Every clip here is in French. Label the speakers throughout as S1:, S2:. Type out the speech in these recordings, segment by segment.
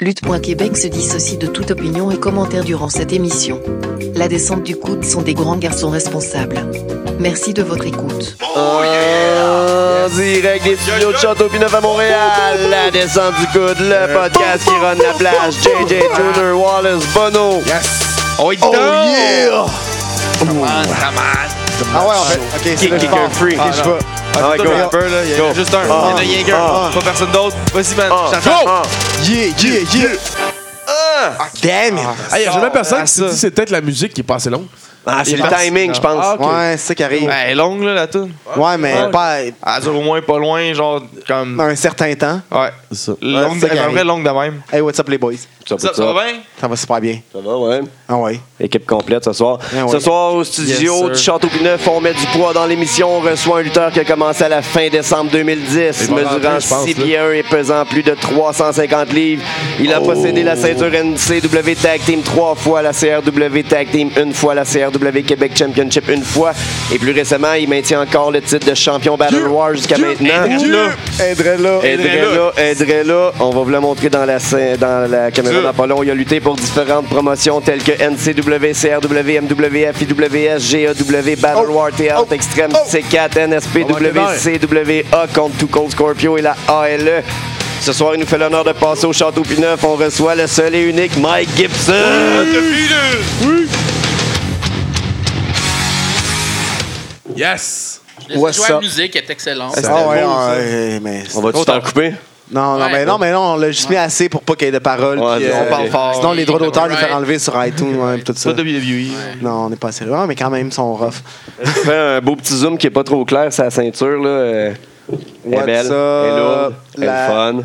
S1: Lutte.Québec se dissocie de toute opinion et commentaire durant cette émission. La descente du coude sont des grands garçons responsables. Merci de votre écoute.
S2: En direct des studios de Château-Pinot à Montréal, la descente du coude, le podcast qui run la plage, JJ Tuner, Wallace, Bono.
S3: Yes!
S2: Oh,
S3: Oh yeah! Come on, come
S4: Ah ouais, en fait. Ok, c'est
S2: Kick,
S4: le
S2: kick,
S4: fort.
S2: un freak.
S4: Ah,
S2: Je sais
S4: non.
S2: pas. Ah,
S3: on!
S2: go.
S3: un peu, là. Il y en
S2: Go.
S3: a juste un. Il y en
S2: Ah.
S3: a rien qu'un.
S2: Ah.
S3: Pas personne d'autre. Vas-y, man.
S2: Ah.
S3: J'attends.
S2: Ah.
S4: Yeah, yeah, yeah!
S3: Damn it.
S5: Hey, y a jamais personne
S3: Ah,
S5: qui
S3: ça.
S5: se dit c'est peut-être la musique qui est pas assez longue.
S2: Ah, c'est
S3: Il
S2: le
S3: passe.
S2: timing, je pense.
S5: Ah, ok.
S4: Ouais, c'est ça qui arrive.
S3: Elle est longue, là, la toune.
S4: Ouais, mais
S3: Ouais.
S4: pas
S3: Elle dure au moins pas loin, genre, comme.
S4: un certain temps.
S3: Ouais.
S5: C'est ça.
S3: Longue,
S4: c'est ça qui
S3: elle est
S4: arrive.
S3: vraiment longue de même.
S4: Hey, what's up, les boys?
S3: Ça, ça va bien?
S4: Ça va super bien.
S2: Ça va, ouais.
S4: Ah ouais.
S2: Équipe complète ce soir.
S4: Ah
S5: Ben
S4: ouais.
S2: Ce soir, au
S3: Yes,
S2: studio
S3: sir.
S2: du Château Pineuf, on met du poids dans l'émission. On reçoit un lutteur qui a commencé à la fin décembre 2010,
S5: Il va
S2: mesurant
S5: rentrer, je pense,
S2: 6
S5: là.
S2: pieds 1 et pesant plus de 350 livres. Il
S5: Oh.
S2: a possédé la ceinture NCW Tag Team trois fois, la CRW Tag Team une fois, la CRW Québec Championship une fois. Et plus récemment, il maintient encore le titre de champion Battle Royale jusqu'à maintenant.
S3: Là.
S4: Aidrez-le.
S2: Edrella, Edrella, on va vous le montrer dans la, scè- dans la caméra
S3: Sûr.
S2: d'Apollon. Il a lutté pour différentes promotions telles que NCW, CRW, MWF, IWS, GAW, Battle War, Théâtre Extrême, C4,
S5: On va
S2: NSPW,
S5: démarrer.
S2: CWA contre Two Cold Scorpio et la ALE. Ce soir, il nous fait l'honneur de passer au Château Pineuf. On reçoit le seul et unique Mike Gibson.
S5: Yes!
S6: Laissez
S4: What's
S6: jouer à la
S4: up?
S6: musique est excellente.
S4: Ah ouais, ah ouais, mais.
S2: On va tout t'en couper?
S4: Non, non,
S6: Ouais.
S4: mais non, mais non, on l'a juste mis assez pour pas qu'il y ait de paroles.
S2: Ouais,
S4: puis, euh,
S2: on
S3: parle fort.
S4: Sinon, les droits d'auteur nous
S6: Copyright.
S4: faire enlever sur iTunes, ouais, tout ça.
S3: Pas WWE.
S4: Non, on n'est pas sérieux. Ah, mais quand même, ils sont rough.
S2: Fais un beau petit zoom qui est pas trop clair, sa ceinture. Là. euh, Elle est
S4: What's
S2: belle, elle est lourde,
S4: up?
S2: elle est
S4: La-
S2: fun.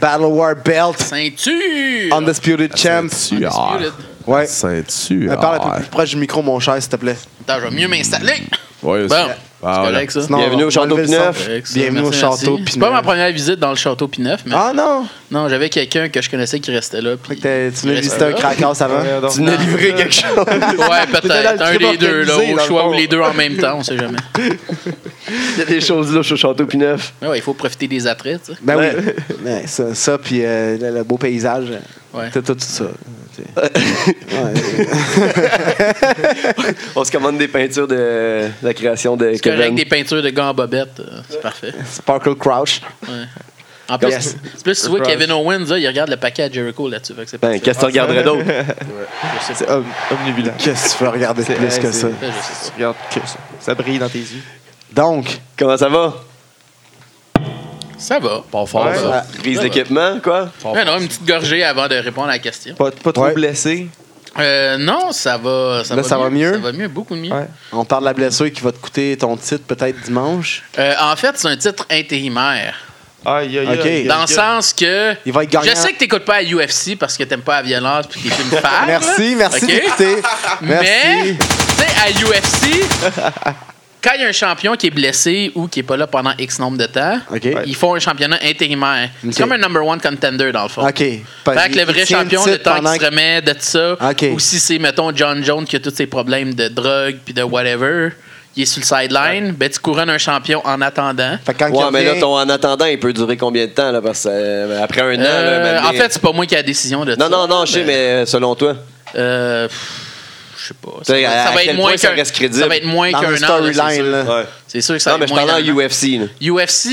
S4: Battle War Belt,
S6: Ceinture!
S4: Undisputed Champ.
S5: Ceinture.
S4: Ouais.
S5: Ceinture.
S4: Euh, Parle un peu plus proche du micro, mon cher, s'il te plaît.
S6: Attends, je vais mieux m'installer.
S5: Ouais, c'est-
S6: Bon, c'est
S5: Ah, voilà.
S6: correct ça.
S4: Sinon,
S2: Bienvenue
S4: on va
S2: au Château
S4: enlever le son.
S2: Pineuf.
S6: Correct, ça.
S4: Bienvenue
S6: Merci,
S4: au château
S6: merci.
S4: Pineuf.
S6: C'est pas ma première visite dans le château Pineuf, mais
S4: Ah non!
S6: non, j'avais quelqu'un que je connaissais qui restait là.
S4: Fait
S6: Puis...
S4: que t'es- tu
S6: Il
S4: l'as
S6: restait
S4: visité un
S6: là.
S4: crackhouse avant?
S3: donc.
S2: Tu venais livrer quelque chose.
S4: dans
S6: Ouais,
S4: le
S6: peut-être. Un
S4: trip
S6: des deux, là,
S4: organisé,
S6: au
S4: dans le
S6: choix,
S4: fond.
S6: ou les deux en même temps, on sait jamais.
S2: Il y a des choses là au Château Pineuf.
S6: Mais ouais, il faut profiter des attraits, tu sais.
S4: Ben oui. Ouais, ça, ça puis euh, le, le beau paysage.
S6: Ouais.
S4: Tout, tout, tout ça. tu sais.
S2: On se commande des peintures de la création de
S6: C'est correct,
S2: Kevin.
S6: des peintures de gants en bobette, euh, c'est parfait.
S4: Sparkle Crouch.
S6: En plus,
S4: Yes.
S6: en plus, tu vois Kevin Owens, là, il regarde le paquet à Jericho là-dessus. fait que c'est
S2: Ben,
S6: parfait.
S2: qu'est-ce que tu regarderais d'autre?
S4: C'est ob- Qu'est-ce que tu veux regarder de plus
S3: ouais,
S4: que ça?
S3: c'est-
S6: Ouais, je sais
S3: Regarde que ça. Ça brille dans tes yeux.
S4: Donc,
S2: Comment ça va?
S6: pas. Ça va.
S5: Pas fort,
S3: Ouais.
S5: ça.
S4: voilà.
S2: Brise l'équipement, quoi?
S6: Ouais, non, une petite gorgée avant de répondre à la question.
S3: Pas, pas trop
S4: Ouais.
S3: blessé.
S6: Euh, non, ça va. Ça
S4: Là,
S6: va
S4: ça va mieux?
S6: Ça va mieux, beaucoup mieux.
S3: Ouais.
S4: on parle de la blessure qui va te coûter ton titre peut-être dimanche.
S6: Euh, en fait, c'est un titre intérimaire.
S3: Aïe, aïe,
S4: Ok.
S3: aïe.
S6: Dans le sens que.
S4: Il va être gagnant.
S6: Je sais que t'écoutes pas à UFC parce que t'aimes pas la violence puis que t'es une femme.
S4: Merci, merci
S6: OK?
S4: d'écouter.
S6: Mais,
S4: Merci.
S6: tu sais, à UFC, quand il y a un champion qui est blessé ou qui est pas là pendant X nombre de temps,
S4: OK.
S6: ils font un championnat intérimaire.
S4: OK.
S6: C'est comme un number one contender, dans le fond.
S4: OK.
S6: Fait que le vrai champion, le temps
S4: pendant
S6: qu'il se remet de ça,
S4: OK.
S6: ou si c'est, mettons, John Jones qui a tous ses problèmes de drogue puis de whatever, il est sur le sideline, ben tu couronnes un champion en attendant.
S4: Fait que quand
S2: Ouais,
S4: il
S2: mais là,
S4: revient-
S2: ton en attendant, il peut durer combien de temps? Là, parce que, euh, après un an,
S6: Euh,
S2: là, maintenant-
S6: en fait, c'est pas moi qui ai la décision de ça.
S2: Non, non, non, je sais, mais selon toi.
S6: Euh, pff, je sais pas.
S2: sais, à- à quel point ça
S6: qu'un-
S2: reste crédible?
S6: ça va être moins
S4: dans
S6: qu'un
S4: le
S6: an. là, C'est
S4: storyline,
S6: sûr.
S4: là.
S2: Ouais.
S6: C'est sûr que ça
S2: Non,
S6: va
S2: mais
S6: être
S2: je
S6: moins
S2: parlais en
S6: d'un an.
S2: UFC. là.
S6: UFC,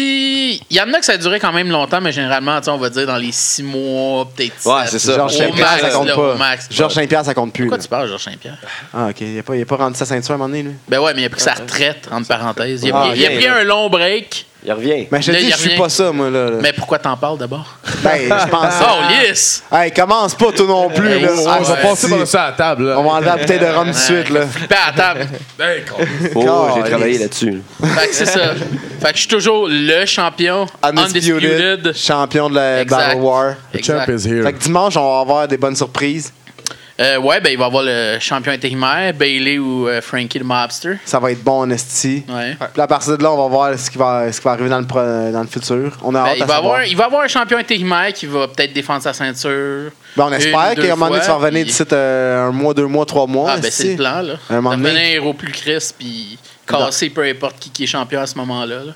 S6: il y en a que ça a duré quand même longtemps, mais généralement, tu sais, on va dire dans les six mois, peut-être.
S2: Ouais,
S6: sept.
S2: c'est ça.
S4: Georges
S2: Au
S4: Saint-Pierre,
S2: max,
S4: ça compte
S6: là,
S4: pas.
S6: au max.
S4: Georges Saint-Pierre, ça compte plus.
S6: Pourquoi
S4: là.
S6: tu parles, Georges Saint-Pierre?
S4: Ah, OK. Il a pas, il a pas rendu sa ceinture à un moment donné, lui.
S6: Ben ouais, mais il a pris sa retraite, entre parenthèses. Il a,
S2: Ah,
S6: pris, il a
S2: bien,
S6: pris
S2: là.
S6: un long break.
S2: Il revient.
S4: Mais je
S6: Là,
S4: te dis,
S6: il
S4: je suis
S6: revient.
S4: pas ça, moi, là. là.
S6: Mais pourquoi t'en parles d'abord?
S4: Ben, je pense.
S6: Oh, yes!
S4: Hey, commence pas, toi non plus,
S6: Hey,
S4: là.
S6: ouais.
S5: Ah, on va
S6: Ouais.
S5: passer
S4: si.
S5: par ça à la table, là.
S4: On va enlever la bouteille de rhum tout de
S6: Ouais.
S4: suite, là.
S6: Ben, à table.
S5: Hey, con.
S2: Oh, j'ai
S4: Caliste.
S2: travaillé là-dessus.
S6: Fait que c'est ça. Fait que je suis toujours le champion
S4: Undisputed,
S6: undisputed.
S4: champion de la
S6: Exact.
S4: Battle War.
S5: The champ
S6: Exact.
S5: is
S4: Fait
S5: here.
S4: que dimanche, on va avoir des bonnes surprises.
S6: Euh, ouais, ben il va avoir le champion intérimaire, Bailey ou euh, Frankie le mobster.
S4: Ça va être bon en esti.
S6: Ouais.
S4: Puis à partir de là, on va voir ce qui va, ce qui va arriver dans le, pro- dans le futur. On a
S6: Ben,
S4: hâte
S6: il,
S4: à
S6: va
S4: savoir.
S6: avoir, il va avoir un champion intérimaire qui va peut-être défendre sa ceinture.
S4: Ben, on espère
S6: une, deux
S4: qu'à un moment donné, tu vas
S6: fois,
S4: revenir
S6: puis-
S4: d'ici euh, un mois, deux mois, trois mois.
S6: Ah, ben
S4: esti.
S6: c'est le plan, là.
S4: À un moment donné.
S6: Devenir un héros plus Chris, puis casser peu importe qui, qui est champion à ce moment-là. là.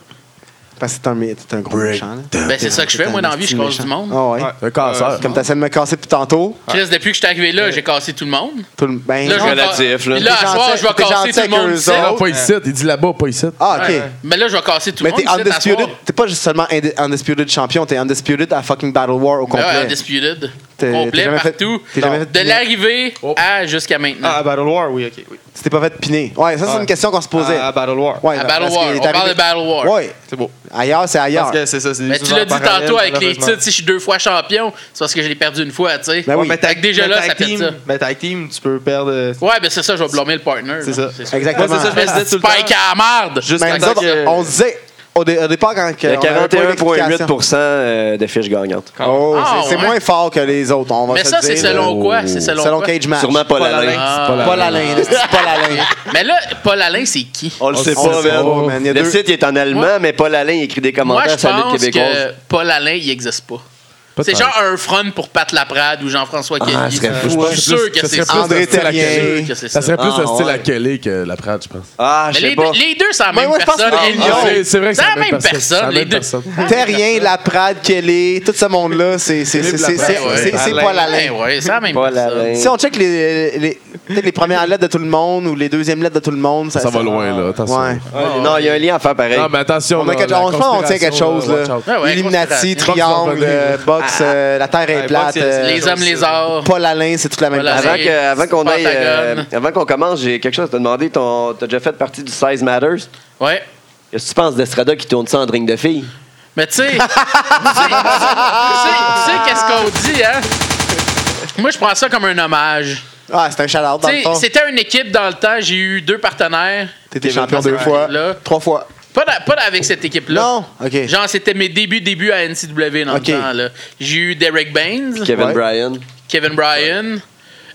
S4: Parce que t'es un, mé- t'es un gros méchant. là.
S6: Ben, c'est ça que je fais, moi, dans la vie, je cause du monde.
S4: Ah ouais.
S3: Ouais.
S5: Un cancer.
S4: Comme t'essaies de me casser depuis tantôt.
S6: Chris, depuis que je suis arrivé là, j'ai cassé tout le monde.
S4: Tout le... Ben,
S6: Là, je
S4: non.
S6: vais
S2: relatif, là.
S6: Puis là, à
S4: T'es
S6: soir,
S4: gentil-
S6: je vais
S4: t'es gentil
S6: casser tout le
S4: avec
S6: monde.
S4: eux
S6: ici.
S5: Non,
S4: autres.
S5: pas ici. Il dit là-bas, pas ici.
S4: Ah, ok.
S6: Ouais. Mais là, je vais casser tout le
S4: Mais
S6: monde.
S4: t'es
S6: ici, à soir.
S4: undisputed. T'es pas juste seulement indi- undisputed champion, t'es undisputed à fucking Battle War au
S6: Ben Ouais,
S4: complet.
S6: undisputed.
S4: T'es- t'es
S6: Complet,
S4: jamais fait-
S6: partout.
S4: t'es jamais fait
S6: de
S4: punir.
S6: l'arrivée
S5: Oh.
S6: à jusqu'à
S3: Ah,
S6: maintenant.
S3: à Battle War, oui, ok. Oui.
S4: Tu t'es pas fait piner. Ouais, ça, c'est
S3: Ouais.
S4: une question qu'on se posait.
S3: À, à Battle War.
S4: Ouais,
S6: À
S4: parce
S6: Battle
S4: qu'il
S6: War.
S4: est
S6: On parle
S4: arrivé-
S6: de Battle War.
S4: Ouais.
S3: C'est beau.
S4: Ailleurs, c'est ailleurs.
S3: Parce que c'est ça, c'est des
S6: Mais tu
S3: univers
S6: l'as dit
S3: parallèles,
S6: tantôt avec les
S3: malheureusement.
S6: titres, si je suis deux fois champion, c'est parce que je l'ai perdu une fois, tu sais.
S4: Ben oui.
S3: mais
S6: Fait que déjà
S3: mais
S6: là,
S3: tag
S6: ça fait
S3: team,
S6: ça.
S3: Mais tag team, tu peux perdre. euh,
S6: Ouais, ben c'est ça, je vais blâmer le partner.
S3: C'est
S6: là. Ah,
S3: ça.
S4: Exactement.
S3: Ouais, c'est ça, je me disais tout le temps.
S6: Spike à la merde.
S3: Juste
S4: Mais
S3: en
S4: Ben, nous
S3: tant
S4: autres,
S3: que-
S4: on se disait, au, dé- au départ, quand.
S2: Il y a
S4: on avait pas eu
S2: 41,8
S4: d'explication.
S2: euh, de fiches gagnantes.
S4: Oh,
S6: Ah,
S4: c'est- c'est
S6: ouais.
S4: moins fort que les autres, on va
S6: Mais
S4: se
S6: ça,
S4: le
S6: c'est
S4: dire, là.
S6: selon
S3: Oh.
S6: quoi? C'est selon,
S4: Selon
S6: quoi?
S4: Cage Match.
S2: Sûrement pas la
S3: Alain.
S2: ligne.
S6: Ah.
S4: Paul Alain, là, c'est Paul Alain.
S6: Mais là, Paul Alain, c'est qui?
S2: On le sait
S4: on le
S2: pas,
S4: sait
S2: man.
S4: pas, man. Il y a
S2: Le
S4: deux-
S2: site il est en allemand,
S6: Moi-
S2: mais Paul Alain il écrit des
S6: Moi,
S2: commentaires
S6: je
S2: sur la Ligue
S6: pense
S2: québécoise.
S6: que Paul Alain, il n'existe pas. C'est
S5: Peut-être.
S6: genre un front pour Pat Laprade ou Jean-François Kelly.
S2: Ah, ce serait fou.
S6: je suis sûr que
S5: Ça
S6: c'est
S5: serait
S6: ça.
S5: plus
S4: André
S5: style à
S6: Je suis
S4: Terrien.
S5: Kelly.
S6: sûr que c'est
S5: Ça
S6: ça.
S5: serait plus
S2: Ah,
S5: le style à
S2: ouais.
S5: Kelly que la Prade, je pense.
S2: Ah, je
S6: Mais
S2: sais
S6: les,
S2: pas.
S6: deux- les deux, c'est la
S4: Mais
S6: même
S4: moi, je pense
S6: personne.
S4: que-
S6: et
S4: Ah,
S6: Lyon.
S5: c'est- c'est vrai que c'est la même personne. C'est la
S6: les
S5: même
S6: deux.
S5: personne.
S4: Terrien, Laprade, Kelly, tout ce monde-là, c'est c'est- c'est- c'est- c'est-
S6: Ouais,
S4: c'est- Ben c'est
S3: Alain.
S4: Paul Alain.
S6: Ouais, ouais, c'est la même
S2: Paul
S6: personne.
S2: Alain.
S4: Si on check les, les, peut-être les premières lettres de tout le monde ou les deuxièmes lettres de tout le monde, ça,
S5: Ça va loin, là. Attention.
S4: Ouais.
S2: Ah, Non, il y a un lien à faire pareil.
S5: Non, mais attention.
S4: On, a
S5: là,
S4: quelque-
S5: la
S4: on- je pense qu'on tient quelque chose.
S5: conspiration,
S4: Là.
S5: watch out.
S6: Ouais, ouais,
S4: Illuminati,
S6: euh, conspiration.
S4: triangle, euh, box,
S6: Ah,
S4: euh, la terre est
S3: Ouais,
S4: plate.
S3: box, il y a-
S4: euh,
S6: Les hommes, les arts.
S4: Paul Alain, c'est toute la même
S6: Paul
S4: chose.
S2: Avant que- avant qu'on aille, euh,
S6: Pentagone.
S2: avant qu'on commence, j'ai quelque chose à te demander. Ton- T'as déjà fait partie du Size Matters.
S6: Ouais.
S2: Qu'est-ce que tu penses d'Estrada qui tourne ça en drink de filles?
S6: Mais tu sais, tu sais, tu sais, tu sais qu'est-ce qu'on dit, hein? Moi, je prends ça comme un hommage.
S4: Ah, c'est un shout-out dans
S6: Tu
S4: le
S6: sais,
S4: fond.
S6: C'était une équipe dans le temps, j'ai eu deux partenaires.
S4: T'étais
S6: Kevin
S4: champion deux
S6: Pascal
S4: fois.
S6: là.
S4: Trois fois.
S6: Pas, dans- pas avec cette équipe-là.
S4: Non? OK.
S6: Genre, c'était mes débuts, débuts à NCW dans
S4: Ok.
S6: le temps. là. J'ai eu Derek Baines,
S2: Kevin
S4: Ouais.
S2: Bryan.
S6: Kevin Bryan.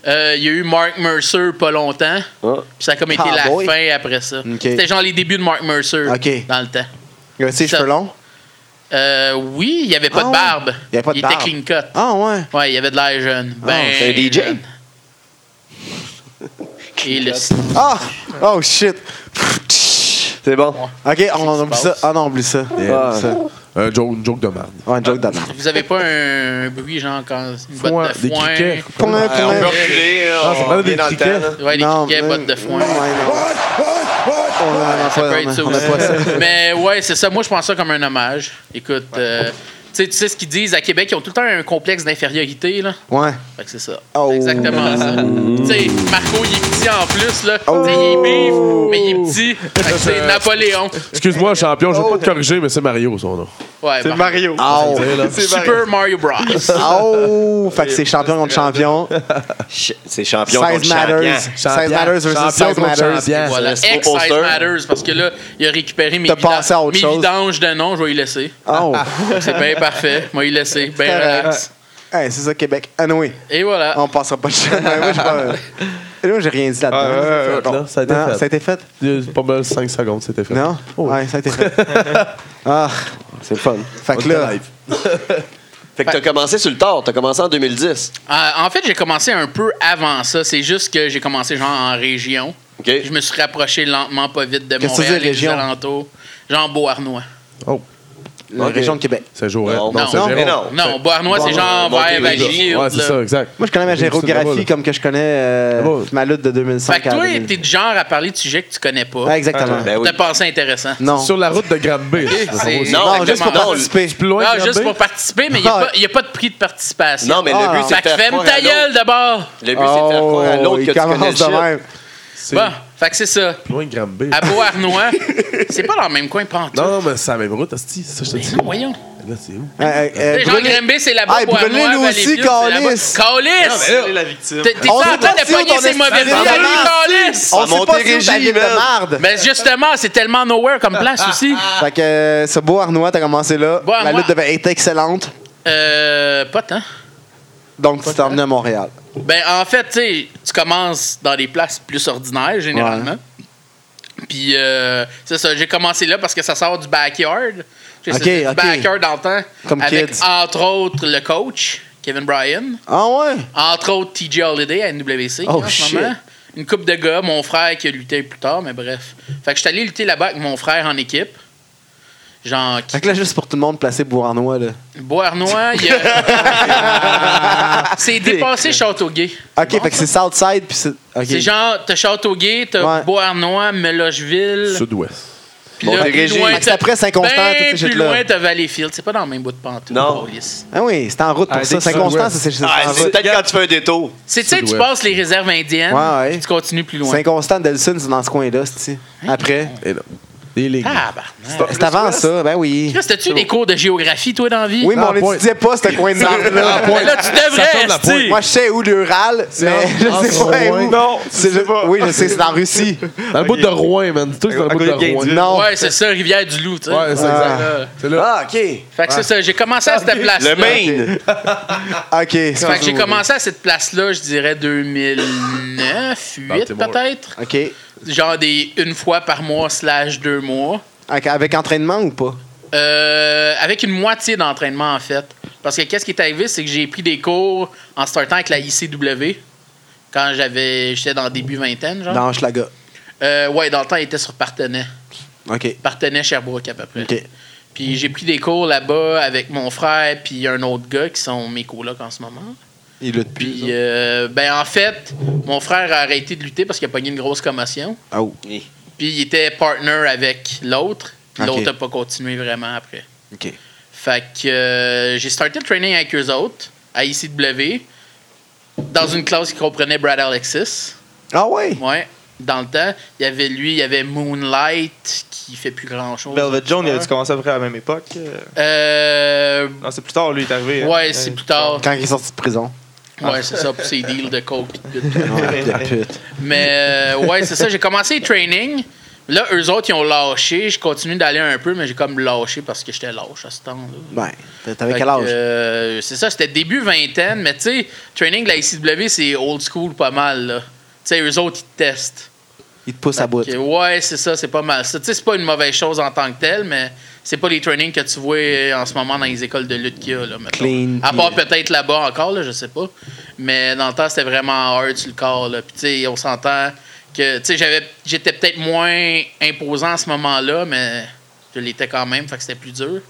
S6: Euh, Il y a eu Mark Mercer pas longtemps.
S2: Ah.
S6: Puis ça a comme été
S4: Cowboy.
S6: la fin après ça.
S4: Ok.
S6: C'était genre les débuts de Mark Mercer
S4: Ok.
S6: dans le temps.
S4: Il avait ses
S6: Ça-
S4: cheveux longs.
S6: Euh, oui, il n'y avait pas
S4: Ah
S6: de
S4: ouais.
S6: barbe.
S4: Il y avait pas de barbe.
S6: était clean cut.
S4: Ah, ouais.
S6: Ouais, il y avait de l'air jeune. Ben,
S2: c'est un DJ?
S6: jeune. Et le
S4: Ah! Oh, shit.
S2: C'est bon.
S4: OK, on, on oublie
S6: passe?
S4: ça. Ah non, on oublie ça.
S2: Ah.
S4: On oublie ça.
S5: Un joke, une joke de merde.
S4: Ouais, un joke d'avant.
S6: Vous avez pas un bruit genre quand une
S5: Foin,
S6: botte de
S5: des
S6: foin. euh,
S5: criquets.
S4: Point,
S2: Ouais, on peut
S4: point.
S2: reculer.
S5: Ah, c'est pas
S2: on
S5: des
S2: est dans le
S5: criquets.
S2: temps. là.
S6: Ouais, des
S4: Non,
S6: criquets,
S4: mais-
S6: bottes de foin.
S4: Ouais, non. On a- on a
S6: Ça peut
S4: pas-
S6: être ça
S4: on a
S6: aussi.
S4: pas ça.
S6: Mais ouais, c'est ça. Moi, je pense ça comme un hommage. Écoute, euh, tu sais- tu sais ce qu'ils disent à Québec, ils ont tout le temps un complexe d'infériorité, là.
S4: Ouais.
S6: Fait que c'est ça.
S4: Oh. Mm.
S6: C'est exactement ça. Tu sais, Marco, il est petit en plus, là.
S4: Oh.
S6: Tu sais, il est bif, mais il est petit. Fait que c'est Napoléon.
S5: Excuse-moi, champion, je veux pas te corriger, mais c'est Mario, son nom.
S6: Ouais,
S3: C'est
S6: Mar-
S3: Mario.
S4: Oh!
S3: C'est Mario.
S6: Super Mario Bros.
S4: Ah, Oh! Fait que c'est champion contre champion.
S2: Ch- C'est champion contre
S4: Size
S2: champion.
S4: matters. Size matters versus
S5: Champion
S4: size
S5: contre
S4: matters.
S5: champion.
S6: Voilà,
S2: laisse pas
S6: X
S2: poster.
S6: Size Matters, parce que là, il a récupéré mes,
S4: T'as passé à
S6: vidanges,
S4: autre
S6: mes
S4: chose.
S6: vidanges de nom, je vais y laisser.
S4: Oh!
S6: C'est bien parfait, moi y laisser, bien
S4: Correct.
S6: relax.
S4: Hey, c'est ça, Québec. Ah, oui.
S6: Et voilà.
S4: On passera pas de chaîne. Ouais, Moi, j'ai pas- Moi, j'ai rien dit
S3: Ouais, ouais,
S4: là-dedans.
S3: ouais, ouais.
S5: Là, ça a été
S4: Non, ça a
S5: fait.
S4: été fait?
S5: Euh, Pas mal 5 secondes, c'était fait.
S4: Non?
S5: Oh,
S4: Ouais, ça a été fait. Ah,
S2: C'est le fun.
S4: fait
S5: on
S4: que
S5: était
S4: là,
S5: live.
S2: Fait que t'as commencé sur le tard. T'as commencé en 2010.
S6: Euh, en fait, j'ai commencé un peu avant ça. C'est juste que j'ai commencé genre en région.
S2: OK?
S6: Je me suis rapproché lentement, pas vite de
S4: Qu'est-ce que
S6: Montréal
S4: c'est,
S6: et des
S4: région?
S6: alentours. Genre Beauharnois.
S5: Oh,
S4: la
S2: Ok.
S4: région de Québec.
S5: c'est Joël.
S2: Non,
S5: Non,
S2: non,
S5: c'est
S4: non,
S5: Jérôme.
S2: Mais non.
S6: Non, Beauharnois, c'est genre vers Vagie.
S5: Ouais, c'est ça, exact.
S4: Moi, je connais ma
S5: C'est là-bas, là.
S4: géographie comme que je connais euh,
S5: Là-bas.
S4: ma lutte de 2005
S6: Fait que
S4: à
S6: toi,
S4: 2000.
S6: t'es du genre à parler de sujets que tu connais pas.
S4: Ouais, exactement.
S2: Ben oui.
S6: T'as pensé intéressant.
S4: Non.
S5: Sur la route de Granby.
S6: c'est-
S2: Non,
S4: Non, juste pour
S6: Non,
S4: participer.
S5: Plus loin
S6: Ah,
S5: que
S6: juste
S5: Granby?
S6: pour participer, mais il n'y a,
S4: Ah.
S6: pas- y a pas de prix de participation.
S2: Non, mais le
S4: Ah,
S2: but,
S4: non.
S2: c'est de
S6: Fait que
S2: faire
S6: fais-me
S2: croire à
S6: ta
S2: l'autre.
S6: gueule d'abord.
S2: Le but, c'est de faire croire à l'autre
S4: Oh, il
S2: que tu connais le
S4: commence de
S2: shit.
S4: même.
S5: C'est
S6: Bon, fait que c'est ça.
S5: plus loin que Granby.
S6: À Beauharnois, c'est pas dans le même coin, pas en tout.
S5: Non, non, mais c'est la même route, hostie, c'est ça que je te dis.
S6: Non, voyons.
S5: Là, c'est où?
S4: Euh, euh,
S6: T'sais, Jean
S4: brûlez-
S6: Grimbé, c'est là-bas.
S4: Hey,
S6: Beauharnois,
S4: brûlez-nous aussi,
S6: Valleyfield, c'est là-bas.
S4: Calice.
S6: Calice!
S3: Elle est la victime.
S6: T'es- T'es
S4: On
S6: en
S4: est
S6: train de
S4: parti où
S6: pogner
S4: ton
S6: ces mauvais
S4: esprit?
S6: vents,
S4: Vraiment?
S6: Calice!
S4: On sait pas si
S2: Montérégie,
S4: où ta ville de
S2: man.
S4: marde.
S6: Mais justement, c'est tellement nowhere comme place aussi.
S4: Fait que euh, ce beau Arnois, t'as commencé là.
S6: Beau
S4: La
S6: Arnois.
S4: lutte devait être excellente.
S6: Euh, pas tant.
S4: Donc, tu t'es emmené à Montréal.
S6: Ben, en fait, tu sais, tu commences dans des places plus ordinaires, généralement. Puis, euh, c'est ça, j'ai commencé là parce que ça sort du backyard. Tu sais,
S4: Ok,
S6: c'était du
S4: ok.
S6: backyard dans le temps.
S4: Comme
S6: avec,
S4: kids.
S6: entre autres, le coach, Kevin Bryan.
S4: Ah ouais?
S6: Entre autres, TJ Holiday à NWC
S4: Oh,
S6: en
S4: shit.
S6: ce moment. Une coupe de gars, mon frère qui a lutté plus tard, mais bref. Fait que je suis allé lutter là-bas avec mon frère en équipe. Genre, qui-
S4: Fait que là, juste pour tout le monde, placer Bouranois, là.
S6: Beauharnois, il y a- c'est dépassé Châteauguay.
S4: OK, fait que c'est Southside, puis c'est... OK.
S6: C'est genre, t'as Châteauguay, t'as
S4: Ouais.
S6: Beauharnois,
S4: Ah.
S6: Melocheville.
S5: Sud-Ouest.
S6: Puis là, plus
S2: Montérégie.
S6: loin,
S4: Fait que c'est
S6: t'as-
S4: après Saint-Constant, toutes ces
S6: ben, plus
S4: shit-là.
S6: loin, t'as Valleyfield. C'est pas dans le même bout de pantoute.
S2: Non.
S6: Paulis.
S4: Ah oui, c'est en route pour
S3: Ah,
S4: ça.
S3: dès que
S4: Saint-Constant,
S5: Sud-Ouest.
S4: ça, c'est juste
S2: Ah,
S4: en
S2: c'est
S4: route.
S2: peut-être quand tu fais un détour.
S6: C'est tu sais, tu
S5: Sud-ouest.
S6: passes les réserves indiennes,
S4: Ouais, ouais.
S6: puis tu continues plus loin.
S4: Saint-Constant, Delson, c'est dans ce coin-là, c'est Après.
S5: Et là. Et les gars.
S6: Ah, bah.
S4: C'est avant ça, ben oui.
S6: Chris, t'as-tu des cours de géographie, toi, dans la vie?
S4: Oui, mais
S5: Ah,
S4: on
S5: point.
S4: n'étudiait pas ce coin de marde-là.
S6: Mais Ah, là, tu
S5: Ah, Ça
S6: devrais,
S5: tombe la
S6: esti.
S5: pointe.
S4: Moi, je sais où l'Ural, mais je
S5: en
S4: sais pas
S5: Rouen.
S4: où.
S2: Non,
S4: C'est le- Oui, je sais, c'est en Russie.
S5: Dans le bout de Rouen, man. Dis-toi que c'est dans le bout de
S6: Ah,
S2: À côté de
S5: Rouen.
S2: Gainville.
S4: Non.
S6: Ouais, c'est ça, Rivière-du-Loup, tu sais.
S5: Ouais, c'est
S4: Ah.
S5: exact. C'est là.
S2: Ah, OK.
S6: Fait que c'est ça, j'ai commencé à cette place-là.
S2: Le Maine.
S4: OK.
S6: Fait que j'ai
S4: excuse-moi.
S6: commencé à cette place-là, je dirais 2009, 8
S5: Baltimore.
S6: peut-être.
S4: OK.
S6: Genre des une fois par mois slash deux mois.
S4: Avec- Avec entraînement ou pas?
S6: Euh, avec une moitié d'entraînement, en fait. Parce que qu'est-ce qui est arrivé, c'est que j'ai pris des cours en startant avec la ICW. Quand j'avais j'étais dans le début vingtaine, genre.
S4: Dans Schlaga.
S6: Euh, ouais, dans le temps, il était sur Partenay.
S4: OK.
S6: Partenay Sherbrooke, à peu près.
S4: OK.
S6: Puis j'ai pris des cours là-bas avec mon frère puis un autre gars qui sont mes colocs en ce moment.
S4: Il lutte plus.
S6: Puis, euh, ben, en fait, mon frère a arrêté de lutter parce qu'il a pogné une grosse commotion.
S4: Ah oui.
S6: Puis, il était partner avec l'autre. Puis,
S4: Ok.
S6: L'autre n'a pas continué vraiment après.
S4: OK.
S6: Fait que euh, j'ai starté le training avec eux autres à ICW dans une classe qui comprenait Brad Alexis.
S4: Ah ouais?
S6: Ouais. Dans le temps, il y avait lui, il y avait Moonlight qui fait plus grand chose.
S3: Velvet Jones, il a dû commencer à peu près à la même époque. euh.
S6: Euh,
S3: Non, c'est plus tard, lui, il est arrivé. hein.
S6: ouais, c'est plus tard.
S4: Quand il est sorti de prison.
S6: Ouais, c'est ça, pour ses deals de coke pis de tout.
S4: Ouais, la pute.
S6: Mais euh, ouais, c'est ça. J'ai commencé les trainings. Là, eux autres, ils ont lâché. Je continue d'aller un peu, mais j'ai comme lâché parce que j'étais lâche à ce temps-là.
S4: Ben, t'avais
S6: Fait
S4: quel
S6: que,
S4: âge?
S6: euh, c'est ça, c'était début vingtaine, mais tu sais, training de la ICW, c'est old school pas mal, là. Tu sais, eux autres, ils te testent.
S4: Il te pousse à bout.
S6: Fait que, Bah, ouais, c'est ça, c'est pas mal. ça. Tu sais, c'est pas une mauvaise chose en tant que telle, mais c'est pas les trainings que tu vois euh, en ce moment dans les écoles de lutte qu'il y a, là, mettons.
S4: Clean,
S6: À part
S4: puis- euh,
S6: peut-être là-bas encore, là, je sais pas. Mais dans le temps, c'était vraiment hard sur le corps, là. Puis, tu sais, on s'entend que, tu sais, j'avais, j'étais peut-être moins imposant à ce moment-là, mais je l'étais quand même, fait que c'était plus dur.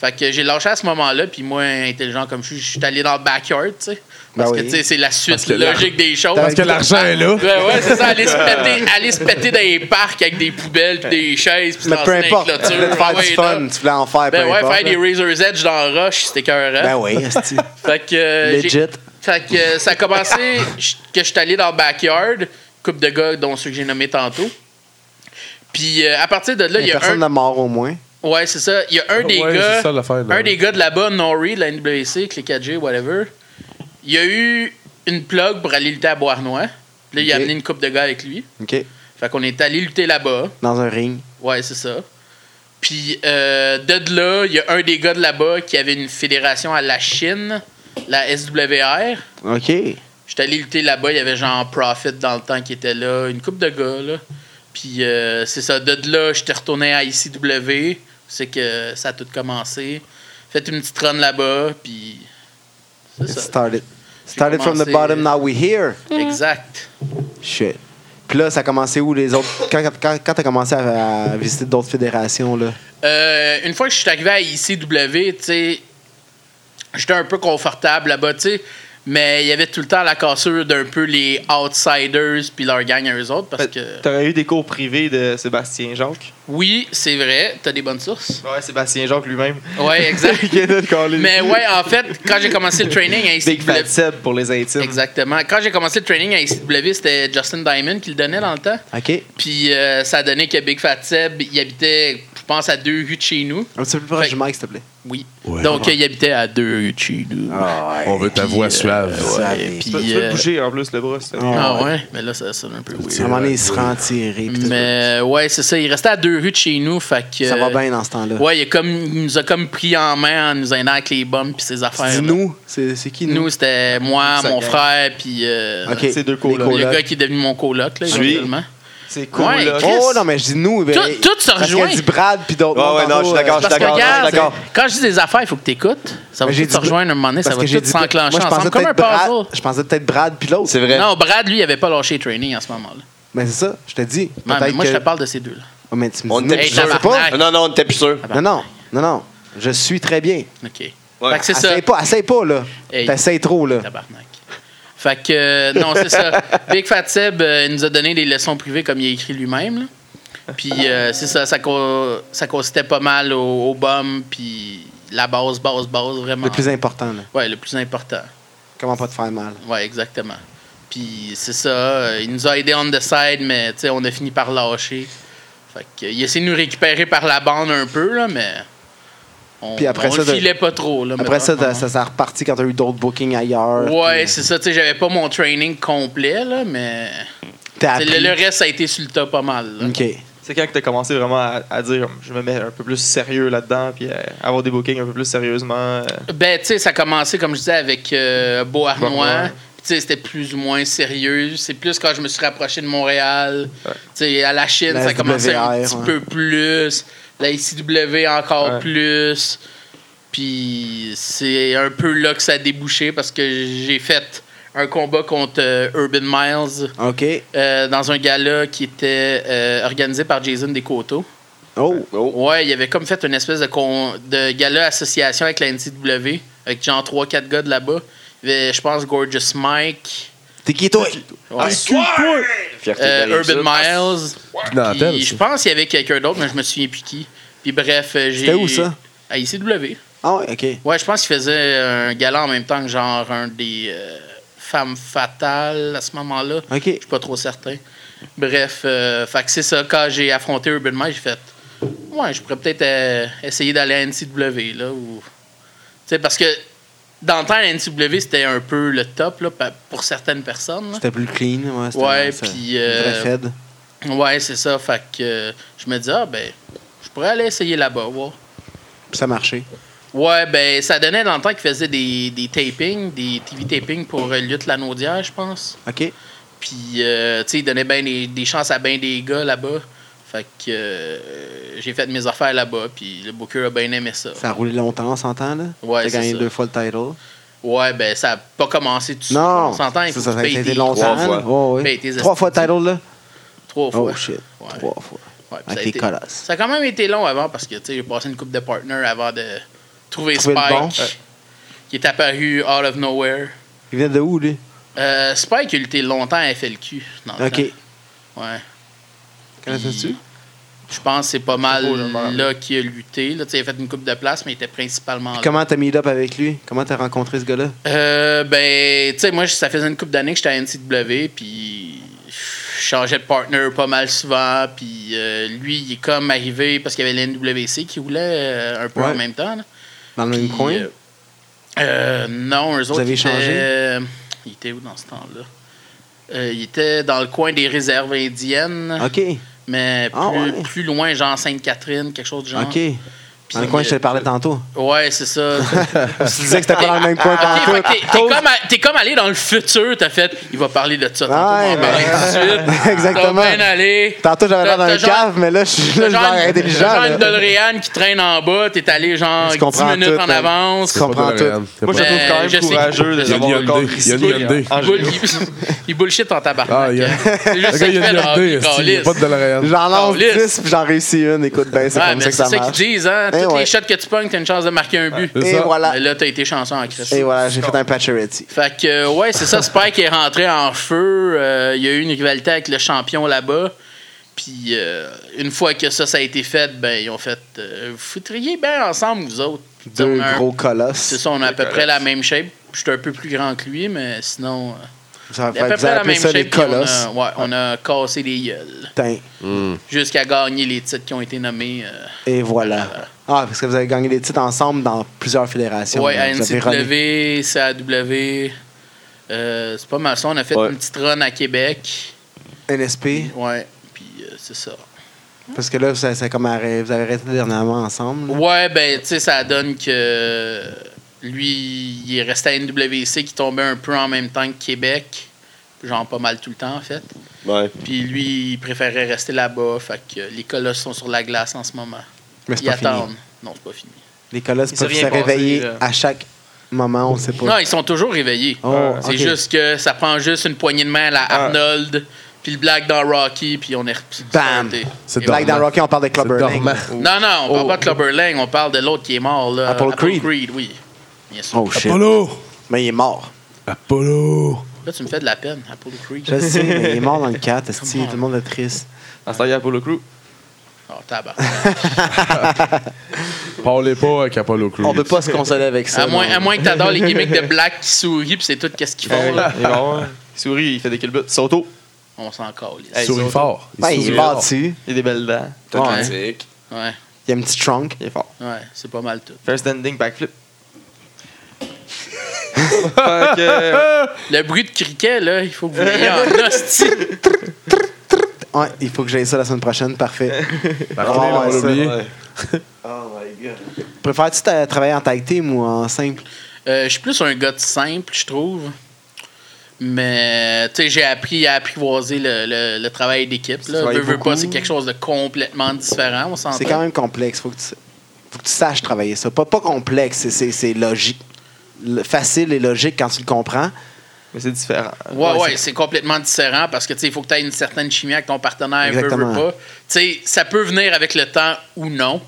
S6: Fait que j'ai lâché à ce moment-là, puis moi, intelligent comme je suis, je suis allé dans le backyard, tu sais. Parce
S4: Ben
S6: que,
S4: oui.
S6: tu sais, c'est la suite
S5: que là-
S6: logique des choses.
S5: Parce que l'argent est là.
S6: Ouais, ouais, c'est ça, aller se, péter, aller se péter dans les parcs avec des poubelles, puis des chaises, puis
S4: Mais
S6: dans
S4: peu
S6: une
S4: importe, tu
S6: clôture.
S4: voulais te faire
S6: Ouais,
S4: du
S6: là.
S4: fun, tu voulais en faire, peu
S6: Ben ouais,
S4: importe.
S6: faire des Razor's Edge dans le Rush, c'était écœurant.
S4: Ben oui, esti.
S6: Fait que. euh, j'ai-
S4: Legit.
S6: Fait que euh, ça a commencé j- que je suis allé dans le backyard, coupe de gars, dont ceux que j'ai nommés tantôt. Puis euh, à partir de là, il y a
S4: Personne
S6: un.
S4: n'a mort au moins.
S6: Ouais, c'est ça. Il y a un des
S5: Ouais,
S6: gars.
S5: c'est ça l'affaire, là.
S6: Un des gars de là-bas, Nori, de la NWC, Click AJ, whatever, il y a eu une plug pour aller lutter à Bois-Noir. Puis là, il a
S4: Ok.
S6: amené une coupe de gars avec lui.
S4: OK.
S6: Fait qu'on est allé lutter là-bas.
S4: Dans un ring.
S6: Ouais, c'est ça. Puis euh, de là, il y a un des gars de là-bas qui avait une fédération à la Chine, la SWR.
S4: OK.
S6: J'étais allé lutter là-bas, il y avait genre Profit dans le temps qui était là, une coupe de gars, là. Puis euh, c'est ça, de là, j'étais retourné à ICW, c'est que ça a tout commencé. Fait une petite run là-bas, puis c'est
S4: It
S6: ça.
S4: started. Started from the
S6: commencé-
S4: bottom, now we here.
S6: Exact.
S4: Shit. Puis là, ça a commencé où les autres. Quand, quand, quand t'as commencé à, à visiter d'autres fédérations, là?
S6: Euh, une fois que je suis arrivé à ICW, tu sais, j'étais un peu confortable là-bas, tu sais, mais il y avait tout le temps la cassure d'un peu les outsiders puis leur gang à eux autres parce
S3: Fait-
S6: que
S3: T'aurais eu des cours privés de Sébastien Jacques.
S6: oui, c'est vrai, t'as des bonnes sources.
S3: Ouais, Sébastien Jacques lui-même.
S6: Ouais, exact.
S3: Il vient de le caler.
S6: mais ouais, en fait, quand j'ai commencé le training à
S3: Big Fat
S6: ICW,
S3: Seb pour les intimes.
S6: exactement. Quand j'ai commencé le training à ICW, c'était Justin Diamond qui le donnait dans le temps.
S4: OK.
S6: Puis euh, ça a donné que Big Fat Seb, il habitait, je pense, à deux rues de chez nous.
S4: Un petit peu plus proche
S6: Fait-
S4: du mic, s'il te plaît.
S6: Oui.
S5: Ouais.
S6: Donc, il habitait à deux rues de chez nous.
S4: Ah.
S2: Ah
S5: On veut ta
S6: Puis,
S5: voix
S6: euh,
S5: suave.
S6: ouais.
S4: Ça,
S6: Puis,
S3: Tu peux, tu peux
S6: euh,
S3: le bouger en plus le bras. c'est-
S4: Ah.
S6: Ah ouais, mais là, ça sonne un peu
S4: À un
S6: weird.
S4: moment donné, il se rend tiré. puis tout.
S6: Mais ouais, c'est ça. Il restait à deux rues de chez nous, fait que... euh,
S4: Ça va bien dans ce temps-là.
S6: Ouais, il, a comme, il nous a comme pris en main en nous aidant avec les bombes puis ses affaires.
S4: C'est
S6: là.
S4: nous. C'est c'est qui nous?
S6: Nous, c'était moi,
S3: Ça
S6: mon
S3: gagne.
S6: frère, puis euh,
S4: OK.
S3: Ces deux
S4: Les
S3: colocs.
S6: le
S4: colocs.
S6: gars qui est devenu mon coloc, là,
S2: Suis.
S6: éventuellement.
S3: C'est cool,
S6: Ouais,
S3: là.
S6: Chris.
S4: Oh non, mais je dis nous. ben,
S6: Tout- tout se
S4: parce qu'il y a
S6: rejoint.
S4: du Brad puis d'autres.
S2: Ouais,
S4: mondes
S2: ouais,
S4: en
S2: non,
S4: haut,
S2: je suis d'accord,
S4: euh,
S2: je suis
S6: Parce que
S2: d'accord, je suis
S6: regarde,
S2: d'accord.
S6: quand je dis des affaires, il faut que t'écoutes. Ça va
S4: Mais j'ai
S6: tout se
S4: dit-
S6: rejoindre un moment donné, ça
S4: parce
S6: va
S4: que j'ai
S6: tout
S4: dit-
S6: s'enclencher
S4: moi, je pensais
S6: ensemble, comme un
S4: peut-être Brad-
S6: puzzle.
S4: Je pensais peut-être Brad puis l'autre.
S2: C'est vrai.
S6: Non, Brad, lui, il avait pas lâché le training à ce moment-là.
S4: Mais c'est ça, je te dis.
S6: Non, mais
S4: Peut-être
S6: moi,
S4: que...
S6: je te parle de ces deux-là.
S4: Oh, mais tu me
S2: On
S4: dis nous,
S2: était
S6: Hey,
S2: plus
S4: je sais
S2: sûr.
S6: tabarnak.
S4: pas. Euh,
S2: Non, non, on était plus sûr.
S4: Non, non. Non, non. Je suis très bien.
S6: OK.
S2: Ouais.
S6: Fait que c'est ça.
S4: Essaye pas, essaye pas, là.
S6: Hey.
S4: T'essayes trop, là.
S6: Tabarnak. Fait que, euh, non, c'est ça. Big Fat Seb, euh, il nous a donné des leçons privées comme il a écrit lui-même. là. Puis, euh, c'est ça, ça, co- ça consistait pas mal au, au bum, puis la base, base, base, vraiment.
S4: Le plus important, là.
S6: Ouais, le plus important.
S4: Comment pas te faire mal.
S6: Ouais, exactement. Puis, c'est ça, euh, il nous a aidé on the side, mais, tu sais, on a fini par lâcher. Fait que, euh, il essaie de nous récupérer par la bande un peu, là, mais. On,
S4: Puis après
S6: on
S4: ça,
S6: le
S4: t'as-
S6: filait pas trop, là. mais
S4: Après ça,
S6: vraiment.
S4: t'as- ça, ça a reparti quand t'as eu d'autres bookings ailleurs.
S6: Ouais,
S4: puis
S6: c'est ça. Tu sais, j'avais pas mon training complet, là, mais.
S4: T'as
S6: tu
S4: appris.
S6: sais, Le, le reste, ça a été sur le tas pas mal. là.
S4: OK.
S3: C'est quand que t'as commencé vraiment à, à dire je me mets un peu plus sérieux là-dedans, puis euh, avoir des bookings un peu plus sérieusement. euh,
S6: Ben, tu sais, ça a commencé, comme je disais, avec euh, Beau Arnois.
S3: Beauharnois.
S6: Puis, Tu sais, c'était plus ou moins sérieux. C'est plus quand je me suis rapproché de Montréal.
S3: Ouais.
S6: Tu sais, à la Chine,
S4: La
S6: ça commençait un
S4: SWR,
S6: petit
S4: ouais.
S6: peu plus. La ICW encore
S3: Ouais.
S6: plus. Puis c'est un peu là que ça a débouché parce que j'ai fait un combat contre euh, Urban Miles
S4: OK.
S6: euh, dans un gala qui était euh, organisé par Jason Descoteaux.
S4: Oh.
S6: Ouais, il avait comme fait une espèce de, con- de gala association avec la NCW, avec genre 3-4 gars de là-bas. Il y avait, je pense, Gorgeous Mike,
S4: T'es qui, toi?
S6: ouais,
S2: Fierté
S6: euh,
S2: de la
S6: Urban
S2: Rive-Sud.
S6: Miles.
S5: Nantel,
S6: puis
S5: ça.
S6: je pense qu'il y avait quelqu'un d'autre, mais je me souviens plus qui. Puis bref, euh, j'ai.
S4: C'était où, ça?
S6: À ICW.
S4: Ah ouais, OK.
S6: Ouais, je pense qu'il faisait un gala en même temps que genre un des euh, femmes fatales à ce moment-là.
S4: OK.
S6: Je suis pas trop certain. Bref, euh, fait que c'est ça. Quand j'ai affronté Urban Mike, j'ai fait Ouais, je pourrais peut-être euh, essayer d'aller à NCW. Là, ou... Tu sais, parce que dans le temps, la NCW, c'était un peu le top là, pa- pour certaines personnes. là.
S4: C'était plus clean, ouais. c'était-
S6: Ouais,
S4: ça-
S6: puis, euh,
S4: Vrai Fed.
S6: Ouais, c'est ça. Fait que euh, je me dis Ah, ben, je pourrais aller essayer là-bas. voir.
S4: Puis ça marchait.
S6: Ouais, ben, ça donnait dans le temps qu'ils faisaient des, des tapings, des TV tapings pour euh, Lutte Lanaudière, je pense.
S4: OK.
S6: Puis, euh, tu sais, il donnait ben des, des chances à ben des gars là-bas. Fait que euh, j'ai fait mes affaires là-bas, puis le Booker a bien aimé ça.
S4: Ça a roulé longtemps, on s'entend, là?
S6: Ouais,
S4: T'as
S6: c'est
S4: gagné
S6: ça.
S4: deux fois le title.
S6: Ouais, ben ça a pas commencé tout de suite.
S4: Non!
S6: On s'entend, il
S4: ça,
S6: faut
S4: ça,
S6: que
S4: ça
S6: tu
S4: a
S6: payes
S4: été
S6: des-
S4: longtemps.
S2: trois
S4: là. Ouais, ouais.
S6: Paye tes
S4: Trois fois le
S6: estimes.
S4: title, là?
S6: Trois fois.
S4: Oh, shit.
S6: Ouais.
S4: Trois fois.
S6: Ouais, puis ça,
S4: Avec
S6: a
S4: les
S6: été-
S4: colosses.
S6: ça a quand même été long avant, parce que, tu sais, j'ai passé une coupe de partner avant de trouver,
S4: Trouver le
S6: Spike,
S4: bon.
S6: euh, qui est apparu out of nowhere.
S4: Il venait de où, lui?
S6: Euh, Spike a lutté longtemps à FLQ. Dans le
S4: OK.
S6: temps. Ouais. Mm.
S4: Connaissais-tu?
S6: Je pense que c'est pas mal
S3: Oh, je me rappelle.
S6: là qu'il a lutté. Là, tu sais, il a fait une coupe de place, mais il était principalement Ah, là.
S4: Comment t'as mis up avec lui? Comment t'as rencontré ce gars-là?
S6: Euh, ben, tu sais, moi, ça faisait une couple d'années que j'étais à NCW, puis je changeais de partner pas mal souvent, puis euh, lui, il est comme arrivé parce qu'il y avait l'NWC qui roulait euh, un peu
S4: Ouais.
S6: en même temps. là.
S4: Dans le même
S6: Puis,
S4: coin?
S6: euh, euh, non, eux autres.
S4: avez
S6: ils étaient- euh,
S4: changé?
S6: Ils étaient où dans ce temps-là? Euh, ils étaient dans le coin des réserves indiennes,
S4: OK.
S6: mais plus,
S4: Ah, ouais.
S6: plus loin, genre Sainte-Catherine, quelque chose de genre.
S4: OK. Dans le
S6: Puis,
S4: coin, je te
S6: euh,
S4: parlais tantôt.
S6: Ouais, c'est ça.
S4: Tu disais que c'était pas dans le même coin
S6: Ah, Ok,
S4: tantôt.
S6: fait que t'es- T'es comme, à- t'es comme allé dans le futur, t'as fait. Il va parler de ça. Tantôt,
S4: Ouais,
S6: on va en parler
S4: ben-
S6: tout de suite.
S4: Exactement.
S6: T'as bien allé.
S4: Tantôt, j'avais l'air
S6: T'as-
S4: dans
S6: t'as
S4: le
S6: genre-
S4: cave, mais là, je suis
S6: T'as
S4: là, je
S6: genre,
S4: ai l'air
S6: une- t'as genre une
S4: intelligent. là.
S6: Doloréane qui traîne en bas, t'es allé genre
S4: Je
S6: 10
S4: comprends
S6: minutes
S4: tout,
S6: en
S4: là.
S6: avance.
S4: Je comprends tout.
S3: Moi, je le trouve
S6: Ben,
S3: quand
S6: je
S3: même
S6: sais qu'il-
S3: courageux de
S5: Il y a une
S3: l'avoir
S5: IMD.
S3: encore
S5: Il y a une
S3: risqué,
S5: IMD.
S3: euh, en
S6: Il bull-
S3: général.
S6: il- Il bullshit en tabarnak.
S5: Ah, il y a-
S6: hein. C'est juste
S5: Le
S6: ça
S5: gars,
S6: qu'il
S5: il y
S6: fait
S5: a une
S6: dans
S5: IMD,
S6: le
S5: esti, il n'y a pas de DeLorean.
S4: J'en lance
S6: Calisse.
S4: 10 puis j'en réussis une. Écoute, ben, c'est
S6: Ouais,
S4: comme
S6: mais
S4: ça
S6: c'est
S4: que ça
S6: ça qu'ils
S4: marche.
S6: disent, hein.
S4: Eh
S6: Toutes
S4: ouais.
S6: les shots que tu pognes, t'as une chance de marquer un but.
S5: C'est
S4: Et
S5: ça.
S4: voilà.
S6: Mais là, t'as été chanceux en Christ.
S4: Et voilà, j'ai fait un Pacioretty.
S6: Fait que, euh, ouais, c'est ça, Spike est rentré en feu. Euh, Il y a eu une rivalité avec le champion là-bas. Puis, euh, une fois que ça, ça a été fait, ben, ils ont fait euh, Vous foutriez bien ensemble, vous autres. Puis,
S4: Deux
S6: on a un-
S4: gros
S6: C'est
S4: colosses.
S6: ça, on a à peu
S3: Deux
S6: près la
S3: colosses.
S6: même shape. Je suis un peu plus grand que lui, mais sinon. euh,
S4: Ça
S6: on a à peu
S4: fait vous
S6: près la
S4: appelez
S6: même
S4: ça
S6: shape.
S4: les
S6: puis on a-
S4: colosses.
S6: ouais, on a cassé les gueules.
S4: Putain.
S6: Jusqu'à gagner les titres qui ont été nommés. euh,
S4: Et voilà. Ah, parce que vous avez gagné des titres ensemble dans plusieurs fédérations.
S6: euh, Ouais,
S4: là.
S6: à
S4: Vous avez runné.
S6: NCW, CAW. euh, c'est pas mal ça. On a fait
S2: Ouais.
S6: une petite run à Québec.
S4: NSP.
S6: Ouais, puis euh, c'est ça.
S4: Parce que là, ça, ça comme arrêt- vous avez arrêté dernièrement ensemble. là.
S6: Ouais, ben, tu sais, ça donne que lui, il est resté à NWC qui tombait un peu en même temps que Québec. Genre pas mal tout le temps, en fait.
S2: Ouais.
S6: Puis lui, il préférait rester là-bas. Fait que les colosses sont sur la glace en ce moment.
S4: Mais c'est
S6: Ils
S4: pas fini.
S6: attendent. Non, c'est pas fini.
S4: Les colosses
S3: Il s'est
S4: peuvent
S3: rien
S4: se
S3: passé,
S4: réveiller
S3: là.
S4: à chaque moment, on sait pas.
S6: Non, ils sont toujours réveillés.
S4: Oh,
S6: C'est
S4: ok.
S6: juste que ça prend juste une poignée de main à la Arnold, Puis le black dans Rocky, puis on est
S4: Bam!
S6: sauté.
S5: C'est
S6: Et
S4: Black
S5: dormant.
S4: dans Rocky, on parle de Clubber Lang.
S5: dormant.
S6: Non, non, on parle pas de Clubber Lang, on parle de l'autre qui est mort, là.
S4: Oh. Apollo Creed.
S6: oui. Bien sûr.
S4: Oh shit.
S5: Apollo!
S4: Mais il est mort.
S5: Apollo!
S6: Là, tu me fais de la peine, Apollo Creed.
S4: Je le sais, mais il est mort dans le 4. esti, tout le monde est triste.
S3: À ce temps, il y a Apollo Crew.
S6: Oh, tabac.
S5: Parlez pas avec Apollo Creed.
S4: On peut pas se consoler avec ça.
S6: À moins,
S4: non.
S6: à moins que t'adores les gimmicks de Black qui sourit, puis c'est tout qu'est-ce qu'ils font, là.
S3: Il est mort, hein. Ah Il sourit, il fait des killbuts. Sauto,
S6: On s'en calisse.
S5: Il
S3: Hey,
S5: sourit
S3: surtout-
S5: fort.
S4: Ouais, Ben, il est
S5: sourit fort.
S4: bâti.
S3: il a des belles dents.
S2: Tout
S4: hein.
S6: Ouais.
S2: antique.
S6: Ouais,
S4: Il y a un petit trunk.
S3: Il est fort.
S6: ouais, c'est pas mal tout.
S3: Faire un standing backflip. Fait que,
S6: Le bruit de criquet, là, il faut que vous l'ayez en hostie.
S4: Ouais, il faut que j'aille ça la semaine prochaine. Parfait.
S5: Parfait,
S4: Ah,
S5: on
S4: ouais,
S5: l'a
S4: ça,
S5: oublié.
S4: Préfères-tu ta- travailler en tag team ou en simple?
S6: Euh, je suis plus un gars de simple, je trouve. Mais, tu sais, j'ai appris à apprivoiser le, le- le travail d'équipe.
S4: Tu
S6: Là,
S4: travailles
S6: veux, veux pas,
S4: beaucoup.
S6: c'est quelque chose de complètement différent, on s'entend.
S4: C'est quand même complexe. Faut que tu, faut que tu saches travailler ça. Pas, pas complexe, c'est- c'est c'est logique. Le- facile et logique quand tu le comprends.
S3: mais c'est différent.
S6: Ouais, ouais, c'est complètement différent parce que tu sais, il faut que tu aies une certaine chimie avec ton partenaire, veux, veux
S4: Exactement.
S6: pas. Tu sais, ça peut venir avec le temps ou non.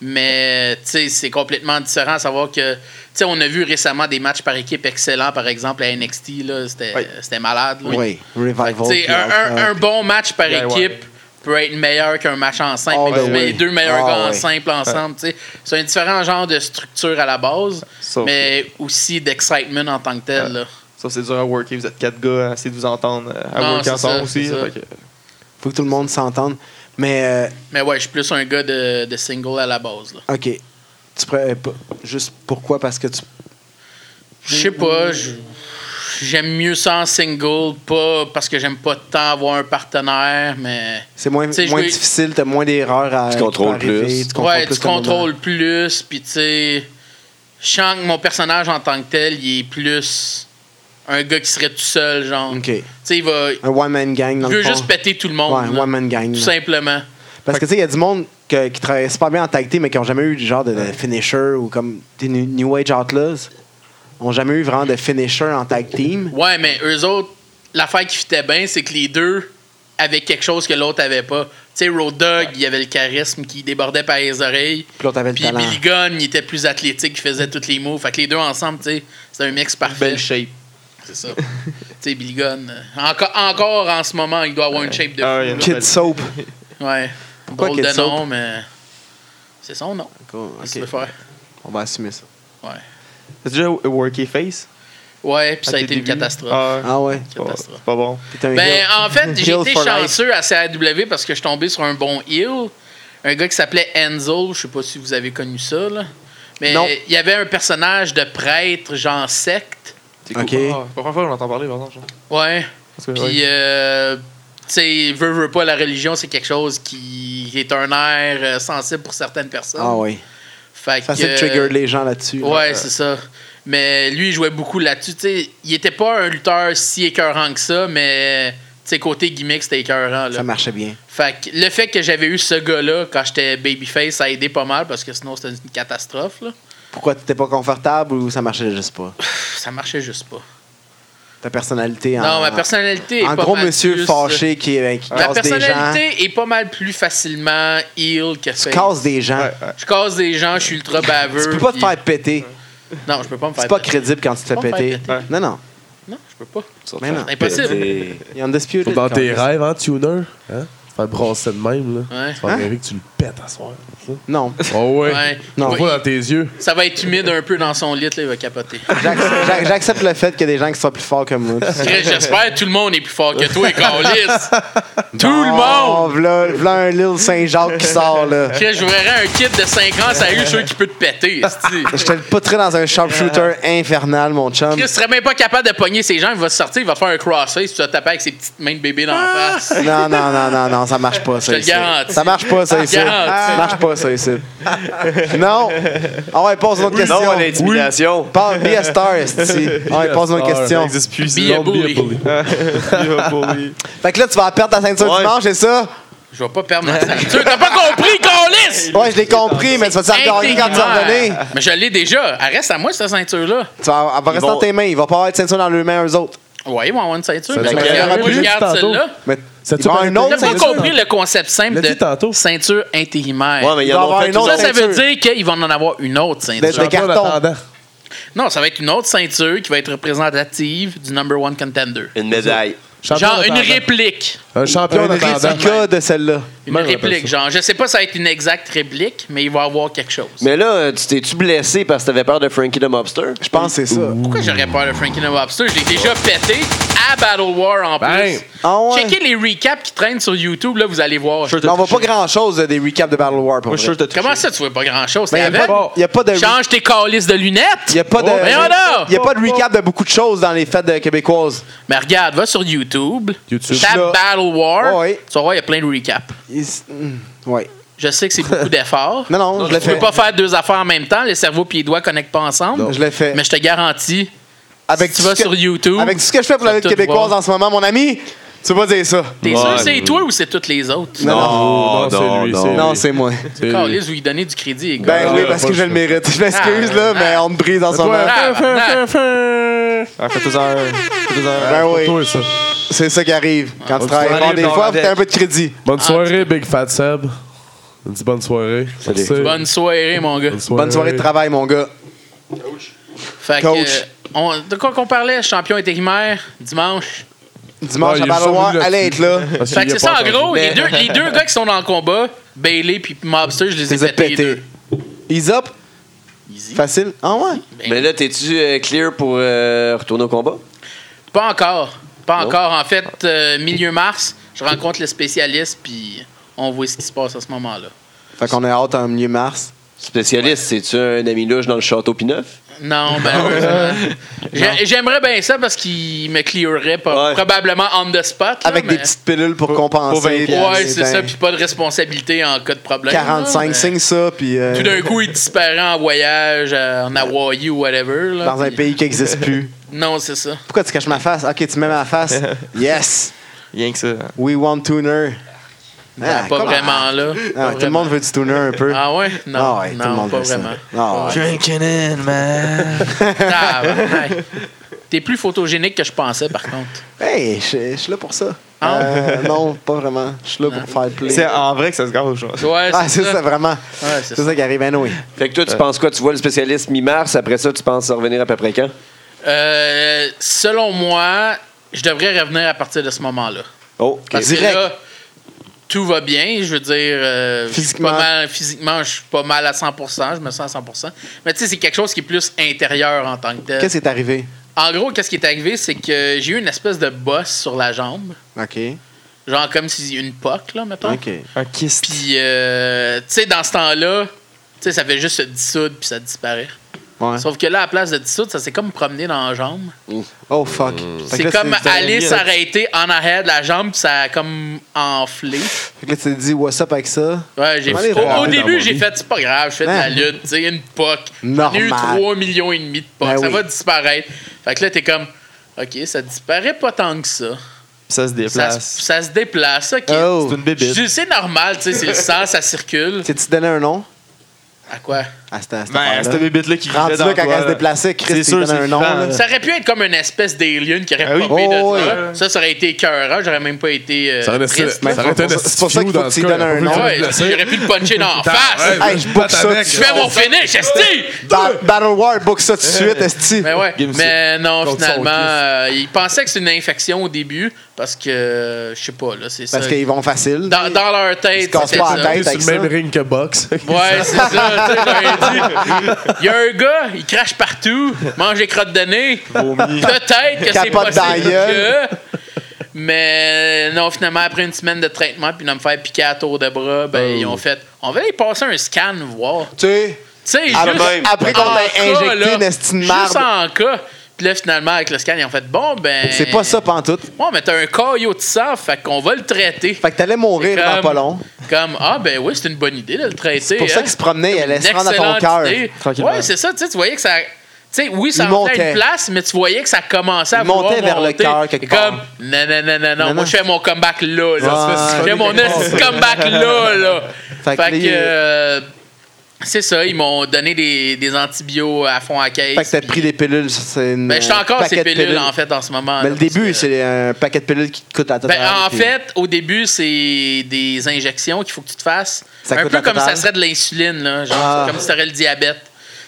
S6: Mais tu sais, c'est complètement différent à savoir que tu sais, on a vu récemment des matchs par équipe excellents par exemple à NXT là, c'était
S3: Oui.
S6: c'était malade. là.
S4: Oui,
S6: Fait que,
S4: Revival.
S6: tu sais,
S4: puis
S6: un, un-
S4: Alpha.
S6: un bon match par
S3: DIY.
S6: équipe peut être meilleur qu'un match en simple,
S4: Oh,
S6: mais
S4: ben
S6: mais
S4: oui.
S6: les deux meilleurs
S4: Ah,
S6: gars en
S4: oui.
S6: simple ensemble, tu sais, c'est un différent genre de structure à la base,
S3: Sauf-
S6: mais aussi d'excitement en tant que
S4: Euh,
S6: tel. là.
S3: Ça, c'est dur à worker. Vous êtes quatre gars, essayez de vous entendre euh, à
S6: Non, c'est
S3: worker ensemble
S6: ça,
S3: aussi.
S6: c'est ça.
S3: Fait que-
S4: Faut que tout le monde s'entende. Mais euh,
S6: Mais ouais, je suis plus un gars de, de single à la base. Là.
S4: OK. Tu pourrais- euh, pas- juste pourquoi? Parce que tu.
S6: Je sais pas, je- j'aime mieux ça en single, pas parce que j'aime pas tant avoir un partenaire, mais.
S4: C'est moins,
S6: Tu sais, je
S4: moins
S6: veux-
S4: difficile, t'as moins d'erreurs à. qui
S2: contrôles
S4: peuvent arriver,
S2: plus.
S6: ouais, tu
S4: ton
S6: contrôles plus, puis tu sais. Je sens que mon personnage en tant que tel, il est plus un gars qui serait tout seul, genre.
S4: moment. OK.
S6: Tu sais, il va.
S4: Un one-man gang dans
S6: Il
S4: le
S6: veut
S4: fond.
S6: juste péter tout le monde.
S4: Ouais,
S6: là,
S4: one-man gang.
S6: Tout
S4: là.
S6: simplement.
S4: Parce que tu sais, il y a du monde que- qui travaille super bien en tag team, mais qui n'ont jamais eu du genre de, de finisher ou comme des New, New Age Outlaws. Ont jamais eu vraiment de finisher en tag team.
S6: Ouais, mais eux autres, l'affaire qui fitait bien, c'est que les deux avaient quelque chose que l'autre avait pas. Tu sais, Road Dog, il avait le charisme qui débordait par les oreilles.
S4: Puis l'autre avait le
S6: Puis
S4: talent.
S6: Billy Gunn, il était plus athlétique, il faisait tous les moves. Fait que les deux ensemble, tu sais, c'était un mix parfait.
S3: Belle shape.
S6: C'est ça. tu sais, Billy Gunn. euh, Encore, encore en ce moment, il doit avoir une shape de
S3: Ah, il y
S6: fou.
S3: en
S4: Kid Soap.
S6: Ouais.
S4: Pourquoi
S6: Drôle
S4: Kid
S6: de
S4: Soap?
S6: nom, mais. C'est son nom. Qu'est-ce que tu veux faire?
S4: On va assumer ça.
S6: Ouais.
S3: T'as déjà worké face?
S6: Ouais, puis ça a
S3: à tes
S6: été une
S3: débuts?
S6: catastrophe.
S3: Ah,
S4: Ah ouais.
S3: c'est pas-
S6: catastrophe.
S3: C'est pas bon.
S4: T'es un
S6: Ben,
S4: heel.
S6: en fait, j'ai
S4: Heel
S6: été
S4: for life.
S6: chanceux à CAW parce que je suis tombé sur un bon heel. Un gars qui s'appelait Enzo. Je sais pas si vous avez connu ça, là. Mais
S4: Non.
S6: il y avait un personnage de prêtre, genre secte.
S3: C'est
S4: Ok.
S3: Ah, c'est la première fois que j'entends parler, par exemple. genre.
S6: Ouais.
S3: Parce que,
S6: Puis,
S3: ouais.
S6: euh, tu sais, veut, veut pas, la religion, c'est quelque chose qui est un air euh, sensible pour certaines personnes.
S4: Ah ouais.
S6: Fait
S4: Facile de
S6: que- euh,
S4: trigger les gens là-dessus. là.
S6: Ouais, c'est ça. Mais lui, il jouait beaucoup là-dessus. Tu sais, il était pas un lutteur si écœurant que ça, mais tu sais, côté gimmick, c'était écœurant. Là.
S4: Ça marchait bien.
S6: Fait que le fait que j'avais eu ce gars-là quand j'étais babyface, ça a aidé pas mal parce que sinon c'était une catastrophe. Là.
S4: Pourquoi t'étais pas confortable ou ça marchait juste pas?
S6: Pff, ça marchait juste pas.
S4: Ta personnalité en.
S6: non, ma personnalité est
S4: Ah. En
S6: pas
S4: gros,
S6: mal
S4: monsieur
S6: plus-
S4: fâché qui, euh, qui
S6: Ma
S4: casse des gens.
S6: personnalité ben, est pas mal plus facilement heal que
S4: Tu
S6: face.
S4: casses des gens.
S3: Ouais, ouais.
S6: Je casse des gens, je suis ultra baveux.
S4: Tu peux pas te
S6: puis-
S4: faire péter.
S6: Non, je peux pas me faire.
S4: C'est pas
S6: péter.
S4: crédible quand tu te fais
S6: Pas me faire
S4: péter.
S6: péter.
S3: Ouais.
S4: Non, non.
S6: Non, je peux pas.
S4: Mais non.
S6: C'est impossible.
S4: Il y a un dispute.
S5: Faut dans tes rêves, hein, tuner? Hein? Tu vas te brasser de même, là.
S6: Ouais.
S5: Tu
S4: Hein?
S5: vas rêver que tu le pètes à soir. ça.
S4: Non.
S5: Oh ouais.
S6: Ouais.
S5: Non,
S4: Ouais.
S5: pas dans tes yeux.
S6: Ça va être humide un peu dans son lit, là, il va capoter.
S4: J'ac- j'ac- J'accepte le fait qu'il y a des gens qui sont plus forts que moi.
S6: Chris, J'espère que tout le monde est plus fort que toi, Carlis. tout le
S4: Oh,
S6: monde!
S4: v'là, v'là un Lil Saint-Jacques qui sort, là.
S6: Chris, je verrais un kit de 5 ans, ça a eu ceux qui peut te péter. esti.
S4: Je te le poutrais dans un sharpshooter infernal, mon chum.
S6: Chris serait même pas capable de pogner ses jambes, il va sortir, il va faire un crossface, tu vas taper avec ses petites mains de bébé dans la face.
S4: Non, non, non, non, non, ça marche pas, ça.
S6: Je te le
S4: ici.
S6: garantis.
S4: Ça marche pas, ça,
S6: Je te
S4: ici.
S6: le
S4: Ça
S6: garantis.
S4: marche pas, ça, ici. Non. Ah ouais, pose une autre question.
S2: Non à l'intimidation.
S4: Parle, be a star, esti. Ah ouais, pose une autre
S5: Be a star.
S4: question.
S5: Ça existe plus,
S6: Be a
S5: sinon, be
S6: bully.
S5: a bully.
S6: euh,
S4: Fait que là, tu vas perdre ta ceinture
S2: Ouais.
S4: dimanche, c'est ça?
S6: Je vais pas perdre ma ceinture. T'as pas compris, Carlis!
S4: Ouais, je l'ai compris, mais tu vas te faire gagner quand tu vas revenir.
S6: Mais je l'ai déjà. Elle reste à moi, cette ceinture-là.
S4: Tu vas, elle va rester
S2: vont-
S4: dans tes mains. Il va pas avoir de ceinture dans leurs mains, eux autres.
S6: Ouais, ils vont avoir une ceinture.
S5: Ça
S6: mais
S5: fait
S6: parce que
S4: que-
S6: moi, je
S5: juste
S6: garde
S5: tantôt.
S6: celle-là.
S4: Mais
S5: Ça, tu
S4: il va y avoir
S5: connais
S4: un
S5: pas
S6: T'as
S4: autre
S5: ça?
S6: pas
S5: ceinture.
S6: compris le concept simple
S5: Il l'a dit
S6: de
S5: tantôt.
S6: ceinture intérimaire.
S2: Ouais, mais il y
S4: doit
S2: en
S4: avoir
S2: a
S4: une autre
S6: ça, ça veut
S4: ceinture.
S6: dire qu'ils vont en avoir une autre
S4: D'être
S6: ceinture.
S4: de carton.
S6: Non, ça va être une autre ceinture qui va être représentative du number one contender.
S2: Une médaille.
S6: Genre une réplique.
S5: Un champion
S4: Un
S5: d'attendant.
S4: réplica de celle-là.
S6: Une
S5: Moi, je
S6: réplique,
S5: rappelle
S6: genre. Je sais pas si ça va être une exacte réplique, mais il va y avoir quelque chose.
S2: Mais là, euh, tu t'es-tu blessé parce que t'avais peur de Frankie the Mobster?
S4: Je pense que c'est ça.
S6: Pourquoi j'aurais peur de Frankie the Lobster? Je l'ai déjà pété à Battle War en
S5: Ben.
S6: plus.
S4: Ah ouais?
S6: Checkez les recaps qui traînent sur YouTube, là, vous allez voir.
S3: Sure, t'as
S4: Mais on voit pas
S3: touché.
S4: grand-chose euh, des recaps de Battle War, pour
S3: Moi, je suis sûr
S4: vrai.
S3: que t'as touché.
S6: Comment ça, tu vois pas grand-chose?
S4: Mais
S6: T'es
S4: il n'y a,
S6: avec?
S4: pas- Ben, y a pas de...
S6: Change tes calices de lunettes!
S4: Il n'y a pas de,
S6: Oh, voyons donc!
S4: y a pas de recap de beaucoup de choses dans les fêtes euh, québécoises.
S6: Mais regarde, va sur YouTube,
S5: YouTube.
S4: Là.
S6: tape Battle War,
S4: Ouais.
S6: tu vas voir, il y a plein de recaps.
S4: Ils- hmm, Ouais.
S6: Je sais que c'est beaucoup d'efforts.
S4: Non, non, je l'ai
S6: Tu peux
S4: fait.
S6: pas faire deux affaires en même temps, les cerveaux et les doigts connectent pas ensemble.
S4: Je l'ai fait.
S6: Mais je te garantis,
S4: Avec
S6: si tu
S4: tout
S6: vas
S4: ce que-
S6: sur YouTube,
S4: Avec tout ce que je fais pour la
S6: Ça
S4: lutte
S6: te
S4: québécoise
S6: voit.
S4: en ce moment, mon ami, tu vas dire ça.
S6: t'es
S2: Ouais.
S6: sûr c'est toi ou c'est toutes les autres?
S4: Non, non,
S5: Oh, non, c'est lui.
S4: non, c'est moi.
S5: c'est lui.
S6: Calisse, vous lui donnez du crédit, les gars.
S4: Ben
S5: Ouais,
S4: oui,
S5: ouais,
S4: parce
S5: pas
S4: que je
S5: le
S4: le mérite. Je m'excuse,
S6: Ah,
S4: là,
S6: ah.
S4: mais on me brise en ce moment.
S5: Fin,
S6: Ah,
S5: fin,
S6: non.
S5: fin, fin.
S3: Ah, Fais-toi un. fais-toi un-
S4: Ben oui,
S5: Toi, ça.
S4: c'est ça qui arrive. Quand tu
S5: on
S4: travailles
S3: se
S4: fort,
S3: arrive
S4: des
S3: dans
S4: fois,
S3: la
S4: t'as un peu de crédit.
S5: Bonne
S6: Ah,
S5: soirée, Big Fat Seb. On dit bonne soirée. Merci.
S4: euh,
S6: Bonne soirée, mon gars.
S4: Bonne soirée de travail, mon gars.
S6: Fait que,
S4: Coach.
S6: euh, on- de quoi qu'on parlait, champion intérimaire, dimanche.
S4: Dimanche
S5: Ah,
S4: à
S5: il est
S4: Battle War,
S5: revenu là-dessus.
S4: allez être là.
S5: Parce
S6: Fait
S5: qu'il
S6: que c'est
S5: a pas
S6: ça, en
S5: entendu.
S6: gros, les
S4: Mais-
S6: deux, les deux gars qui sont dans le combat, Bailey puis Mobster, je les
S4: T'es
S6: ai pétés. les
S4: pété.
S6: deux.
S4: Ease up,
S6: Easy.
S4: facile. Ah ouais?
S2: Mais là, t'es-tu euh, clear pour euh, retourner au combat?
S6: Pas encore. Pas
S2: Non.
S6: encore. En fait, euh, milieu mars, je rencontre le spécialiste, puis on voit ce qui se passe à ce moment-là.
S4: Fait qu'on est hâte en milieu mars.
S2: Spécialiste, c'est-tu un ami louche dans le château Pineuf?
S6: Non, ben. J'ai- J'aimerais bien ça parce qu'il me clearerait pas-
S2: Ouais.
S6: probablement on the spot. là,
S4: Avec
S6: mais-
S4: des petites ben. pilules pour compenser.
S3: vingt
S4: puis
S6: Ouais,
S4: des
S6: c'est
S4: vingt-
S6: ça, puis pas de responsabilité en cas de problème. là,
S4: 45
S6: mais-
S4: signes, ça, puis euh,
S6: Tout d'un coup, il disparaît en voyage euh, en Hawaï ou whatever. là,
S4: dans un
S6: puis-
S4: pays qui n'existe plus.
S6: Non, c'est ça.
S4: Pourquoi tu caches ma face? Ok, tu mets ma face. Yes!
S3: Rien que ça.
S4: We want tuner. Ah,
S6: pas
S4: comment-
S6: vraiment là.
S4: Ah,
S6: Pas
S4: tout le monde veut du tuner un peu.
S6: vraiment. Ah ouais? Non,
S4: Ah ouais, tout le
S6: non
S4: monde
S6: pas
S4: veut ça.
S6: vraiment.
S4: Ah ouais.
S3: Drinking in, man.
S6: Ah, ouais. T'es plus photogénique que je pensais, par contre.
S4: Hey, je je suis là pour ça.
S6: Ah.
S4: Euh, non, pas vraiment. Je suis là pour faire
S3: C'est
S4: plaisir.
S3: en vrai que ça se garde aux choses.
S6: Ouais,
S4: Ah, c'est ça, vraiment.
S6: Ouais, c'est
S4: C'est ça qui arrive, ben oui.
S2: Fait que toi, tu penses quoi? Tu vois le spécialiste mi-mars, après ça, tu penses revenir à peu près quand?
S6: Euh, selon moi, je devrais revenir à partir de ce moment-là.
S2: Oh,
S6: Parce
S4: Ah, Direct.
S6: que là, euh, tout va bien. Je veux dire, euh, je suis
S4: Physiquement.
S6: pas mal- physiquement, je suis pas mal à 100%. Je me sens à 100%. Mais tu sais, c'est quelque chose qui est plus intérieur en tant que tel.
S4: Qu'est-ce qui est arrivé?
S6: En gros, qu'est-ce qui est arrivé, c'est que j'ai eu une espèce de bosse sur la jambe.
S4: OK.
S6: Genre comme si une poque, là, mettons.
S4: OK.
S3: Un kiss.
S6: Puis, euh, tu sais, dans ce temps-là, tu sais, ça fait juste se dissoudre puis ça disparaît.
S4: Ouais.
S6: Sauf que là, à place de dissoudre, ça s'est comme promené dans la jambe.
S4: Oh, fuck. Fait que
S6: C'est
S4: là,
S6: comme
S4: tu t'es-
S6: aller
S3: mis un-
S6: s'arrêter en arrière de la jambe puis ça a comme enflé.
S4: Fait que là, tu t'es dit, what's up avec ça?
S6: Ouais, j'ai
S4: Allez,
S6: au-
S4: regarde.
S6: au,
S4: Dans
S5: mon
S6: début, j'ai
S5: lit.
S6: fait, c'est pas grave, je fais de la
S4: Hein?
S6: lutte, tu sais, une POC. J'en ai eu
S4: Normal.
S6: 3 millions et demi de POC,
S4: Ben
S6: ça
S4: oui.
S6: va disparaître. Fait que là, t'es comme, OK, ça disparaît pas tant que ça.
S3: Ça se
S6: Ça,
S3: déplace.
S6: se- ça se déplace, OK.
S4: Oh.
S3: C'est une bébite.
S6: Je- C'est normal, tu sais, c'est le sang, ça circule.
S4: T'as-tu donné un nom?
S6: À quoi?
S4: À cette, à cette
S3: Ben,
S4: affaire-là.
S3: cette bébite-là qui
S4: Rendu
S3: vivait dans
S4: là, quand
S3: toi,
S4: elle se
S3: là.
S4: déplaçait, Chris,
S3: C'est
S4: il
S3: sûr,
S4: donnait
S3: c'est
S4: un nom.
S3: différent,
S4: là.
S3: là.
S6: Ça aurait pu être comme une espèce d'alien qui aurait
S3: Ah oui.
S6: popé de
S4: Oh,
S6: ça.
S3: oui.
S6: Ça, ça aurait été écœurant. J'aurais même pas été euh,
S5: Ça aurait été-
S6: triste.
S5: ça aurait été un
S4: C'est pour ça- c'est pour ça qu'il faut
S5: dans
S4: que
S5: ce
S4: tu
S5: cas,
S4: donnes un
S5: on peut
S4: nom.
S5: pas le
S6: Ouais,
S5: placer.
S6: j'aurais pu le puncher dans la face.
S4: Hey, je boucle ça,
S5: Tabarnak,
S4: tu
S6: Je fais mon finish, esti!
S4: Ba- Battle War, book ça tout de suite, esti.
S6: Mais Ben ouais.
S5: Game
S6: Mais non,
S5: Contre son
S6: finalement,
S5: Christ.
S6: euh, ils pensaient que c'est une infection au début parce que, euh, je sais pas, là, c'est ça.
S4: Parce qu'ils vont facile.
S6: Dans, dans leur
S4: Ils
S6: tête,
S4: se cassent
S6: c'était
S4: pas la
S6: ça.
S4: tête.
S5: T'es sur le
S4: avec
S5: même ring que box.
S6: Ouais, c'est ça. tu sais, j'aurais dit. Il y a un gars, il crache partout, mange des crottes de nez.
S3: Vomi.
S6: Peut-être que c'est
S4: Capote dans la
S6: possible
S4: gueule.
S6: que... Mais non, finalement, après une semaine de traitement, puis de me faire piquer à tour de bras, ben,
S4: Oh.
S6: ils ont fait... On va aller passer un scan, voir.
S4: Tu sais,
S6: Tu sais, juste...
S4: après, après qu'on
S6: en
S4: t'a
S6: cas,
S4: injecté
S6: Ah, là,
S4: une esti de
S6: Juste
S4: marde,
S6: en cas. Puis là, finalement, avec le scan, ils ont fait... Bon, ben...
S4: c'est pas ça pantoute.
S6: Bon, mais t'as un caillot de sang, fait qu'on va le traiter.
S4: Fait que t'allais mourir
S6: Comme-
S4: dans pas long.
S6: Comme, ah, ben oui, c'est une bonne idée de le traiter.
S4: C'est pour ça
S6: hein.
S4: qu'il se promenait, il allait se rendre à ton
S6: Excellente
S4: cœur.
S6: idée.
S3: Tranquillement.
S6: Ouais, c'est ça, tu sais, tu voyais que ça. Tu sais, oui, ça
S4: Il
S6: montait à
S4: montait.
S6: une place, mais tu voyais que ça commençait à
S4: Il
S6: vouloir
S4: montait vers le
S6: monter.
S4: cœur quelque
S6: Et comme,
S4: part.
S6: non, non, non, non, non,
S4: Non,
S6: moi,
S4: non.
S6: je fais mon comeback là, là.
S4: Ah,
S6: je fais mon
S4: quelque
S6: esti de comeback là, là.
S4: Fait
S6: Fait
S4: que
S6: que.
S4: là,
S6: euh, C'est ça, ils m'ont donné des, des antibiotiques à fond à caisse.
S4: Fait que t'as
S6: puis-
S4: pris des pilules, c'est une.
S6: Ben, je suis
S4: euh,
S6: encore
S4: paquet
S6: ces
S4: de
S6: pilules, en fait, en ce moment.
S4: Mais
S6: là,
S4: le début,
S6: parce que-
S4: c'est un paquet de pilules qui te coûte la totale.
S6: Ben, en
S4: puis-
S6: fait, au début, c'est des injections qu'il faut que tu te fasses.
S4: Ça
S6: un
S4: coûte
S6: peu
S4: la
S6: comme
S4: totale?
S6: ça serait de l'insuline, là. Genre,
S4: Ah. Hmm.
S6: c'est comme si tu aurais le diabète.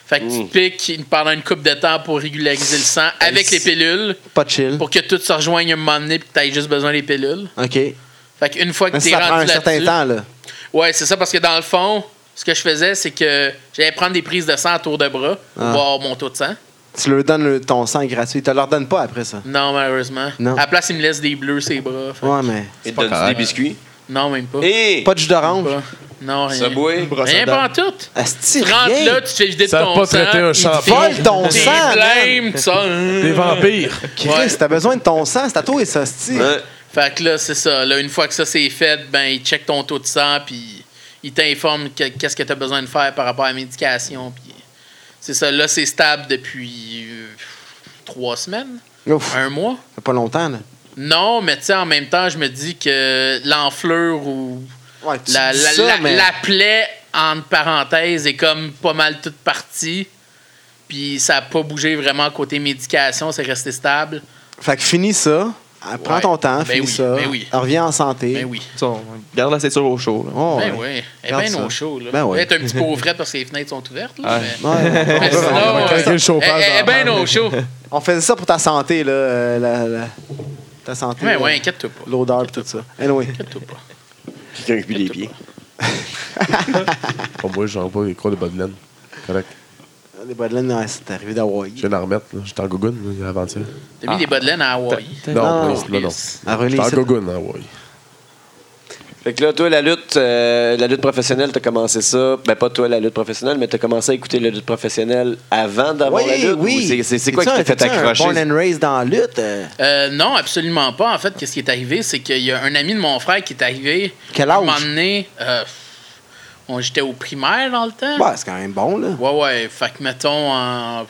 S6: Fait que tu te piques une- pendant une coupe de temps pour régulariser le sang avec les
S4: Ben, c'est-
S6: pilules
S4: Pas de chill.
S6: pour que tout se rejoigne un moment donné et que tu aies juste besoin des pilules.
S4: OK.
S6: Fait qu'une fois que
S4: Mais
S6: tu
S4: ça
S6: es
S4: prend
S6: rendu
S4: un certain
S6: là-dessus...
S4: temps, là.
S6: Ouais, c'est ça, parce que dans le fond, ce que je faisais, c'est que j'allais prendre des prises de sang à tour de bras pour
S4: Ah.
S6: voir mon taux de sang.
S4: Tu leur donnes le- ton sang gratuit. Tu leur donnes pas après ça.
S6: Non, malheureusement.
S4: Non.
S6: À la place, ils me laissent des bleus, ses bras. Fait-
S4: Ouais, mais.
S2: Et te
S5: pas
S2: donnes-tu des
S5: correct.
S2: biscuits?
S6: Non, même pas.
S2: Et
S4: Pas de jus d'orange.
S6: Pas. Non, rien.
S2: Subway?
S3: brosse à
S6: Rien
S3: dents.
S6: pas en tout.
S4: Asti,
S6: Tu rentres
S4: rien.
S6: là, tu te fais vider de
S5: Ça
S6: ton
S5: va pas
S6: sang.
S5: traiter un
S6: ils te
S5: champion.
S6: filent
S4: Vole ton
S6: des
S4: sang,
S6: blâmes, tout ça. hein.
S5: Des vampires.
S4: Chris,
S6: Ouais.
S4: t'as besoin de ton sang. C'est à toi et ça, asti.
S2: Ouais.
S6: Fait que là, c'est ça. Là, une fois que ça c'est fait, ben ils checkent ton taux de sang, puis ils t'informent que- qu'est-ce que tu as besoin de faire par rapport à la médication. Puis c'est ça. Là, c'est stable depuis euh, trois semaines,
S4: Ouf, ça
S6: un mois.
S4: fait pas longtemps, là.
S6: Non, mais tu sais, en même temps, je me dis que l'enflure ou
S4: Ouais, tu
S6: la,
S4: dis
S6: la-
S4: ça,
S6: la-
S4: mais-
S6: la plaie, entre parenthèses, est comme pas mal toute partie. Puis ça n'a pas bougé vraiment côté médication, c'est resté stable.
S4: Fait que finis ça. Ah, Prends
S6: Ouais.
S4: ton temps,
S6: Ben
S4: finis
S6: oui,
S4: ça.
S6: ben oui.
S4: Reviens en santé.
S6: Ben oui.
S3: Ça, on garde la ceinture au chaud. là.
S4: Oh,
S6: Ben
S4: ouais.
S6: oui. Elle est
S4: Regarde
S6: bien
S4: ça.
S6: au chaud, là.
S4: Ben ouais.
S6: Elle est un petit peu au frais parce que les fenêtres sont ouvertes, là.
S3: Ouais.
S6: Mais,
S4: Ouais, ouais.
S6: mais
S4: on, peut-
S6: sinon, euh,
S4: on-
S5: va craquer le chauffage
S6: elle- Elle est
S5: dans la
S6: bien au chaud.
S4: on faisait ça pour ta santé, là. euh, la- la- ta santé.
S6: Ben
S4: là.
S6: ouais, inquiète-toi pas.
S4: L'odeur et tout ça. Anyway.
S6: Inquiète-toi pas.
S2: quelqu'un qui pue des pieds.
S5: Pour moi, j'en pas les croix de bonne laine. Correct.
S4: Les bas de laine, ouais, c'est arrivé d'Hawaii.
S5: Je viens d'en remettre. là. J'étais en gogoune là, avant-hier.
S6: T'as mis
S4: Ah.
S6: des bas de laine à Hawaï.
S5: Non,
S4: Non,
S5: non, non. non.
S4: À
S5: J'étais
S4: relire
S5: en
S4: ça.
S5: gogoune, hein, ouais.
S2: Fait que là, toi, la lutte, euh, la lutte professionnelle, t'as commencé ça. Ben, pas toi, la lutte professionnelle, mais t'as commencé à écouter la lutte professionnelle avant d'avoir la
S4: Oui,
S2: lutte. ou
S4: oui.
S2: c'est- C'est c'est quoi qui t'a fait
S4: T'es-tu un- t'es-tu un
S2: accrocher?
S4: Born and raised dans la lutte. euh?
S6: Euh, non, absolument pas. En fait, qu'est-ce qui est arrivé, c'est qu'il y a un ami de mon frère qui est arrivé.
S4: Quel
S6: À un
S4: âge?
S6: moment donné, euh, on- j'étais au primaire dans le temps.
S4: Ouais, Bah, c'est quand même bon, là.
S6: Ouais, ouais. Fait que, mettons, en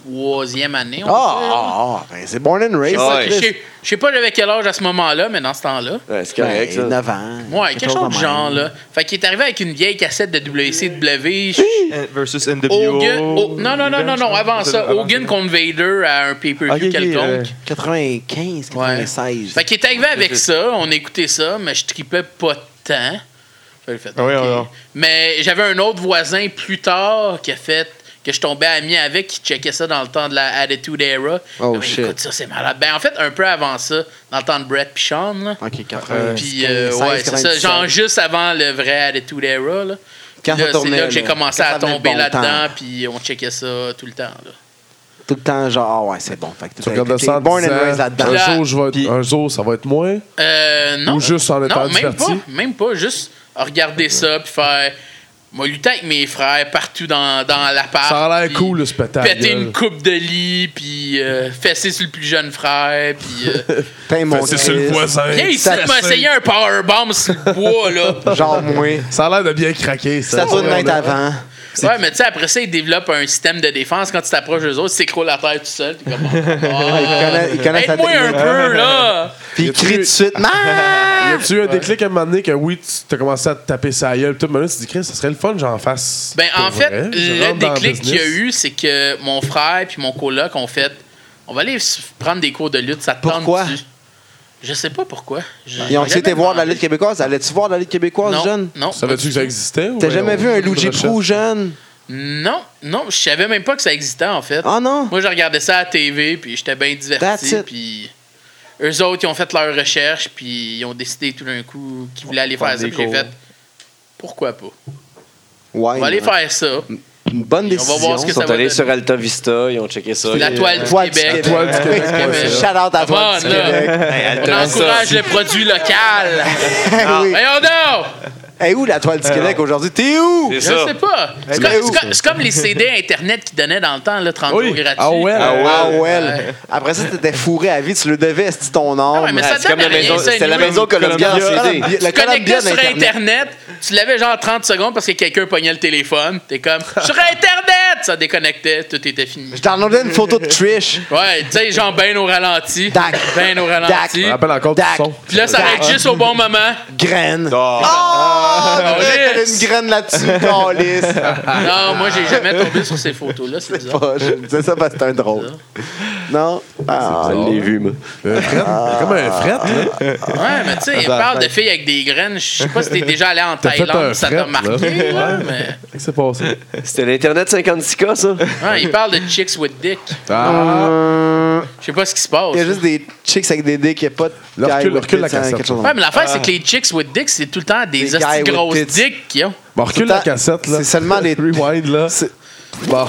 S6: troisième année, on
S4: Ah,
S6: peut dire.
S4: ah, ah, ben c'est born and raised.
S6: Je sais pas-
S2: Ouais.
S6: Je sais- je sais pas j'avais quel âge à ce moment-là, mais dans ce temps-là.
S2: Ouais, c'est correct, ça.
S4: 9 ans.
S6: Ouais, quelque chose de
S4: même.
S6: genre, là. Fait qu'il est arrivé avec une vieille cassette de WCW. je-
S3: Versus NWO.
S6: Hogan. oh, non, non, non, non, non, avant ça. Hogan
S3: contre
S6: contre Vader à un pay-per-view
S3: Ok, ok,
S6: quelconque.
S4: 95, 96.
S6: Fait qu'il est arrivé avec ça, on écoutait ça, mais je tripais pas tant. Fait, fait,
S3: Ah oui,
S6: ok.
S3: ah non.
S6: Mais j'avais un autre voisin plus tard qui a fait que je tombais ami avec, qui checkait ça dans le temps de la Attitude Era.
S4: Oh,
S6: Ah oui,
S4: shit.
S6: Écoute ça, c'est malade. Ben en fait, un peu avant ça, dans le temps de Brett puis Sean, là.
S4: OK, 95.
S6: Puis, euh, ouais, c'est ça. Genre juste avant le vrai Attitude Era, là.
S4: Quand
S6: Là,
S4: ça
S6: c'est
S4: tournait,
S6: là que j'ai
S4: là,
S6: commencé
S4: quand
S6: à
S4: ça venait le
S6: tomber
S4: bon
S6: là-dedans,
S4: temps.
S6: puis on checkait ça tout le temps, là.
S4: Tout le temps, genre, ah ouais, c'est bon. Fait que
S5: Tu
S4: t'es-
S5: regardes
S4: t'es
S5: ça en
S4: born and
S5: disant,
S4: raised là-dedans.
S5: Un
S6: Là-
S5: jour, je vais être-
S4: Puis-
S5: un jour, ça va être moins.
S6: Euh, non.
S5: Ou juste en étant
S6: Non, même
S5: diverti.
S6: pas, même pas. Juste regarder ça, puis faire... Moi, lutter avec mes frères partout dans, dans l'appart.
S5: Ça a l'air
S6: puis
S5: cool, le spectacle.
S6: Péter une coupe de lit, puis euh, fesser sur le plus jeune frère, puis... Euh,
S4: T'es mon
S5: C'est sur le
S4: Christ.
S5: voisin.
S6: viens ici,
S4: ça
S6: m'a
S5: fait-
S6: essayé un powerbomb sur le bois, là.
S4: Genre, moi.
S5: Ça a l'air de bien craquer, ça.
S4: Ça tourne
S5: Ouais,
S4: bien
S5: là.
S4: avant.
S6: Ouais, mais tu sais, après ça, ils développent un système de défense. Quand tu t'approches d'eux autres, ils s'écroulent la terre tout seul. Puis comme... Ah,
S4: connaissent- ils connaissent la
S6: Aide-moi un
S4: technique.
S6: peu, là!
S4: Puis il crie tout de suite.
S5: Y
S4: Man!
S5: a-tu eu un déclic à un moment donné que oui, tu t'as commencé à te taper sa gueule, tout le monde, tu te dis, Chris, ça serait le fun, que j'en fasse.
S6: Ben, en
S5: pour
S6: fait,
S5: vrai. Je
S6: le
S5: rentre dans
S6: déclic qu'il y a
S5: business.
S6: eu, c'est que mon frère puis mon coloc ont fait on va aller s- prendre des cours de lutte, ça te tente
S4: Pourquoi?
S6: Je sais pas pourquoi. J'ai-
S4: Ils ont
S6: j'ai
S4: essayé de
S6: jamais
S4: voir la
S6: demandé.
S4: lutte québécoise. Allais-tu voir la lutte québécoise,
S6: non,
S4: jeune?
S6: Non.
S5: Savais-tu que ça existait? ou
S4: T'as
S5: ben,
S4: jamais
S5: on-
S4: vu un Luigi
S5: recherche?
S4: Prou, jeune?
S6: Non, non, je savais même pas que ça existait, en fait.
S4: Ah non?
S6: Moi, je regardais ça à la TV, puis j'étais bien
S4: That's
S6: diverti.
S4: it.
S6: Puis eux autres, ils ont fait leurs recherches, puis ils ont décidé tout d'un coup qu'ils voulaient aller faire
S3: Prendre
S6: ça.
S3: des
S6: Puis j'ai
S3: cours.
S6: fait pourquoi pas.
S4: Ouais.
S6: On va aller
S4: ouais.
S6: faire ça.
S4: Une bonne
S6: Et on va
S4: décision.
S6: voir ce que
S2: Ils sont
S6: ça va
S2: allés
S6: donner.
S2: sur Alta Vista, ils ont checké ça.
S6: La
S2: Ils-
S6: toile du
S4: Toile du
S6: Québec.
S4: Québec.
S5: Toile du Québec,
S6: Ouais,
S5: ouais,
S6: mais-
S5: c'est
S4: Shout out à
S6: Come
S4: toi
S6: on, là. On encourage le produit local.
S4: oui.
S6: Voyons donc!
S4: Ah, Hey, où la toile
S6: Ah.
S4: du Québec aujourd'hui? T'es où?
S2: C'est
S6: Je
S2: ça.
S6: sais pas. C'est
S4: Mais
S6: comme,
S4: où?
S6: c'est comme- c'est comme les CD Internet qui donnaient dans le temps, là, 30 jours
S5: Oui.
S6: gratuits.
S5: Ah ouais?
S2: Ah ouais.
S4: Ah ouais.
S6: Ouais.
S4: Après ça, t'étais fourré à vie, tu le devais, c'est ton
S6: Ah
S4: nom.
S6: ouais, mais
S2: Ah,
S6: ça
S2: c'est comme
S6: donne
S2: la
S6: rien,
S2: maison,
S6: ça,
S2: c'était la
S6: anyway.
S2: maison Columbia en CD.
S4: le
S6: Tu connectais
S4: Columbia
S6: sur
S4: d'Internet.
S6: Internet, tu l'avais genre 30 secondes parce que quelqu'un pognait le téléphone. T'es comme, sur Internet! ça déconnectait, tout était fini.
S4: Je downloadais une photo de Trish.
S6: Ouais, tu sais, genre ben au ralenti.
S4: Tac.
S6: Ben au ralenti.
S5: Je me rappelle encore du
S4: Dac.
S5: son.
S6: Puis là, ça arrête juste au bon moment.
S4: Graine.
S2: Ah,
S4: Ah,
S6: Calice.
S4: j'aurais collé une graine là-dessus, calice. Ah,
S6: Non, moi, j'ai jamais tombé sur ces photos-là, c'est bizarre.
S4: Pas, je disais ça parce que c'est un drôle. Non? Ah,
S2: on l'ai vu, moi.
S5: Un fret, comme un fret, là.
S6: Ouais, mais tu sais, il
S3: Attends,
S6: parle de
S3: attends.
S6: filles avec des graines. Je sais pas si t'es déjà allé en
S5: T'as fait un
S6: Thaïlande, ça t'a
S5: fret, là.
S6: marqué, là, mais.
S5: Qu'est-ce qui s'est passé?
S2: C'était l'Internet 56K, ça?
S6: Ouais, il parle de chicks with dick.
S5: Ah,
S4: Euh,
S6: Je sais pas ce qui se passe.
S4: Il y a juste des chicks avec des dicks, il n'y a pas de.
S5: Le recule,
S4: guy with
S5: le recule la
S4: tits, hein,
S5: cassette.
S4: quelque chose de
S6: Ouais,
S4: même.
S6: mais l'affaire, c'est que les chicks with dick, c'est tout le temps des
S4: Des guys
S6: hosties
S4: with
S6: grosses
S4: tits.
S6: dicks qu'ils ont.
S5: bon, recule la
S4: Tout le temps,
S5: cassette, là.
S4: C'est seulement des.
S5: Rewind, là.
S4: C'est-
S5: Bon, on va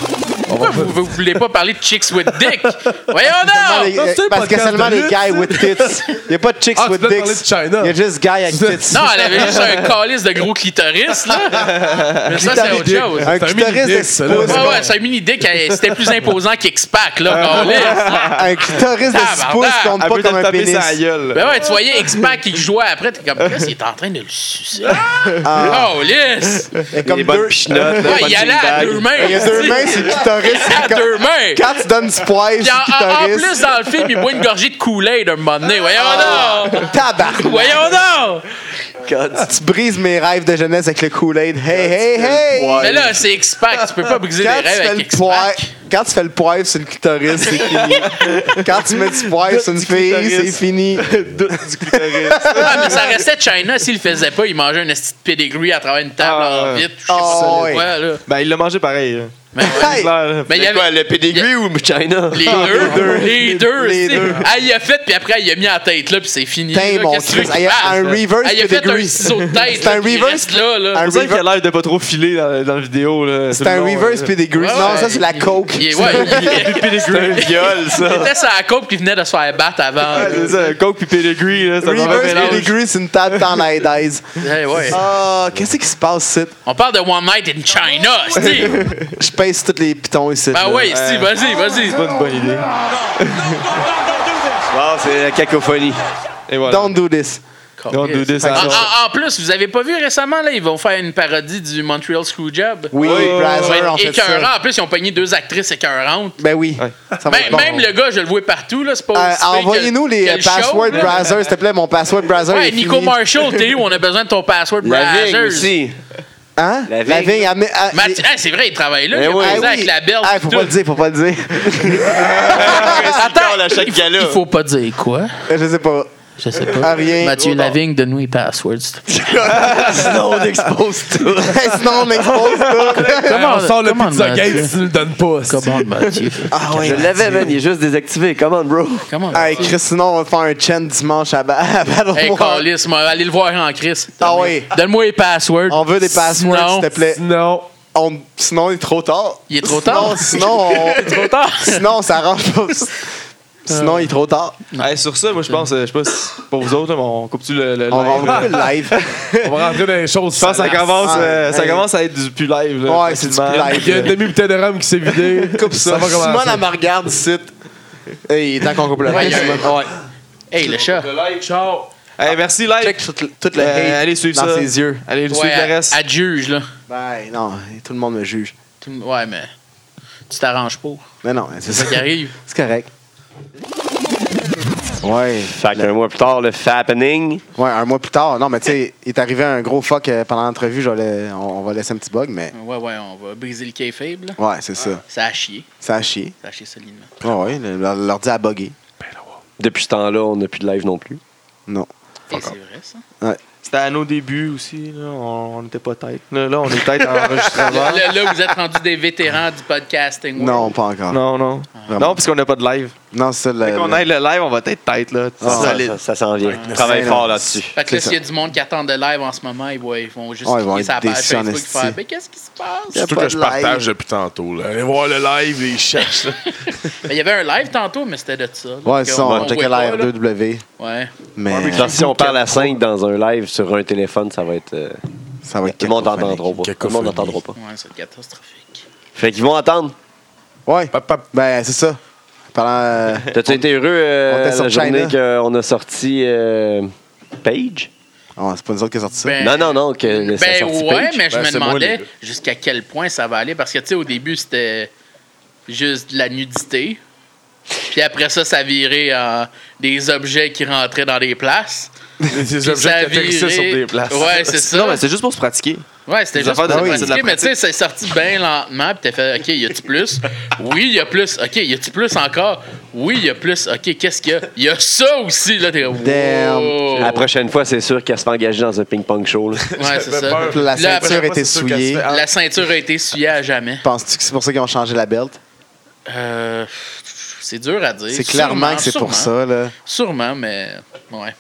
S6: Pourquoi vous, vous voulez pas parler de chicks with dick? Voyons
S4: seulement
S6: donc!
S4: les-
S5: ça, c'est un
S4: Parce que
S5: podcast
S4: seulement
S5: de
S4: les
S5: lutte,
S4: guys with tits. Il n'y a pas de chicks
S5: Ah, tu
S4: with
S5: voulais parler
S4: dicks.
S5: de China.
S4: Il y a juste guys avec
S5: Tu voulais-
S4: tits.
S6: Non, elle avait juste un calice de gros clitoris, là. Mais ça, c'est autre
S4: Clitoris.
S6: chose.
S4: Un
S5: C'est un
S4: clitoris
S5: mini-dick,
S4: de
S5: ça,
S4: six
S5: là.
S4: pouces.
S6: Ouais, ouais, c'est un mini dick, elle- c'était plus imposant qu'X-Pac,
S4: Ah,
S6: là, calice.
S4: Un clitoris de 6
S6: Tabarnak.
S4: pouces compte
S3: Elle
S4: pas
S3: peut
S4: comme
S3: te
S4: un
S3: taper
S4: pénis.
S3: sa gueule.
S6: Ben ouais, tu voyais X-Pac qui jouait après, t'es comme, qu'est-ce qu'il est en train de le sucer?
S4: Ah,
S6: Calice!
S4: Il y a comme
S2: les bonnes
S4: deux.
S2: pinottes,
S6: Ouais, il y allait à deux mains.
S4: Ah! Il y a deux
S6: aussi.
S4: mains, c'est le clitoris.
S6: Il y a
S4: c'est comme-
S6: deux mains!
S4: Quand tu donnes du poil,
S6: Puis
S4: c'est
S6: en,
S4: le
S6: en- en
S4: clitoris.
S6: plus, dans le film, il boit une gorgée de Kool-Aid un moment donné. Voyons
S4: Ah!
S6: donc!
S4: Tabarnak!
S6: Voyons donc!
S4: Tu brises mes rêves de jeunesse avec le Kool-Aid. Hey, hey, hey!
S6: Mais là, c'est X-Pac, tu peux pas briser les
S4: Quand tu,
S6: rêves
S4: fais le
S6: avec
S4: poivre,
S6: X-Pac.
S4: quand tu fais le poivre sur le clitoris, c'est fini. quand tu mets du poivre sur une fille, c'est fini.
S6: Ah, mais ça restait China. S'il le faisait pas, il mangeait un esti de pedigree à travers une table
S3: Ah,
S6: en
S3: ouais.
S6: vitre. Je sais pas
S4: Ah,
S6: trop
S4: ouais.
S6: quoi, là.
S3: Ben, il l'a mangé pareil. là.
S6: Mais ouais.
S4: Hey!
S3: Clair, là.
S6: Mais il y
S2: Mais quoi,
S6: avait
S2: le pédigree ou China?
S6: les deux. Les deux,
S4: Les
S6: aussi.
S4: deux.
S6: Ah, il a fait, puis après, il a mis en tête, là, puis c'est fini.
S4: Tain,
S6: là.
S4: mon
S6: Qu'est-ce que tu veux
S4: Christ.
S6: qu'il
S4: Il y a
S6: fasse?
S4: un reverse
S6: Ah, il a fait un
S4: pedigree.
S6: ciseau de tête.
S4: C'est un
S6: là, qui
S4: reverse-
S6: reste Là, là.
S3: C'est
S4: un
S3: vrai qu'il a
S4: reverse-
S3: l'air de pas trop filer dans, dans la vidéo. là.
S4: C'est un
S3: le long,
S4: reverse
S3: là.
S4: pedigree.
S6: Ouais,
S4: Non,
S6: ouais.
S4: ça, c'est la coke.
S6: Il est- ouais, il-
S2: un viol,
S6: il
S2: ça.
S6: était sur la coupe qui venait de se faire battre avant.
S3: Ouais,
S6: là.
S3: c'est ça, Coke puis Pedigree, là, ça m'a
S4: Reverse
S3: mélange.
S4: pedigree, c'est une table dans la eyes.
S6: Eh ouais.
S4: Ah, qu'est-ce qui se passe ici?
S6: On parle de One Night in China, Steve.
S4: Je pèse tous les pitons ici.
S6: Ben
S4: là.
S6: oui, Steve, vas-y, vas-y.
S3: Pas une bonne idée.
S2: Wow, c'est la cacophonie.
S3: Et voilà.
S4: Don't do this.
S3: Don't do this.
S6: En,
S3: Ah,
S6: en- en plus, vous avez pas vu récemment, là, ils vont faire une parodie du Montreal Screwjob.
S4: Oui,
S3: Ouais.
S6: Ça va
S4: Brasser,
S6: être
S4: on fait ça.
S6: écœurant. En plus, ils ont pogné deux actrices écœurantes.
S4: Ben oui.
S3: Ouais.
S4: Ça va
S6: Même,
S4: être bon.
S6: même le gars, je le vois partout, là, c'est pas
S4: Euh,
S6: aussi pire que-
S4: Envoyez-nous les
S6: que
S4: euh,
S6: le show,
S4: password
S6: là.
S4: browser, s'il te plaît. Mon password browser.
S6: Ouais,
S4: est
S6: Nico
S4: fini.
S6: Marshall, t'es où? On a besoin de ton password
S2: La vigne
S6: browser.
S2: aussi.
S4: Hein?
S2: La
S4: La
S2: vigne.
S4: vigne. amenez- ah,
S6: Mathi-
S4: il-
S6: Ah, c'est vrai, il travaille là.
S2: Eh
S6: il a
S2: oui.
S6: posé
S4: Ah
S6: avec
S4: oui.
S6: la belle.
S4: Ah,
S6: pis
S4: faut
S6: tout.
S4: pas le dire, faut pas le dire.
S2: Attends, à Oh, chaque gala.
S6: Il faut pas dire quoi.
S4: Je sais pas.
S6: Je sais pas.
S4: Ah, rien.
S6: Mathieu
S4: Oh, non.
S6: Lavigne, donne-nous les passwords. s'il te plaît.
S2: Sinon, on expose tout.
S4: Sinon, on expose tout.
S5: on sort le
S6: Commande,
S5: pizza
S6: Mathieu.
S5: gate, tu le donnes pas. c'est-
S6: Commande, Mathieu.
S4: Ah ouais.
S2: Je l'avais, man. Il est juste désactivé. Come on, bro.
S6: Commande.
S4: Hey, Chris, sinon, on va faire un chant dimanche à, ba à Battle
S6: Hey,
S4: Royale.
S6: Calis, moi, allez le voir en Chris.
S4: Ah
S6: Donne-moi-
S4: oui.
S6: Donne-moi les passwords.
S4: On veut des passwords,
S6: Sinon-
S4: s'il te plaît.
S5: Non.
S4: On- Sinon, il est trop tard.
S6: Il est trop tard.
S4: Sinon, sinon, on...
S6: Trop tard.
S4: sinon, on s'arrange pas. Sinon, il est trop tard.
S3: Hey, sur ça, moi, je pense, euh, je sais pas si pour vous autres, là, mais on coupe-tu le, le
S4: On va
S3: live?
S4: ouvrir le live.
S5: On va rentrer dans les choses.
S3: Je pense que ça commence, euh,
S4: Ouais.
S3: ça commence à être du plus live. là,
S4: Ouais, c'est du
S3: facilement.
S4: live.
S5: Il y a une demi-bouteille de rhum qui s'est vidée.
S4: Coupe ça.
S5: va
S4: Simone,
S5: commencer.
S4: elle me regarde ici. Hey, il est temps qu'on coupe le
S6: Ouais,
S4: live,
S6: ouais.
S4: Simone. Ouais.
S6: Hey, le chat.
S5: Ciao.
S3: Hey, merci, live.
S4: Check tout, tout le
S3: Euh,
S4: hate
S3: allez suivre
S4: dans
S3: ça.
S4: ses yeux.
S3: Allez, le
S6: Ouais,
S3: suivre le
S6: elle,
S3: reste.
S6: elle te juge, là.
S4: Ben, non, tout le monde me juge.
S6: Tout le- Ouais, mais tu t'arranges pas.
S4: Mais non, c'est ça.
S6: Ça qui arrive.
S4: C'est correct. Ouais.
S2: Fait qu'un mois plus tard, le Fappening.
S4: Ouais, un mois plus tard. Non, mais tu sais, il est arrivé un gros fuck euh, pendant l'entrevue. je vais le- On, on va laisser un petit bug, mais.
S6: Ouais, ouais, on va briser le K-Fable. là.
S4: Ouais, c'est ça.
S6: Ça a chié.
S4: Ça a chié.
S6: Ça a chié solidement.
S4: Ouais, ouais, le- le- l'ordi a bugué.
S2: Depuis ce temps-là, on n'a plus de live non plus.
S4: Non.
S6: Hey, c'est vrai, ça.
S3: C'était à nos débuts aussi. Là. On n'était pas tête. Là, là, on est tête en enregistrement.
S6: Là, là, là, vous êtes rendus des vétérans du podcasting. ouais.
S4: Non, pas encore. Non,
S3: non, non.
S4: Vraiment.
S3: Non, parce qu'on n'a pas de live.
S4: c'est ça. le-
S3: Dès qu'on
S4: le-
S3: aille le live, on va être tête. Là.
S4: Ah,
S2: ça,
S3: Solide.
S2: ça- ça s'en vient. On Travaille
S4: Merci,
S2: fort
S4: là.
S2: là-dessus.
S6: Fait que
S4: C'est
S6: là, s'il y a du monde qui attend de live en ce moment, ils vont, ils vont juste
S4: Ouais, ils
S6: cliquer
S4: vont être
S6: sur la page
S4: déçus en
S6: Facebook et
S4: esti.
S6: faire Mais qu'est-ce qui se passe?
S4: Y a
S5: Surtout
S4: pas
S5: que
S4: de
S5: je
S4: live.
S5: partage depuis tantôt. là. Allez voir le live, les cherches. là.
S6: Ben, Il y avait un live tantôt, mais c'était de ça. là.
S4: Ouais,
S6: Donc,
S4: ça,
S6: on-
S4: on
S6: on
S4: checkait
S6: voit pas,
S4: la
S6: là.
S4: R2W.
S6: Ouais.
S4: Mais
S2: Genre, si on parle à 5 dans un live sur un téléphone, ça va être. euh,
S4: ça va être
S2: tout le monde
S4: cacophonique.
S2: n'entendra pas. Tout le monde
S5: Cacophonie.
S2: n'entendra pas.
S6: Ouais, c'est catastrophique.
S2: Fait qu'ils vont entendre.
S4: Ouais.
S5: Pap, pap.
S4: Ben, c'est ça. Pendant. euh,
S2: T'as-tu été heureux
S4: on
S2: euh,
S4: était
S2: la
S4: sur
S2: journée
S4: China.
S2: qu'on a sorti euh, Page?
S4: Ah, c'est pas nous autres qui a sorti ça.
S6: Ben,
S2: Non, non, non, que le- ça
S6: Ben
S2: sortit
S6: ouais,
S2: Peach.
S6: mais je
S5: Ben,
S6: me
S5: c'est moi, les
S6: demandais
S5: gars.
S6: jusqu'à quel point ça va aller. Parce que, tu sais, au début, c'était juste de la nudité. Puis après ça, ça virait à des objets qui rentraient dans des places.
S5: Des
S6: Puis ça
S5: objets qui atterrissaient sur
S6: virait-
S5: des places.
S6: Ouais, c'est ça.
S3: Non, mais c'est juste pour se pratiquer.
S6: Ouais, c'était
S3: Des
S6: juste
S3: affaires
S6: pour
S3: de-
S6: se
S4: Ah oui.
S3: c'est de
S6: pratiquer,
S3: la
S6: mais tu sais, c'est sorti bien lentement, puis t'as fait, OK, y a-tu plus? Oui, y a plus. OK, y a-tu plus encore? Oui, y a plus. OK, qu'est-ce qu'il y a? Y a ça aussi, là, t'es... Wow.
S2: La prochaine fois, c'est sûr qu'elle se fait engager dans un ping-pong show. là.
S6: Ouais, c'est
S5: J'avais
S6: ça.
S5: peur.
S4: La
S6: Là,
S4: ceinture
S5: je
S6: après,
S5: sais
S4: était
S5: pas si c'est sûr qu'elle se
S4: souillée.
S5: fait-
S6: La ceinture a été souillée à jamais.
S4: Penses-tu que c'est pour ça qu'ils ont changé la belt?
S6: Euh, c'est dur à dire.
S4: C'est clairement
S6: Sûrement,
S4: que c'est pour
S6: sûrement.
S4: ça, là.
S6: Sûrement, mais... Ouais.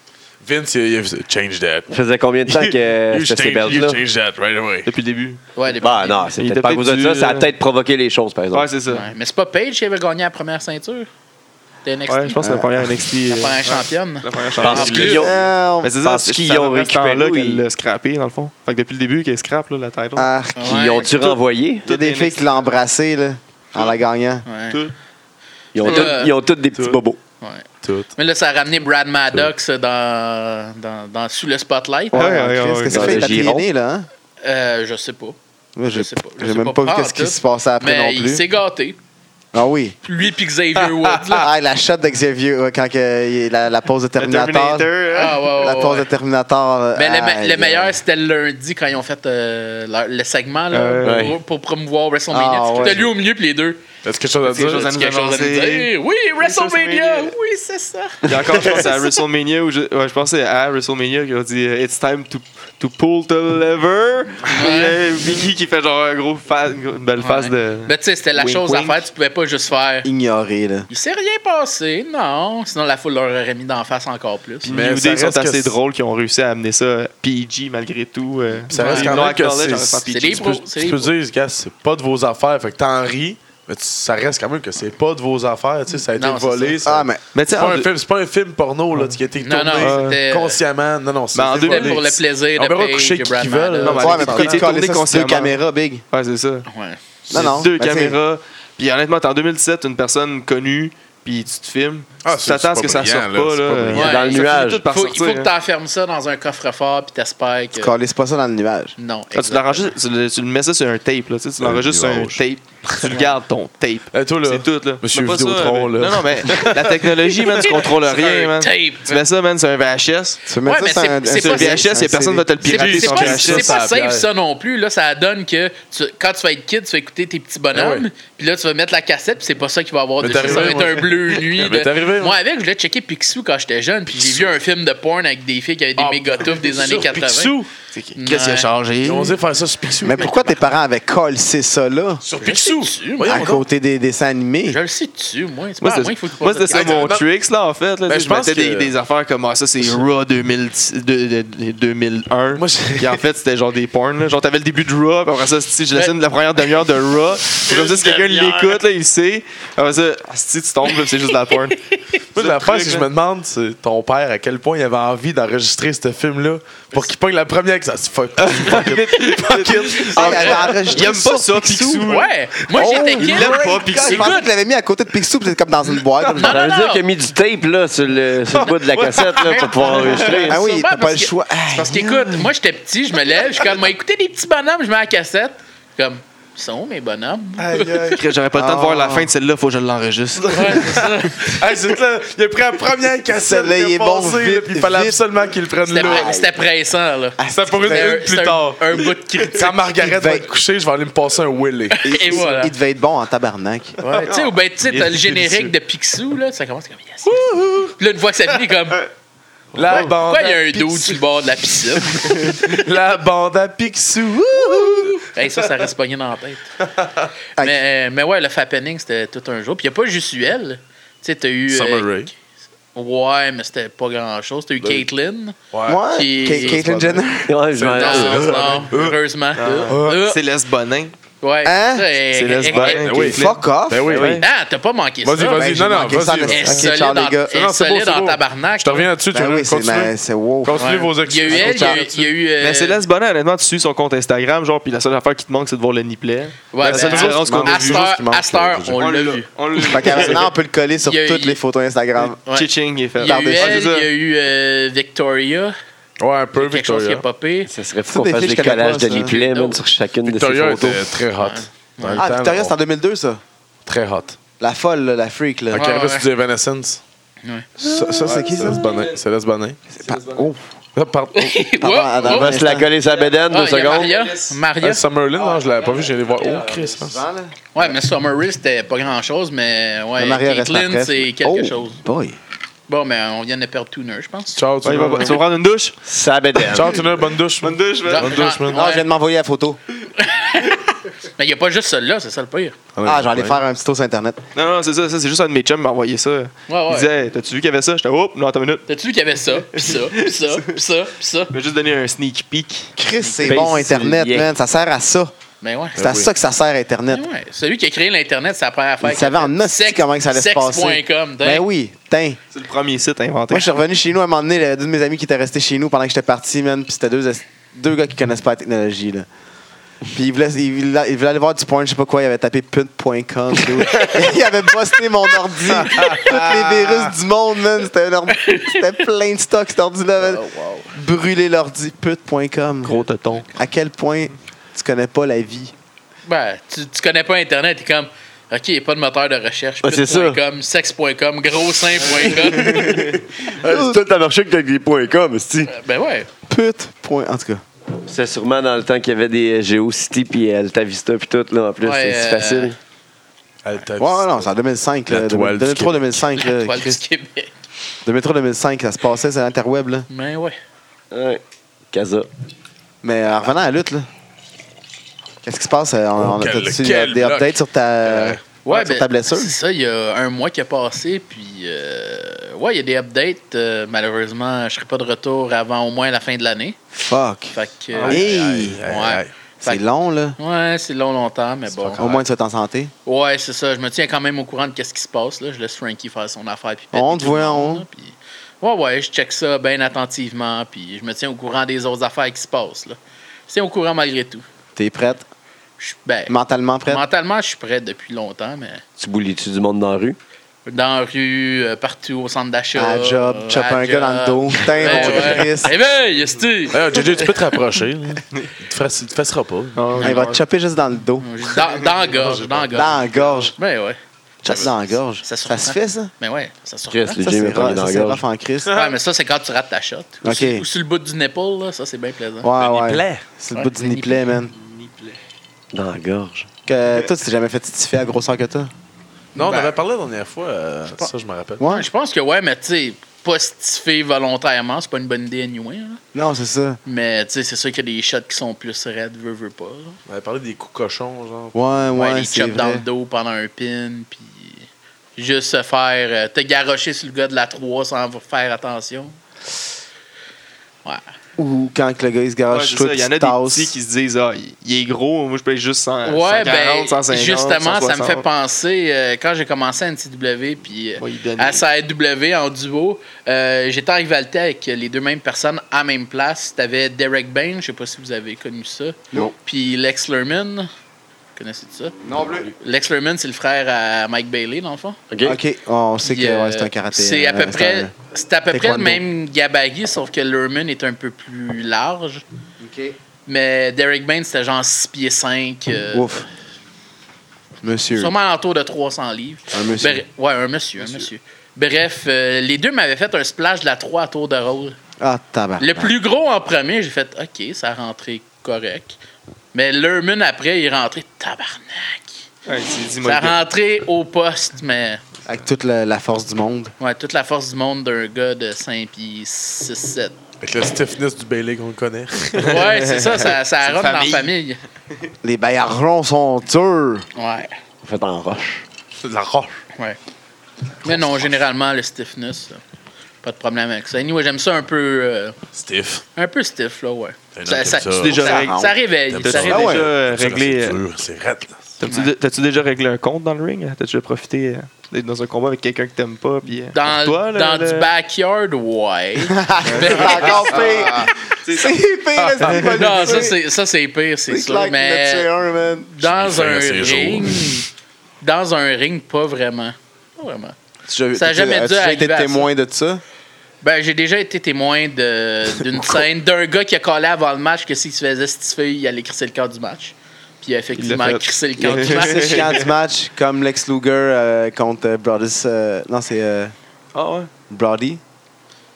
S5: Vince, il a, il a change that.
S2: Ça faisait combien de temps que euh,
S5: You
S2: c'était ces
S5: change- you
S2: belts-là?
S5: change that right away.
S3: Depuis le début.
S6: Ouais, les
S2: Bah non, c'est
S3: Il
S2: peut-être pas à
S3: était
S2: cause de
S3: dû,
S2: ça. Ça a
S3: euh,
S2: peut-être provoqué les choses, par exemple.
S3: Ouais, c'est ça.
S6: Ouais, Mais c'est pas Paige qui avait gagné la première ceinture? T'es NXT?
S3: Ouais, je pense que c'est la première NXT.
S6: La
S3: euh,
S6: première championne?
S3: La première
S2: Parce
S3: championne.
S2: qu'ils ont-
S4: Euh,
S3: Mais c'est ça,
S2: Parce
S3: c'est
S2: qu'ils
S3: ça,
S2: ont
S3: dans ce
S2: récupéré,
S3: temps-là
S2: oui.
S3: qu'elle l'a scrappé, dans le fond. Fait que depuis le début, qu'elle scrappe, là, la title.
S4: arc.
S6: Ouais.
S2: Ils ont-tu renvoyé?
S4: Il y a des
S3: Tout
S4: filles
S3: NXT.
S4: qui l'ont embrassé, là, en la gagnant.
S6: Ouais.
S3: Tout.
S2: Ils ont,
S6: Ouais.
S2: tous- ils ont tous des petits
S3: Ouais.
S2: bobos.
S6: Ouais.
S5: Tout.
S6: Mais là, ça a ramené Brad Maddox dans, dans, dans- sous le spotlight.
S4: Ouais,
S3: Ouais,
S4: ouais,
S3: ouais,
S4: Chris,
S3: ouais,
S4: Qu'est-ce que
S2: ouais.
S4: ça fait? Il
S2: Dans
S4: a
S2: le giron.
S4: traîné, là, hein?
S6: Euh, je sais pas.
S4: Moi,
S6: Je
S4: j'ai-
S6: sais pas. Je
S4: J'ai
S6: sais
S4: même
S6: pas
S4: pas qu'est-ce
S6: partout.
S4: qui se passait après
S6: Mais
S4: non
S6: il
S4: plus.
S6: s'est gâté.
S4: Ah oui.
S6: Lui puis Xavier Woods. là.
S4: Ah, la shot de Xavier, ouais, quand que, il- la, la pause de
S3: Le
S4: Terminator.
S3: Terminator, hein.
S6: Ah, ouais, ouais,
S4: La pause de
S6: ouais.
S4: Terminator. là.
S6: Mais le, me-
S4: Aïe,
S6: le
S4: aïe.
S6: meilleur, c'était le lundi quand ils ont fait euh, leur- le segment là,
S3: Euh,
S6: pour, pour promouvoir WrestleMania.
S4: Ah, ouais.
S6: T'as lui au milieu puis les deux.
S5: Est-ce quelque chose à
S3: Quelque
S5: dire?
S3: chose à
S6: As-tu quelque chose à nous
S3: annoncer.
S6: dire? Oui, WrestleMania!
S3: WrestleMania.
S6: Oui, c'est ça!
S3: Il y a encore, je pense, à WrestleMania, où je, ouais, je pense que c'est à WrestleMania qui a dit euh, It's time to, to pull the lever. Puis il y a Biggie qui fait genre un gros face, une gro- une belle face
S6: Ouais.
S3: de.
S6: Mais tu sais, c'était la
S3: Wink,
S6: chose
S3: wink.
S6: à faire. Tu pouvais pas juste faire.
S4: Ignoré, là.
S6: Il s'est rien passé, non. Sinon, la foule leur aurait mis d'en face encore plus.
S3: Puis New
S5: Mais Ben, ça
S3: Day sont
S5: reste que
S3: assez
S5: c'est-
S3: drôles qui ont réussi à amener ça PG malgré tout. euh.
S5: Ça reste
S3: Ils
S5: quand
S3: l'ont
S5: même que
S3: acknowledge en
S5: c'est-
S3: restant
S6: C'est
S3: PG.
S6: des
S5: Tu peux,
S6: pros. c'est
S5: tu
S6: des
S5: peux
S6: pros.
S5: dire, gars, c'est pas de vos affaires. Fait que t'en ris, mais tu- ça reste quand même que c'est pas de vos affaires. Tu sais, ça a été
S6: Non, c'est
S5: volé. ça-
S4: Ah, mais
S3: Mais tu sais,
S5: C'est
S3: en
S5: pas, un
S3: deux-
S5: film- c'est pas un film porno là, qui a été
S6: Non,
S5: tourné
S6: non, c'était-
S5: consciemment. Non, non, c'est
S3: Ben, en
S5: c'est
S3: deux-
S6: C'était
S5: volé.
S6: pour le plaisir
S5: On
S6: de
S5: verra
S6: Paige
S5: coucher
S6: et
S5: qui
S6: Brad
S5: qu'ils veulent,
S6: Maddox.
S3: Non, mais
S4: ouais, mais
S3: ça
S4: pourquoi
S3: a été
S4: tu collais
S3: tourné
S4: ça sur deux
S3: consciemment.
S4: caméras, Big?
S3: Ouais, c'est ça.
S6: Ouais.
S4: Non,
S3: C'est
S4: non,
S3: Deux
S4: ben,
S3: caméras. Puis honnêtement, t'es en 2017, une personne connue, puis tu te filmes.
S5: Ah,
S3: tu
S5: c'est-
S3: t'attends à ce
S5: c'est
S3: que
S5: pas
S3: ça
S5: brillant,
S3: sorte
S5: là,
S3: pas.
S5: c'est
S3: là.
S5: pas brillant.
S2: Ouais, dans le
S3: Ça finit
S2: nuage.
S3: tout par
S6: Faut- il
S3: sortir,
S6: faut que
S3: hein.
S6: t'enfermes ça dans un coffre-fort puis t'espères
S4: Tu
S6: que.
S4: collais pas ça dans le nuage.
S6: Non.
S3: Ah, tu, l'enregistres- tu le, tu le mets ça sur un tape, là, tu, sais, tu l'enregistres sur un
S5: nuage.
S3: tape, tu le gardes ton tape.
S5: Hey, Euh, toi, là,
S3: C'est tout, là.
S5: Monsieur
S3: Mais pas ça,
S5: Vidéotron,
S3: mais-
S5: là.
S3: Non, non, mais la technologie, man, tu contrôles
S6: Sur un
S3: rien, man.
S6: tape.
S3: Tu mets ça, man, sur un VHS.
S4: Tu mets
S6: Ouais,
S4: ça
S6: mais
S4: sur
S6: c'est-
S4: un-
S6: c'est
S3: Sur
S6: pas-
S3: le VHS,
S4: c'est-
S3: et personne
S4: c'est-
S3: va te le
S6: C'est
S3: pirater
S6: c'est
S3: sur
S6: pas,
S3: VHS.
S6: c'est pas
S5: ça,
S6: safe
S5: Pierre.
S6: ça non plus. Là, ça donne que tu- quand tu vas être kid, tu vas écouter tes petits bonhommes,
S5: Ah ouais.
S6: puis là, tu vas mettre la cassette, puis c'est pas ça qui va avoir
S5: Mais
S6: de
S5: t'es
S6: Ça va
S5: arrivé,
S6: être
S5: moi.
S6: un bleu nuit.
S5: Mais
S6: de-
S5: t'es arrivé,
S6: Moi,
S5: moi.
S6: avec, je voulais checker Picsou quand j'étais jeune, puis j'ai vu un film de porn avec des filles qui avaient des
S5: Ah,
S6: méga touffes des années 80.
S3: Qu'est-ce qui a
S6: Ouais.
S3: changé?
S5: Ils ont osé faire ça sur Picsou.
S4: Mais pourquoi tes parents avaient collé ça là?
S5: Sur Picsou.
S6: sais-tu,
S5: Voyons
S4: À
S5: donc.
S4: côté des dessins animés?
S6: Je le sais dessus, moi. C'est
S3: Moi,
S6: pas à
S3: c'est-
S6: Ah, moi, il faut que tu
S3: moi,
S6: poses
S3: c'était ça
S6: la
S5: question.
S3: mon
S5: Non.
S3: tricks, là, en fait. là.
S5: Ben,
S3: Tu sais,
S5: je
S3: je
S5: pense
S3: mettais des,
S5: que-
S3: des affaires comme ah, ça, c'est Raw 2010 de- de- de- 2001.
S5: Moi, j'ai-
S3: Puis en fait, c'était genre des porn. Là. Genre, t'avais le début de Raw, puis après ça, si je laissais la première demi-heure de Raw. Puis comme ça, si quelqu'un
S6: Ben, demi-heure.
S3: l'écoute, là, il sait. Après ça, si tu tombes, là, c'est juste de la porn.
S5: Moi,
S3: Ce
S5: l'affaire,
S3: truc,
S5: c'est que je
S3: là.
S5: me demande, c'est ton père, à quel point il avait envie d'enregistrer ce film-là pour qu'il pogne la première que ça se fuck. fuck it. Fuck it.
S4: Ah, il avait enregistré
S3: Il aime pas
S4: sur
S3: ça, Picsou.
S6: Ouais,
S5: Oh,
S6: moi, j'étais
S4: il
S6: kid.
S3: l'aime pas,
S4: God,
S3: Picsou.
S4: Je pensais que tu l'avais mis à côté de Picsou, puis c'est comme dans une boîte. comme ça.
S6: non,
S2: Ça veut
S6: non.
S2: dire qu'il a mis du tape là, sur, le, sur le bout de la cassette là, pour pouvoir enregistrer.
S4: Ah oui,
S6: Sûrement
S4: t'as pas
S6: parce
S4: le
S6: que-
S4: choix.
S6: C'est parce qu'écoute, moi j'étais petit, je me lève, je suis comme, écoutez des petits bonhommes, je mets la cassette. Comme, ils sont où mes bonhommes?
S3: Euh, J'aurais pas le temps de voir la fin de celle-là, faut que je l'enregistre.
S6: Ouais, c'est ça.
S5: Hey, c'est clair, il a pris la première cassette,
S4: Celle-là,
S5: il
S4: il est
S5: est
S4: bon,
S5: passé,
S4: vite,
S5: là, puis il fallait
S4: vite.
S5: absolument qu'il le prenne
S6: C'était
S5: là.
S6: pre- C'était pressant, là.
S5: C'était pour une
S6: C'était un-
S5: minute plus
S6: c'était un-
S5: tard.
S6: Un bout de critique.
S5: Quand Margaret
S4: Ben-
S5: va être couchée, je vais aller me passer un Willy.
S6: Et voilà.
S4: Il devait être bon en tabarnak.
S6: Ouais, tu sais, ou ben, tu sais,
S3: Il
S6: t'as
S3: est
S6: le générique
S3: délicieux.
S6: de Picsou, là, ça commence comme yes, yes. Puis là, une fois que ça finit, comme,
S5: La bande
S6: pourquoi il y a
S5: à
S6: un dos sur
S5: Picsou.
S6: le bord de la piscine?
S5: La bande à Picsou.
S6: hey, ça, ça reste pogné dans la tête. mais, mais ouais, le Fappening, c'était tout un jour. Puis il n'y a pas juste eu elle. Tu sais, t'as eu. euh,
S5: Summer Ben Rae.
S6: Ouais, mais c'était pas grand-chose. T'as eu Caitlyn.
S5: Ouais.
S4: Moi,
S6: Puis-
S4: Caitlyn Jenner.
S2: Ouais,
S5: Ah,
S2: je m'en-
S6: Non, non, heureusement. Euh,
S3: Céleste Bonin.
S6: Ouais,
S4: Hein?
S6: ça, elle-
S3: C'est
S6: elle-
S3: lesbien.
S6: elle-
S5: Ben oui.
S4: Fuck off.
S5: Ben oui.
S3: Ben
S6: Ah, t'as pas manqué
S5: Vas-y,
S6: ça.
S4: Ben,
S5: vas-y. non,
S4: j'ai
S5: non,
S4: manqué
S5: vas-y,
S4: ça,
S5: vas-y.
S6: Elle est
S4: mais- Ok,
S6: solide
S4: ciao,
S6: dans-
S4: les gars.
S6: elle est
S5: Non, c'est beau,
S6: solide
S5: c'est
S6: en
S5: beau.
S6: tabarnak.
S5: Je te reviens là-dessus, tu
S4: Ben
S5: veux
S4: oui, c'est
S5: continuer.
S4: ben, c'est wow.
S5: Continue
S6: Ouais.
S5: vos
S6: Il y a eu
S5: excuses.
S6: elle, il y a eu- il y a eu. euh,
S3: Mais Ben, Céleste Bonin, honnêtement, tu suis son compte Instagram, genre, puis la seule affaire qui te manque, c'est de voir le niplet.
S6: Ouais,
S3: la seule
S6: ben,
S3: différence qu'on a
S6: à
S3: vue.
S6: cette heure-
S4: qui manque,
S6: à cette heure,
S4: c'est
S6: on l'a vu.
S3: On l'a vu.
S4: Fait que maintenant, on peut le coller sur
S6: Il y a eu-
S4: toutes les photos Instagram.
S6: Ouais.
S3: Chiching est fait.
S6: Il y a eu
S4: Par-dessus.
S6: elle,
S3: Ouais, c'est ça.
S6: il y a eu euh, Victoria.
S5: Ouais, un peu
S6: quelque chose qui est
S5: Victoria.
S6: popé.
S2: Ça serait
S4: C'est
S2: fou qu'on
S4: des
S2: fasse
S4: filles
S2: des
S4: que je connais
S2: collages
S4: pas,
S2: de
S4: ça.
S2: replay, man, sur chacune
S5: Victoria
S2: de ces photos.
S5: était très hot. Dans le
S4: Ah,
S5: temps,
S4: Victoria,
S5: on-
S4: c'est en 2002, ça.
S5: Très hot.
S4: La folle, là, la freak, là.
S5: Quand
S6: Ouais,
S3: Ah
S5: elle
S6: ouais.
S5: reste du Evanescence.
S4: Ça, ça, c'est qui, ça?
S5: Céleste Bonin. Céleste Bonin.
S4: Oh,
S5: Là, par- oh,
S4: Pardon,
S6: Oups,
S4: Adam,
S2: On
S6: oups.
S2: va se la coller sa bédaine,
S6: Ah,
S2: deux
S6: il y a
S2: secondes.
S6: Maria. Maria.
S5: hey, Summerlin, non, je l'avais pas vu, j'ai allé voir. Oh, Chris. hein.
S4: souvent, là.
S6: Ouais, mais Summer Reef, c'était pas grand-chose, mais ouais,
S4: Mais Maria reste ma
S6: Ben, Caitlyn,
S4: presse.
S6: c'est quelque
S4: Oh,
S6: chose.
S4: boy.
S6: Bon, mais on vient de perdre Tuner, je pense.
S5: Ciao, tu
S3: Ouais, il va-
S5: vas-
S3: Tu vas prendre une douche?
S2: Sa bédaine.
S5: Ciao, Tuna, bonne douche.
S3: Bonne douche, man.
S6: Genre-
S5: Bonne douche,
S6: genre-
S5: man.
S4: Non,
S6: ouais.
S4: Ah, je viens de m'envoyer la photo.
S6: Mais il n'y a pas juste celle-là, c'est ça le pire.
S4: Ah, j'allais faire un petit tour sur Internet.
S3: Non, non, c'est ça, ça c'est juste un de mes chums qui m'a envoyé ça.
S6: ouais.
S3: Il disait, Hey, t'as-tu vu qu'il y avait ça? J'étais, oh, non, attends une minute.
S6: T'as-tu vu qu'il y avait ça, pis ça, pis ça, pis ça, pis ça?
S3: Il m'a juste donné un sneak peek.
S4: Chris, c'est
S5: Ben,
S2: Face
S4: bon, Internet,
S2: yeah.
S4: man. Ça sert à ça.
S6: Mais ouais.
S4: C'est à ça que ça sert, Internet.
S6: Mais ouais. Celui qui a créé l'Internet, c'est la première affaire.
S4: Il savait en hostie comment que ça allait se passer.
S6: Sex.com,
S4: Ben oui, tiens.
S3: C'est le premier site à inventer.
S4: Moi, je suis revenu chez nous un moment donné, il y avait deux de mes amis qui étaient restés chez nous pendant que j'étais parti, man. Puis c'était deux, es- deux gars qui connaissent pas la technologie, là. Puis ils voulaient, ils voulaient- ils voulaient aller voir du porn, je sais pas quoi, ils avaient tapé pute.com. ils avaient busté mon ordi. Tous les virus du monde, man. C'était un ordi- c'était plein de stock, cet ordi-là. man. Brûler l'ordi, pute.com.
S3: Gros tonton.
S4: À quel point tu connais pas la vie?
S6: Ben, tu, tu connais pas Internet, t'es comme. Ok, il n'y a pas de moteur de recherche.
S2: Ouais, c'est ça.
S6: pute.com, sex.com, grossin.com.
S2: Tout a marché avec des points com, cest
S6: ben ouais.
S4: Pute. point- En tout cas.
S2: C'est sûrement dans le temps qu'il y avait des GeoCity puis euh, Alta Vista puis tout, là, en plus,
S6: Ouais,
S2: c'est c'est
S6: euh,
S2: facile.
S5: Alta
S4: Ouais,
S5: Vista.
S4: ouais, non, c'est en 2005,
S5: La
S4: là.
S5: toile du
S4: 2003-2005, là.
S6: Toile du
S4: Christ.
S6: Québec.
S4: 2003-2005, ça se passait sur l'Interweb, là.
S6: Ben ouais.
S2: Ouais. Casa.
S4: Mais en revenant à la lutte, là. Qu'est-ce qui se passe? euh, On, on a
S5: quel-
S4: t'as-tu
S5: quel
S4: des
S5: bloc.
S4: updates sur ta,
S5: Euh,
S4: ouais, sur
S6: ben,
S4: ta blessure?
S6: C'est ça, il y a un mois qui a passé, puis euh, ouais, il y a des updates. euh, malheureusement, je serai pas de retour avant au moins la fin de l'année.
S4: Fuck.
S6: Fait que. euh,
S4: Hey!
S5: Aïe, aïe,
S6: ouais.
S5: aïe.
S4: C'est
S6: fait-
S4: long, là.
S6: Ouais, c'est long, longtemps, mais bon.
S4: Au moins, tu vas t'en santé.
S6: Ouais, c'est ça. Je me tiens quand même au courant de qu'est-ce qui se passe. Là. Je laisse Frankie faire son affaire. Puis
S4: On
S6: pète
S4: te
S6: tout le
S4: voit,
S6: monde,
S4: on.
S6: là, puis- Ouais, ouais, je check ça bien attentivement. Puis je me tiens au courant des autres affaires qui se passent. Là. Je tiens au courant malgré tout.
S4: T'es prête?
S6: Je suis- ben,
S4: Mentalement prête?
S6: mentalement, je suis prêt depuis longtemps, mais
S2: Tu boulis-tu du monde dans la rue?
S6: dans la rue, euh, partout, au centre d'achat.
S4: À job,
S6: euh,
S4: choper
S6: à
S4: un gars dans le dos. Putain,
S6: Ben
S4: mon
S6: ouais.
S4: Christ.
S6: Réveille, esti!
S4: Euh.
S5: Eh, JJ, tu peux te rapprocher. là. Il te fesse- il te fessera pas.
S4: Il va te choper juste dans le dos.
S6: Dans, dans la gorge, dans la gorge.
S4: Dans la gorge.
S6: Ben ouais,
S4: Chope dans la gorge.
S6: ça
S4: Ça,
S6: surprend.
S4: se fait, ça?
S6: ben ouais, ça sort.
S2: Chris, le
S4: Ça,
S2: gym
S4: c'est
S2: est pas
S4: rough,
S2: dans
S4: ça,
S2: la
S4: c'est
S2: gorge.
S4: rough en Christ.
S6: Ouais, mais ça, c'est quand tu rates ta shot. Ou,
S4: Ok.
S6: sur, ou sur le bout du nipple, là, ça, c'est bien plaisant.
S4: Ouais,
S5: Le
S4: ouais.
S5: nippelet.
S4: C'est le bout du nippelet, man.
S2: Dans la gorge.
S4: Que toi, tu t'es jamais fait titifier à grosseur que toi?
S5: Non, on
S6: Ben-
S5: avait parlé la dernière fois. euh, Ça, je me rappelle.
S4: Ouais?
S6: Ouais, je pense que ouais, mais tu sais, pas stiffer volontairement, c'est pas une bonne idée anyway. là.
S4: Non, c'est ça.
S6: Mais tu sais, c'est sûr qu'il y a des shots qui sont plus raides, veux, veux pas. là.
S5: On avait parlé des coups cochons, genre.
S4: Ouais,
S6: Ouais,
S4: ouais,
S6: les
S4: c'est
S6: chops dans le
S4: vrai.
S6: dos pendant un pin, puis juste se faire. euh, te garocher sur le gars de la 3 sans v- faire attention. Ouais.
S4: Ou quand que le gars, il se
S3: Ouais,
S4: garage
S3: c'est
S4: toi,
S3: ça. Il y en
S4: tu
S3: a des
S4: tasses.
S3: petits qui se disent Ah, il- il est gros, moi je paye juste
S4: Euh,
S3: 100,
S6: Ouais,
S3: 140,
S6: ben,
S3: 150.
S6: justement, ça me fait
S3: 160.
S6: penser, euh, quand j'ai commencé à NTW, puis euh,
S3: Va y donner.
S6: à SAEW en duo, euh, j'étais en rivalité avec les deux mêmes personnes à la même place. T'avais Derek Bain, je sais pas si vous avez connu ça.
S2: Non.
S6: Puis Lex Lerman, connaissez-vous ça?
S2: Non plus.
S6: Lex Lerman, c'est le frère à Mike Bailey, dans le fond.
S2: OK.
S4: Ok, on sait que
S6: Puis, euh,
S4: ouais, c'est un karaté.
S6: C'est à
S4: hein,
S6: peu près,
S4: un-
S6: c'est à peu près le
S4: taekwondo.
S6: même gabarit, sauf que Lerman est un peu plus large. Mais Derek Bain, c'était genre 6 pieds 5. euh,
S4: Ouf. Monsieur.
S6: Sûrement à l'entour de 300 livres.
S4: Un monsieur.
S6: Bre- ouais, un monsieur, un monsieur. Bref, euh, les deux m'avaient fait un splash de la 3 à tour de rôle.
S4: Ah, tabac.
S6: Le plus gros en premier, j'ai fait OK, ça a rentré correct. Mais Lerman, après, il est rentré tabarnak.
S3: Ouais, dis- dis-moi
S6: Ça
S3: le
S6: a rentré au poste, mais
S4: Avec toute la, la force du monde.
S6: ouais, toute la force du monde d'un gars de 5 pieds 6, 7.
S5: Avec le stiffness du Bailey qu'on connaît.
S6: Ouais, c'est ça, ça, ça rentre
S3: famille.
S6: dans la famille.
S4: Les baillarons sont durs.
S6: Ouais,
S2: Fait en roche.
S5: C'est de la roche.
S6: ouais. Mais non, généralement, le stiffness, là, pas de problème avec ça. Anyway, j'aime ça un peu. euh,
S5: Stiff.
S6: Un peu stiff, là, ouais.
S5: Hey, non,
S6: Ça,
S5: t'aimes
S6: ça,
S5: ça.
S6: Ben ça-
S3: Déjà
S6: ça-
S3: règle.
S6: ça réveille.
S5: T'aimes
S6: ça
S5: ça.
S6: réveille.
S3: Ah ouais,
S4: Ah ouais.
S3: déjà
S5: Ça, là,
S3: réglé.
S5: C'est
S3: euh,
S5: dur, c'est raide. là.
S3: T'as-tu dé- T'as-tu déjà réglé un compte dans le ring? hein? T'as-tu déjà profité euh, d'être dans un combat avec quelqu'un que t'aimes pas? Puis, euh,
S6: Dans,
S3: toi, là,
S6: dans
S3: le-
S6: du backyard, ouais. Ah.
S4: C'est encore pire.
S3: C'est-
S4: C'est pire, là, c'est pas
S6: non,
S4: le
S6: ça,
S4: tuer.
S6: c'est, ça, c'est pire, c'est
S4: C'est
S6: sûr.
S4: clair qu'il l'a tué
S6: Mais
S4: un, man.
S6: dans
S5: J'ai
S6: un
S5: fait assez
S6: ring, dans un ring, pas vraiment. Pas vraiment.
S4: Tu-
S6: Ça a
S4: tu-
S6: jamais
S4: as-tu
S6: dû
S4: déjà été
S6: arriver à
S4: témoin de ça?
S6: Ben, j'ai déjà été témoin de- d'une scène d'un gars qui a collé avant le match que s'il se faisait stiffé, il allait crisser le camp du match. Puis il a effectivement
S3: Il l'a fait.
S6: crissé le camp du
S3: Il a
S4: C'est
S6: match.
S3: fait.
S4: chiant du match, comme Lex Luger euh, contre euh, Broadus. euh, non, c'est euh,
S3: Ah ouais.
S4: Brody.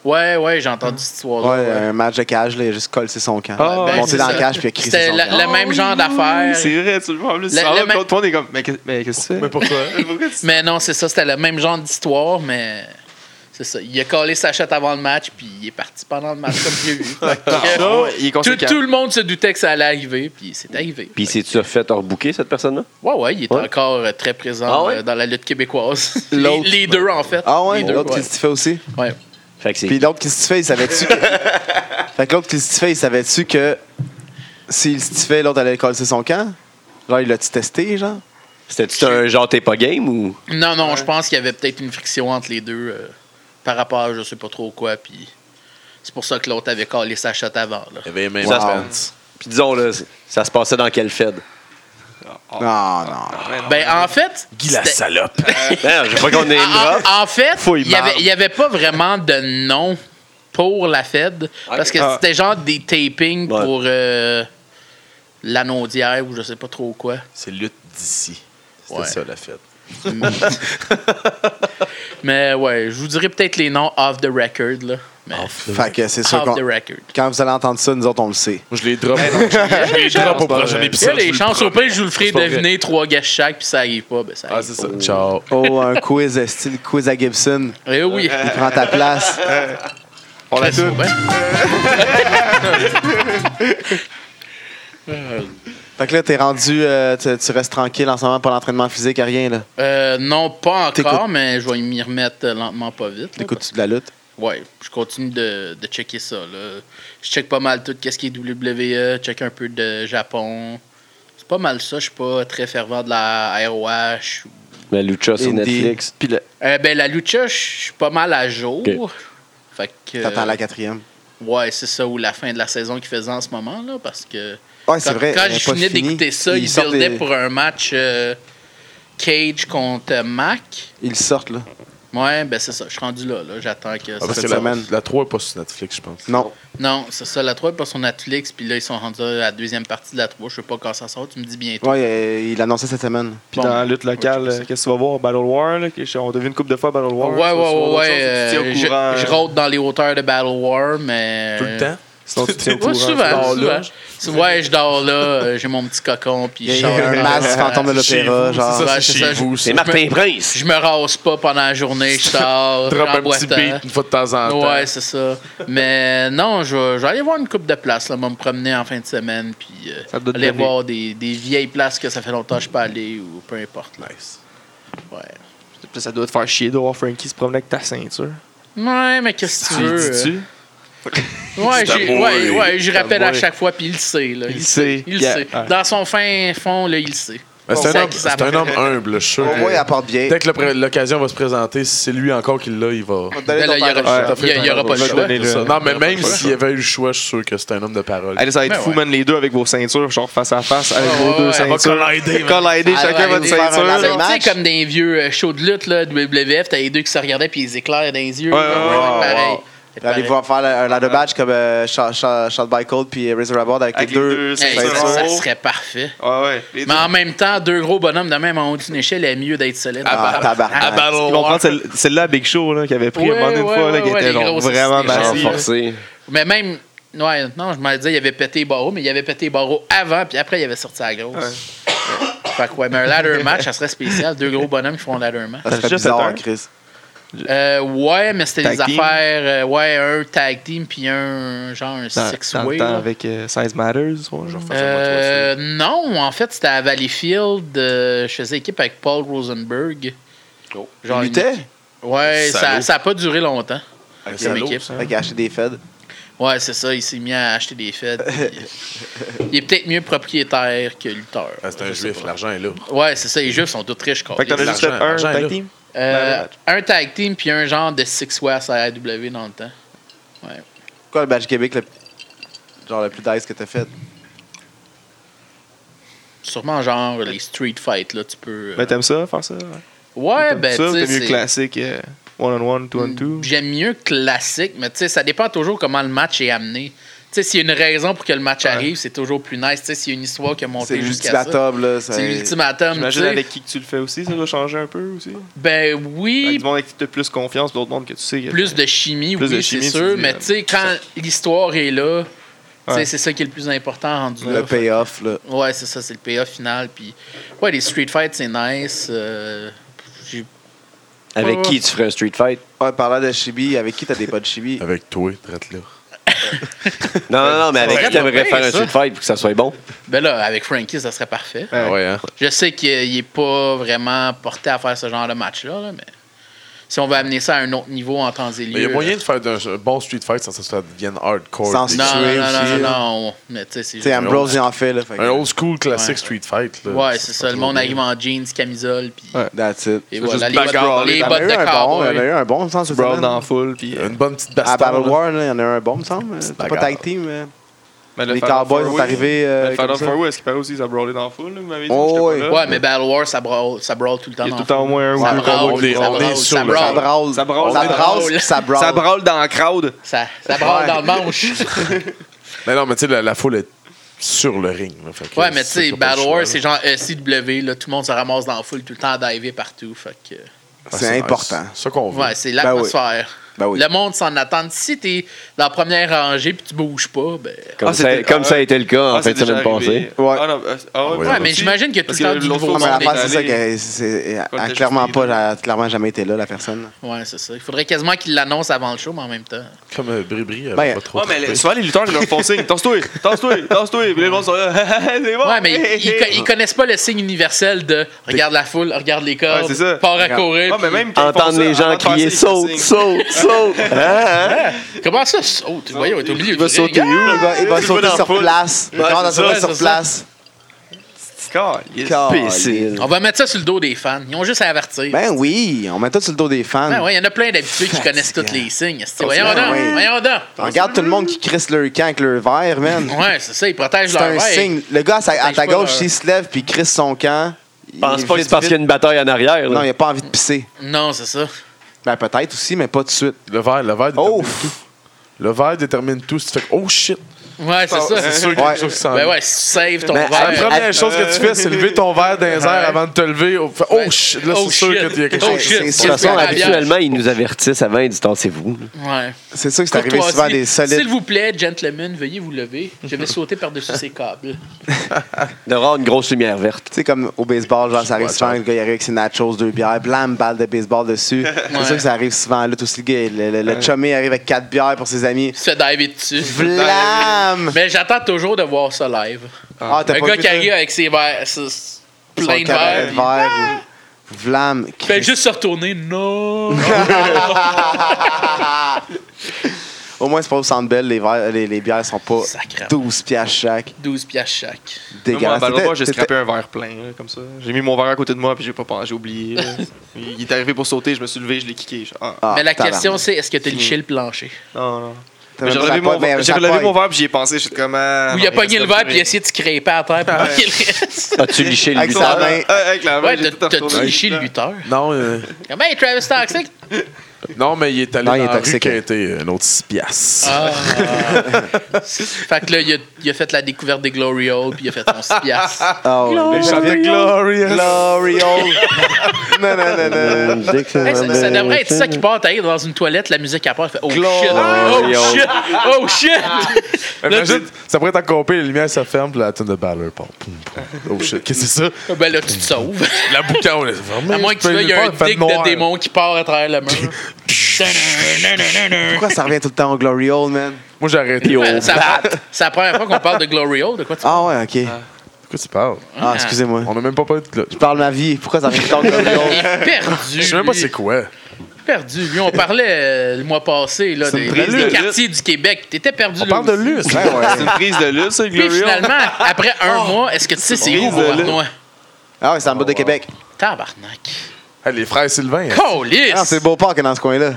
S6: Ouais, ouais, j'ai entendu cette
S4: Ouais,
S6: histoire-là. ouais.
S4: un match de cage, là, il a juste collé sur son camp.
S3: Ah,
S4: Il est
S3: ouais.
S4: monté
S6: c'est
S4: dans
S6: ça.
S4: le cage puis il a crissé
S6: C'était
S4: son
S6: la-
S4: camp.
S6: le même genre d'affaire.
S3: C'est vrai, tu le vois en plus.
S6: Le-
S3: Tu t'en
S6: le
S3: vas,
S6: ma-
S3: puis l'autre monde est comme, mais qu'est- mais qu'est-ce que
S5: Mais
S3: tu fais?
S5: pourquoi?
S3: Pourquoi tu-
S6: Mais non, c'est ça, c'était le même genre d'histoire, mais c'est ça. Il a collé sa chatte avant le match, puis il est parti pendant le match, comme j'ai vu. Fait que, euh,
S3: Ah ouais, il est
S6: tout,
S3: conséquent.
S6: tout le monde se doutait que ça allait arriver, puis c'est arrivé.
S2: Puis c'est-tu fait rebooker, cette personne-là?
S6: Ouais, ouais, il est
S2: Ouais.
S6: encore euh, très présent
S2: Ah ouais?
S6: euh, dans la lutte québécoise. les,
S4: L'autre-
S6: les deux, en fait.
S4: Ah ouais,
S6: les deux,
S4: l'autre
S6: ouais.
S4: qui se fait aussi.
S6: Ouais.
S2: Fait que c'est.
S4: Puis l'autre qui se fait, il savait-tu. que- fait que l'autre qui se fait, il savait-tu que s'il se fait, l'autre allait coller sur son camp? Genre, il l'a-tu testé, genre?
S2: C'était-tu un genre t'es pas game ou.
S6: Non, non, je pense qu'il y avait peut-être une friction entre les deux euh, par rapport à je sais pas trop quoi, puis c'est pour ça que l'autre avait collé sa chatte avant. Là.
S5: Il y avait les mêmes
S4: Wow.
S5: fans.
S2: Puis disons, là, ça se passait dans quel Fed?
S3: Ah.
S4: Non, non.
S6: Ben, en fait.
S5: Guy la
S6: c'était-
S5: salope.
S2: Ben, je veux pas qu'on ait une
S6: En-
S2: robe.
S6: En, en fait,
S3: Fouille
S6: il n'y avait,
S3: marde.
S6: il y avait pas vraiment de nom pour la Fed. Parce que
S3: Ah.
S6: c'était genre des tapings
S2: Ouais.
S6: pour euh, l'anneau d'hier ou je sais pas trop quoi.
S5: C'est lutte d'ici. C'était
S6: Ouais.
S5: ça la fête.
S6: Mais ouais, je vous dirai peut-être les noms off the record. Là. Mais
S4: Fait que c'est sûr
S6: off
S4: qu'on.
S6: the record.
S4: Quand vous allez entendre ça, nous autres, on le sait.
S5: Moi, je les drop.
S6: Il y a les
S5: drop
S6: chances.
S5: au prochain
S6: Il y a
S5: épisode.
S6: les
S5: je
S6: chances. Au pire, je vous le ferai
S5: C'est pas vrai.
S6: deviner trois gars chaque, puis ça arrive pas. Ben, ça
S5: Ah,
S6: arrive.
S5: c'est ça. Ciao.
S4: Oh, un quiz, euh, style quiz à Gibson.
S6: Eh oui.
S5: Euh,
S4: Il prend ta place.
S3: On l'a
S6: Très
S3: tout.
S6: souvent.
S4: Fait que là, t'es rendu. euh, tu, tu restes tranquille en ce moment, pas l'entraînement physique, rien, là.
S6: Euh, non, pas encore,
S4: T'écoutes.
S6: mais je vais m'y remettre euh, lentement, pas vite. là,
S4: T'écoutes-tu de la lutte?
S6: Ouais, je continue de, de checker ça. Là. Je check pas mal tout qu'est-ce qui est WWE, check un peu de Japon. C'est pas mal ça, je suis pas très fervent de la ROH.
S2: Mais Lucha sur
S4: Indie.
S2: Netflix.
S3: Puis le-
S6: Euh, ben la lucha, je suis pas mal à jour.
S2: Ok.
S6: Fait que
S4: T'attends la quatrième.
S6: Ouais, c'est ça ou la fin de la saison qu'ils faisaient en ce moment là parce que
S4: Ouais, c'est
S6: quand,
S4: vrai.
S6: quand
S4: elle
S6: je
S4: est pas
S6: finis
S4: finie.
S6: d'écouter ça, ils,
S4: sortent
S6: buildaient
S4: des-
S6: pour un match euh, Cage contre Mac.
S4: Ils sortent, là.
S6: Ouais, ben c'est ça, je suis rendu là, là. j'attends que
S5: Ah, parce
S6: ça
S5: que
S4: Cette
S5: la,
S4: semaine.
S5: la 3 est pas sur Netflix, je pense.
S4: Non.
S6: Non, c'est ça, la 3 est pas sur Netflix, puis là, ils sont rendus à la deuxième partie de la 3. Je sais pas quand ça sort, tu me dis bientôt.
S4: Ouais, euh, il l'annonçait cette semaine.
S3: Puis
S6: Bon.
S3: dans la lutte locale,
S6: Ouais, je sais
S3: euh, qu'est-ce que tu vas voir? Battle War, là, que je- on a vu une couple de fois Battle War.
S6: Ouais, ouais,
S3: Ça, c'est
S6: ouais,
S3: autre
S6: ouais.
S3: chose,
S6: euh,
S3: tu te tiens au
S6: je,
S3: courant,
S6: je rôde dans les hauteurs de Battle War, mais.
S5: Tout le temps.
S3: Sinon, tu te tiens au
S6: Ouais,
S3: courant.
S6: souvent,
S5: dors
S6: souvent.
S5: là.
S6: Sou- Ouais, je dors là, euh, j'ai mon petit cocon, puis
S4: Il
S6: je
S4: y a
S6: sors.
S4: un
S6: euh,
S4: masque
S6: euh,
S4: fantôme de l'opéra,
S5: C'est ça,
S4: genre.
S6: Ouais,
S5: c'est
S6: c'est
S5: chez
S6: ça, je-
S5: vous.
S2: C'est
S5: ça.
S2: Martin Prince.
S6: Je me rase pas pendant la journée, je sors.
S5: Drop un
S6: en
S5: petit
S6: boitant.
S5: beat une fois de temps
S3: Ah,
S5: en temps.
S6: hein. Ouais, c'est ça. Mais non, je vais, je vais aller voir une coupe de places. Là, je vais me promener en fin de semaine. Puis euh,
S3: Ça doit te
S6: aller
S3: donner.
S6: voir des, des vieilles places que ça fait longtemps que je suis pas allé ou peu importe. là.
S5: Nice.
S6: Ouais.
S3: Ça doit te faire chier de voir Frankie se promener avec ta ceinture.
S6: Ouais, mais qu'est-ce que tu
S3: Tu
S6: veux?
S3: lui
S6: euh,
S3: dis-tu?
S5: C'est
S6: Ouais, j'ai-
S5: à moi,
S6: ouais,
S5: lui.
S6: ouais, je
S5: C'est à
S6: rappelle
S5: moi.
S6: à chaque fois, puis il le sait. Là.
S3: Il sait.
S6: Il le
S3: Yeah.
S6: sait.
S3: Ouais.
S6: Dans son fin fond, là, il le sait.
S5: Ben,
S6: On
S5: c'est
S6: sait
S5: un,
S6: à
S5: homme-
S6: qui ça
S5: c'est un
S6: va.
S5: homme humble, je suis sûr.
S4: Au
S5: que-
S4: moins, il apporte bien.
S5: Dès que le- l'occasion va se présenter, si c'est lui encore qui l'a, il va.
S4: On va te donner
S6: Ben là,
S4: ton
S6: Il n'y
S4: parole.
S6: aura,
S3: Ouais,
S6: il y a- il y aura pas le
S3: Je vais
S6: choix.
S3: donner
S5: C'est ça.
S3: le-
S5: Non, mais
S6: Il y aura
S5: même
S6: pas le
S5: s'il y avait eu le choix, je suis sûr que c'est un homme de parole.
S3: Allez, ça va être
S6: Ben
S3: fou,
S6: ouais.
S3: man, les deux avec vos ceintures, genre face à face, avec
S6: Ouais,
S3: vos
S6: ouais,
S3: deux
S6: ouais.
S3: ceintures.
S5: collider, man.
S3: Collider,
S4: Ah,
S3: chacun
S4: ouais,
S3: votre
S4: aller faire un
S6: Tu sais,
S3: ceinture.
S4: laser. match.
S6: tu sais, comme des vieux euh, shows de lutte, là, WWF, t'as les deux qui se regardaient puis ils éclairent dans les yeux.
S3: Ouais,
S6: là.
S3: ouais,
S6: Ouais,
S3: ouais,
S6: pareil.
S3: ouais.
S6: C'est
S4: Allez
S6: pareil.
S4: voir faire le- un ladder badge comme euh, Sha- Sha- Shot by Cold puis Razor Abord avec,
S3: Avec
S4: les deux.
S3: les deux
S6: Hey,
S4: ceintures.
S6: ça, ça
S3: ceintures.
S6: serait parfait.
S3: Ouais, ouais. Les deux.
S6: Mais en même temps, deux gros bonhommes de même en haut d'une échelle, est mieux d'être bah, solide.
S4: Ah, tabarnak.
S5: À Battle
S3: Ils vont prendre celle- celle-là à Big Show là, qui avait pris
S6: Ouais,
S3: un moment une
S6: ouais,
S3: fois, là,
S6: ouais,
S3: qui
S6: ouais,
S3: était
S6: les
S3: genre
S6: grosses
S3: vraiment
S6: assises,
S2: Genre
S6: ouais.
S3: massif.
S2: forcé.
S6: Mais même, ouais, non, je m'allais dire, il avait pété les barreaux, mais il avait pété les barreaux avant, puis après, il avait sorti la grosse. Ouais. Fait que ouais, mais un ladder match, ça serait spécial. Deux gros bonhommes qui font un ladder match.
S4: Ça serait
S3: Juste
S4: bizarre,
S3: un.
S4: hein, Chris.
S6: Euh, ouais, mais c'était
S3: Tag
S6: des
S3: team.
S6: affaires. euh, ouais, un tag team, puis un genre un
S3: Dans, dans le
S6: six-way.
S3: temps
S6: là.
S3: avec euh, Size Matters. ouais, genre.
S6: Euh, non, en fait, c'était à Valleyfield. euh, je faisais équipe avec Paul Rosenberg.
S4: Il
S6: une-
S4: luttait?
S6: Ouais, ça
S5: Salaud.
S6: n'a pas duré longtemps.
S5: Ah,
S6: Comme
S5: c'est lourd,
S6: équipe.
S5: ça.
S4: Fait qu'il a acheté des feds.
S6: Ouais, c'est ça, il s'est mis à acheter des fêtes. puis- il est peut-être mieux propriétaire que lutteur.
S5: Ah, C'est
S6: Je
S5: un
S6: sais
S5: juif,
S6: pas.
S5: l'argent est là.
S6: Ouais, c'est ça, les juifs sont tous riches.
S3: Ah. Fait que t'en as
S6: câlisse.
S3: juste fait
S5: l'argent,
S3: un
S5: l'argent est là.
S3: tag team.
S6: Euh,
S3: Ben,
S6: un tag team puis un genre de six-way à la AEW dans le temps.
S4: Quoi, le badge Québec, le... genre le plus dice que t'as fait?
S6: Sûrement genre les street fights, là, tu peux... euh,
S3: Ben, t'aimes ça, faire ça? Ouais,
S6: ouais,
S3: T'aimes
S6: ben,
S3: ça,
S6: tu
S3: ou t'aimes
S6: sais,
S3: mieux le
S6: c'est- Mm.
S3: classique. euh, one-on-one, two-on-two.
S6: J'aime mieux classique, mais tu sais, ça dépend toujours comment le match est amené. Tu sais, s'il y a une raison pour que le match arrive, c'est toujours plus nice. Tu sais, s'il y a une histoire qui a
S4: C'est
S6: monté jusqu'à ça.
S4: l'ultimatum, là. ça-
S6: C'est l'ultimatum. tu
S3: euh, J'imagine
S6: sais.
S3: avec qui que tu le fais aussi, ça doit changer un peu aussi.
S6: Ben
S3: Avec
S6: oui,
S3: du monde avec qui tu as plus confiance, puis d'autres mondes que tu sais. que-
S6: plus de chimie,
S3: Plus de
S6: oui, c'est
S3: chimie, tu
S6: sûr.
S3: dis,
S6: mais
S3: euh,
S6: tu sais, quand l'histoire est là, tu sais,
S3: Ouais.
S6: c'est ça qui est le plus important rendu là.
S4: Le payoff, là.
S6: Ouais, c'est ça, c'est le payoff final. Puis, ouais, les Street Fights, c'est nice. euh, j'ai-
S3: Oh.
S2: Avec qui tu ferais un street fight?
S4: Ouais, parlant de chibi, avec qui t'as des pas de chibi?
S5: Avec toi, traite là.
S2: Non, non, non, mais avec qui
S6: Ouais,
S2: t'aimerais
S6: ouais,
S2: faire un
S6: ça.
S2: street fight pour que ça soit bon?
S6: Ben là, avec Frankie, ça serait parfait.
S3: Ouais.
S5: ouais, hein?
S6: Je sais qu'il n'est pas vraiment porté à faire ce genre de match-là, là, mais si on veut amener ça à un autre niveau en temps et lieu.
S5: Mais il y a moyen
S6: là.
S5: de faire d'un un bon street fight sans que ça devienne hardcore.
S4: Sans de
S5: Des-
S6: Non, non,
S4: tuer
S6: non, non,
S4: aussi,
S6: non,
S4: là.
S6: non, Mais tu sais, c'est
S4: Tu sais, Ambrose, il en fait, là. Fait
S5: Un
S4: que,
S5: old school classique
S6: Ouais.
S5: street fight. Là.
S6: Ouais, c'est ça. Le monde arrive
S5: arrive
S6: en jeans, camisole, puis.
S3: Ouais.
S4: that's it.
S6: Et
S3: C'est
S6: voilà,
S3: juste
S6: les bottes,
S3: background,
S6: les
S3: les
S4: Il y en
S6: bottes
S4: a eu
S6: de
S4: un bon, il y en a
S6: cowboy.
S4: eu un bon, me semble, cette
S3: Brawl
S4: semaine.
S3: dans la foule, puis. euh,
S5: Une bonne petite
S4: À
S5: baston.
S4: Battle
S5: là.
S4: War, là, il y en a eu un bon, me semble.
S5: C'est
S4: Pas
S5: pas grave.
S4: tag team, euh. mais...
S3: Ben, le
S4: Les
S3: Fatal
S4: Cowboys
S3: Four
S4: sont
S3: Way.
S4: arrivés, euh,
S3: Ben, Le Fatal
S4: comme ça.
S3: Four Way, est-ce qu'il paraît aussi, ça a brawlé dans la foule, là, vous m'avez dit?
S4: Oh,
S3: j'étais pas
S4: ouais.
S3: là.
S6: Ouais, mais Battle War, ça brawl, ça brawl tout le temps.
S3: Il y a tout le
S6: dans le
S3: temps au
S6: fond.
S3: moins un ou
S6: Ça
S3: deux
S5: brawl,
S3: combos qui
S6: brawl, ça
S5: on est
S6: brawl,
S5: sur
S6: ça
S4: Ça
S5: le-
S6: brawl.
S4: brawl.
S3: Ça brawl.
S4: Ça brawl.
S6: Ça brawl.
S4: Ça brawl.
S3: Ça brawl dans la crowd.
S6: Ça, ça brawl
S4: Ouais.
S6: dans le manche.
S5: Mais non, mais tu sais, la, la foule est sur le ring. là, fait que
S6: Ouais, mais tu
S5: c'est
S6: sais,
S5: pas le
S6: Battle
S5: choix, là.
S6: War, c'est genre SCW, là, tout le monde se ramasse dans la foule tout le temps à diver partout. Fait que,
S5: Ah,
S4: C'est
S5: nice.
S4: important.
S5: C'est ça qu'on veut.
S6: ouais, c'est l'atmosphère.
S4: Ben oui.
S6: Le monde s'en attend. Si t'es dans la première rangée puis tu bouges pas, ben.
S2: Comme,
S3: Ah,
S2: ça,
S3: c'était-
S2: comme ça a été le cas Ah, en
S3: c'est
S2: fin de semaine
S3: Ah, déjà arrivé.
S2: passée.
S4: Ouais.
S3: Ah, non, euh, ah,
S5: Ouais,
S6: Ouais,
S5: ouais,
S6: mais
S5: aussi.
S6: j'imagine qu'il y a tout
S3: Parce
S6: le temps
S3: que
S6: du
S3: l'autre
S6: nouveau
S4: Ah,
S3: fois,
S4: mais
S6: monde.
S3: on
S6: est
S3: est
S4: la face, c'est ça
S3: allé-
S4: qu'elle c'est- elle
S3: Quand
S4: a
S3: t'as
S4: clairement
S3: juste
S4: pas,
S3: les deux.
S4: elle a clairement jamais été là, la personne.
S6: Ouais, c'est ça. Il faudrait quasiment qu'il l'annonce avant le show, mais en même temps.
S5: Comme euh, Bribri, elle
S4: Ben,
S5: va pas trop.
S3: Ouais, mais
S5: triper.
S3: les- souvent les lutteurs, ils leur font signe. Tasse-toi, tasse-toi, tasse-toi. Puis les gens sont là. c'est bon.
S6: Ouais, mais
S3: hé,
S6: ils,
S3: hé,
S6: ils co-
S3: hé.
S6: ils connaissent pas le signe universel de regarde la foule, regarde les cordes,
S3: Ouais, c'est ça.
S6: pars à
S4: Regarde.
S6: courir.
S3: Ouais, mais même quand ils font
S2: Entendre
S3: ça,
S2: les gens
S3: avant de faire
S2: crier «
S3: signe,
S2: saute,
S3: ils font signe.
S2: saute, saute Hein, hein?
S6: puis- Comment ça saute? Voyons, on est au milieu du ring.
S4: Il va, il va
S3: Tu vas
S4: sauter
S3: dans
S4: sur
S3: le foot.
S4: place. Il
S3: Ouais,
S4: commence à
S3: c'est
S4: sauter
S6: ça,
S4: sur
S6: c'est
S4: place.
S3: Calisse.
S2: Imbécile.
S6: On va mettre ça sur le dos des fans. Ils ont juste à avertir.
S4: Ben oui, on met tout sur le dos des fans.
S6: Ben ouais, il y en a plein d'habitués qui
S4: Fatigant.
S6: connaissent tous les signes. esti. Voyons
S4: Ben
S6: donc,
S4: oui.
S6: voyons donc.
S4: Regarde tout le monde qui crisse leur camp avec leur verre, man.
S6: Ouais, c'est ça, ils protègent
S4: C'est
S6: leur
S4: un
S6: verre.
S4: signe. Le gars à sa- à
S6: Protège
S4: ta
S6: pas
S4: gauche,
S6: leur-
S4: s'il se lève puis il crisse son camp,
S2: Je pense
S4: il-
S2: pas que
S4: vite,
S2: c'est parce qu'il y a
S4: vite-
S2: une bataille en arrière.
S4: Hein? Non,
S2: là.
S4: il a pas envie de pisser.
S6: Non, c'est ça.
S4: Ben peut-être aussi, mais pas tout de suite.
S5: Le verre, le verre détermine
S4: Oh!
S5: tout. Le verre détermine tout. Si tu fais que, oh shit,
S6: Ouais, c'est ça.
S5: c'est sûr qu'il y a quelque chose qui s'en
S6: Ben
S5: vient.
S6: ouais, si tu saves ton
S4: Ben,
S5: La
S6: verre.
S5: première chose que tu fais, c'est lever ton verre dans les airs avant de te lever. Oh, fait, oh
S6: Ouais.
S5: shit, là, c'est
S6: Oh,
S5: sûr
S6: shit.
S5: qu'il y a quelque
S6: Oh,
S5: chose.
S6: shit.
S4: C'est-
S2: De toute façon,
S6: Ouais, la bière.
S2: habituellement, ils nous avertissent avant, ils disent « c'est vous.
S6: Ouais.
S4: C'est sûr que c'est arrivé
S6: Courtoisie.
S4: souvent des
S6: S'il
S4: solides.
S6: vous plaît, gentlemen, veuillez vous lever. Je vais sauter par-dessus ces câbles. »
S2: De rare, une grosse lumière verte.
S4: Tu sais, comme au baseball, genre, ça arrive
S5: Ouais,
S4: souvent,
S5: ça-
S4: le gars il arrive avec ses nachos, deux bières, blam, balle de baseball dessus. C'est sûr que ça arrive souvent, là, tout aussi, le gars, le, le- le chummy arrive avec quatre bières pour ses amis.
S6: Tu te fais diver dessus.
S4: Blam!
S6: Mais j'attends toujours de voir ça live.
S4: Ah,
S6: Un gars
S4: vu,
S6: qui
S4: toi?
S6: arrive avec ses verres, ses-
S4: Son
S6: plein de
S4: cabaret
S6: verres.
S4: de
S6: puis-
S4: verre, ou- Vlam.
S6: Fait Ben, juste se retourner, non!
S4: Au moins, c'est pas au centre belle, les, verres- les, les bières sont pas
S6: Sacrément.
S4: 12 piastres chaque.
S6: 12 piastres chaque.
S3: Moi, à
S4: Dégueulasse.
S3: Balroba, j'ai
S4: T'étais-
S3: scrapé un verre plein, là, comme ça. J'ai mis mon verre à côté de moi, puis j'ai pas pensé, j'ai oublié. là. Il est arrivé pour sauter, je me suis levé, je l'ai kické. Je- Ah,
S4: Ah,
S6: Mais la
S4: tabarnak.
S6: question, c'est est-ce que t'as liché le plancher?
S3: non, non.
S4: T'as
S3: Mais
S4: même
S3: J'ai
S4: pas
S3: relevé
S4: la
S3: mon
S4: poigne, mais
S3: verre, j'ai
S4: la
S3: relevé
S4: poigne.
S3: mon verre, puis j'y ai pensé, je suis comme. ah,
S6: Ou il a
S3: non,
S6: pogné
S3: reste
S6: le verre
S3: comme
S6: puis il a essayé de se crêper à terre pour
S3: Ah.
S6: pas qu'il reste?
S2: As-tu liché le
S4: Avec
S3: Son-
S4: sa
S2: lutteur?
S4: main.
S3: Ah, Avec la main,
S6: Ouais,
S3: j'ai tout
S6: t'as- t'as-tu
S3: retourné.
S6: liché le lutteur?
S5: Non, euh,
S6: Comment est Travis Toxic?
S5: non, mais il est allé
S4: Non, il
S5: dans
S4: est
S5: la rue
S4: toxique.
S5: quinter, un euh, autre 6 piastres.
S6: Ah. fait que là, il a, il a fait la découverte des Glory Hole puis il a fait son 6 piastres.
S4: Oh,
S5: Il chantait Glorious.
S4: Glory hole. Non, non, non, non. non.
S6: Hey, ça, ça devrait être ça qui part, t'arrives dans une toilette, la musique à part, elle fait Oh shit!
S4: Glory
S6: Oh shit! Oh shit!
S5: Imagine, ça pourrait être accompagné, les lumières se ferment, puis la tune de Baller part. Poum, poum. Oh shit, qu'est-ce que c'est ça?
S6: ben là, tu te sauves.
S5: La boucan, on est vraiment.
S6: À moins que tu veuilles, il y a un dick de démon qui part à travers le mur.
S4: Pourquoi ça revient tout le temps au Glory hole, man?
S5: Moi, j'ai arrêté.
S2: Yo.
S5: Pourquoi
S6: C'est la- c'est la première fois qu'on parle de Glory Hole. De quoi tu
S4: Ah ouais, ok.
S5: tu parles?
S4: Ah, excusez-moi.
S5: On a même pas pas de là.
S4: Je parle ma vie. Pourquoi ça revient tout le temps au Glory hole?
S6: Il est perdu.
S5: Je sais même pas
S6: lui.
S5: c'est quoi.
S6: perdu. Lui, on parlait euh, le mois passé là,
S5: C'est
S6: des,
S5: une prise
S6: des
S3: de
S6: quartiers du Québec. T'étais perdu.
S5: On
S6: là
S5: parle de
S6: aussi.
S5: lustre.
S4: Ben ouais.
S3: C'est une prise de lutte, ça,
S6: Puis
S3: Gloria.
S6: finalement, après un mois, est-ce que tu sais c'est où
S3: Prise de lutte.
S6: Beauharnois?
S4: Ah ouais, c'est en bas de Québec.
S6: Tabarnak.
S5: Hey, les frères Sylvain. hein.
S6: Colis!
S4: Ah, c'est Beauport qui est dans ce coin-là.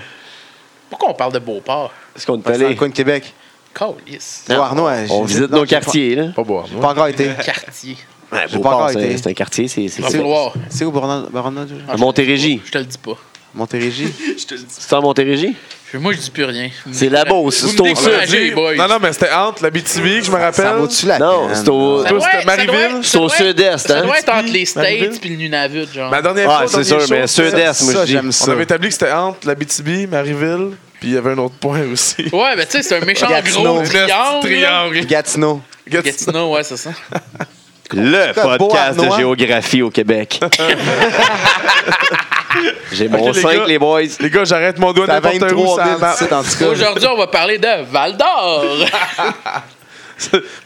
S6: Pourquoi on parle de Beauport?
S2: Est-ce qu'on est
S4: C'est dans le
S2: allé?
S4: coin de Québec.
S6: Colis.
S2: Non.
S4: Beauharnois.
S2: On
S4: j'ai-
S2: visite
S4: non,
S2: nos
S4: j'ai pas-
S2: quartiers, là.
S5: Pas boire,
S4: J'ai
S5: non?
S4: pas encore été.
S6: Quartier.
S2: Ouais,
S4: J'ai pas
S2: Beauport,
S4: encore
S2: c'est
S4: été. Ah,
S2: c'est un quartier, c'est... c'est-
S6: Va
S4: C'est-
S6: falloir.
S4: C'est où Beauharnois? Beauharnois, déjà?
S2: À Montérégie.
S6: Je te le dis pas.
S4: Montérégie.
S6: Je te le dis.
S2: C'est en Montérégie?
S6: Puis Moi, je dis plus rien.
S2: C'est la Beauce,
S6: Vous me
S2: c'est au sud.
S6: découragez, les boys.
S5: Non, non, mais c'était entre la BTV, je me
S4: Ça
S5: rappelle.
S4: vaut-tu la
S2: Non,
S4: peine?
S2: c'est au-
S5: Toi,
S6: Ça doit-
S5: c'était
S6: ça doit-
S5: Marieville?
S6: ça doit-
S2: C'est au sud-est,
S6: Ça
S2: hein?
S6: doit être entre les States
S5: Marieville?
S6: puis le Nunavut, genre.
S5: Ma
S4: Ah,
S5: dernière
S2: Ouais,
S5: fois,
S2: c'est sûr,
S5: dernier
S2: mais
S5: show,
S2: sud-est, moi
S4: ça,
S2: je
S4: j'aime
S2: dis.
S4: ça.
S5: On avait établi que c'était entre la BTB, Marieville, puis il y avait un autre point aussi.
S6: Ouais, mais tu sais, c'est un méchant
S4: Gatineau.
S6: gros
S5: Le
S6: triangle. là.
S5: triangle.
S4: Gatineau.
S5: Gatineau.
S6: Gatineau, ouais, c'est ça. Euh,
S2: Le
S4: quoi, beau
S2: podcast de
S4: Arnois?
S2: géographie au Québec. J'ai mon
S5: Ok, les
S2: 5,
S5: gars.
S2: les boys.
S5: Les gars, j'arrête mon doigt
S4: T'as
S5: n'importe où,
S4: 23
S5: ça
S4: 000
S5: avance.
S4: sites, en tout cas.
S6: Aujourd'hui, on va parler de Val d'Or.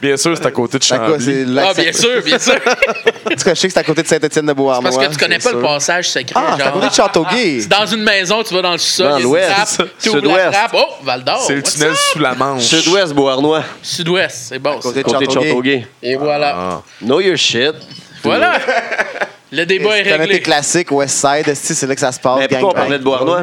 S5: Bien sûr, c'est à côté de
S4: C'est à quoi,
S5: Chambly.
S4: c'est
S6: Ah,
S4: l'accès-
S6: bien sûr, bien sûr.
S4: En tout cas, je sais que c'est à côté de Saint-Étienne-de-Beauharnois.
S6: Parce que tu connais pas le passage secret,
S4: Ah, c'est à
S6: genre.
S4: côté de Châteauguay.
S6: C'est dans une maison, tu vas dans le sous-sol,
S2: Dans
S6: il y a une
S2: l'ouest,
S6: trappe,
S2: c'est ça.
S6: tu ouvres la
S2: Sud-ouest.
S6: trappe. Oh, Val d'Or.
S5: C'est le
S6: what's
S5: tunnel
S6: up?
S5: sous la Manche.
S2: Sud-ouest, Beauharnois,
S6: Sud-ouest, c'est bon. ça.
S4: côté de
S2: côté de
S4: Châteauguay.
S2: Châteauguay.
S6: Et voilà.
S5: Ah.
S2: Know your shit.
S6: Voilà. Le débat est
S4: Tu connais tes
S6: réglé.
S4: classiques West Side, esti, c'est là que ça se passe.
S2: Mais Eh, pourquoi on
S4: gangbang.
S2: parlait de Beauharnois?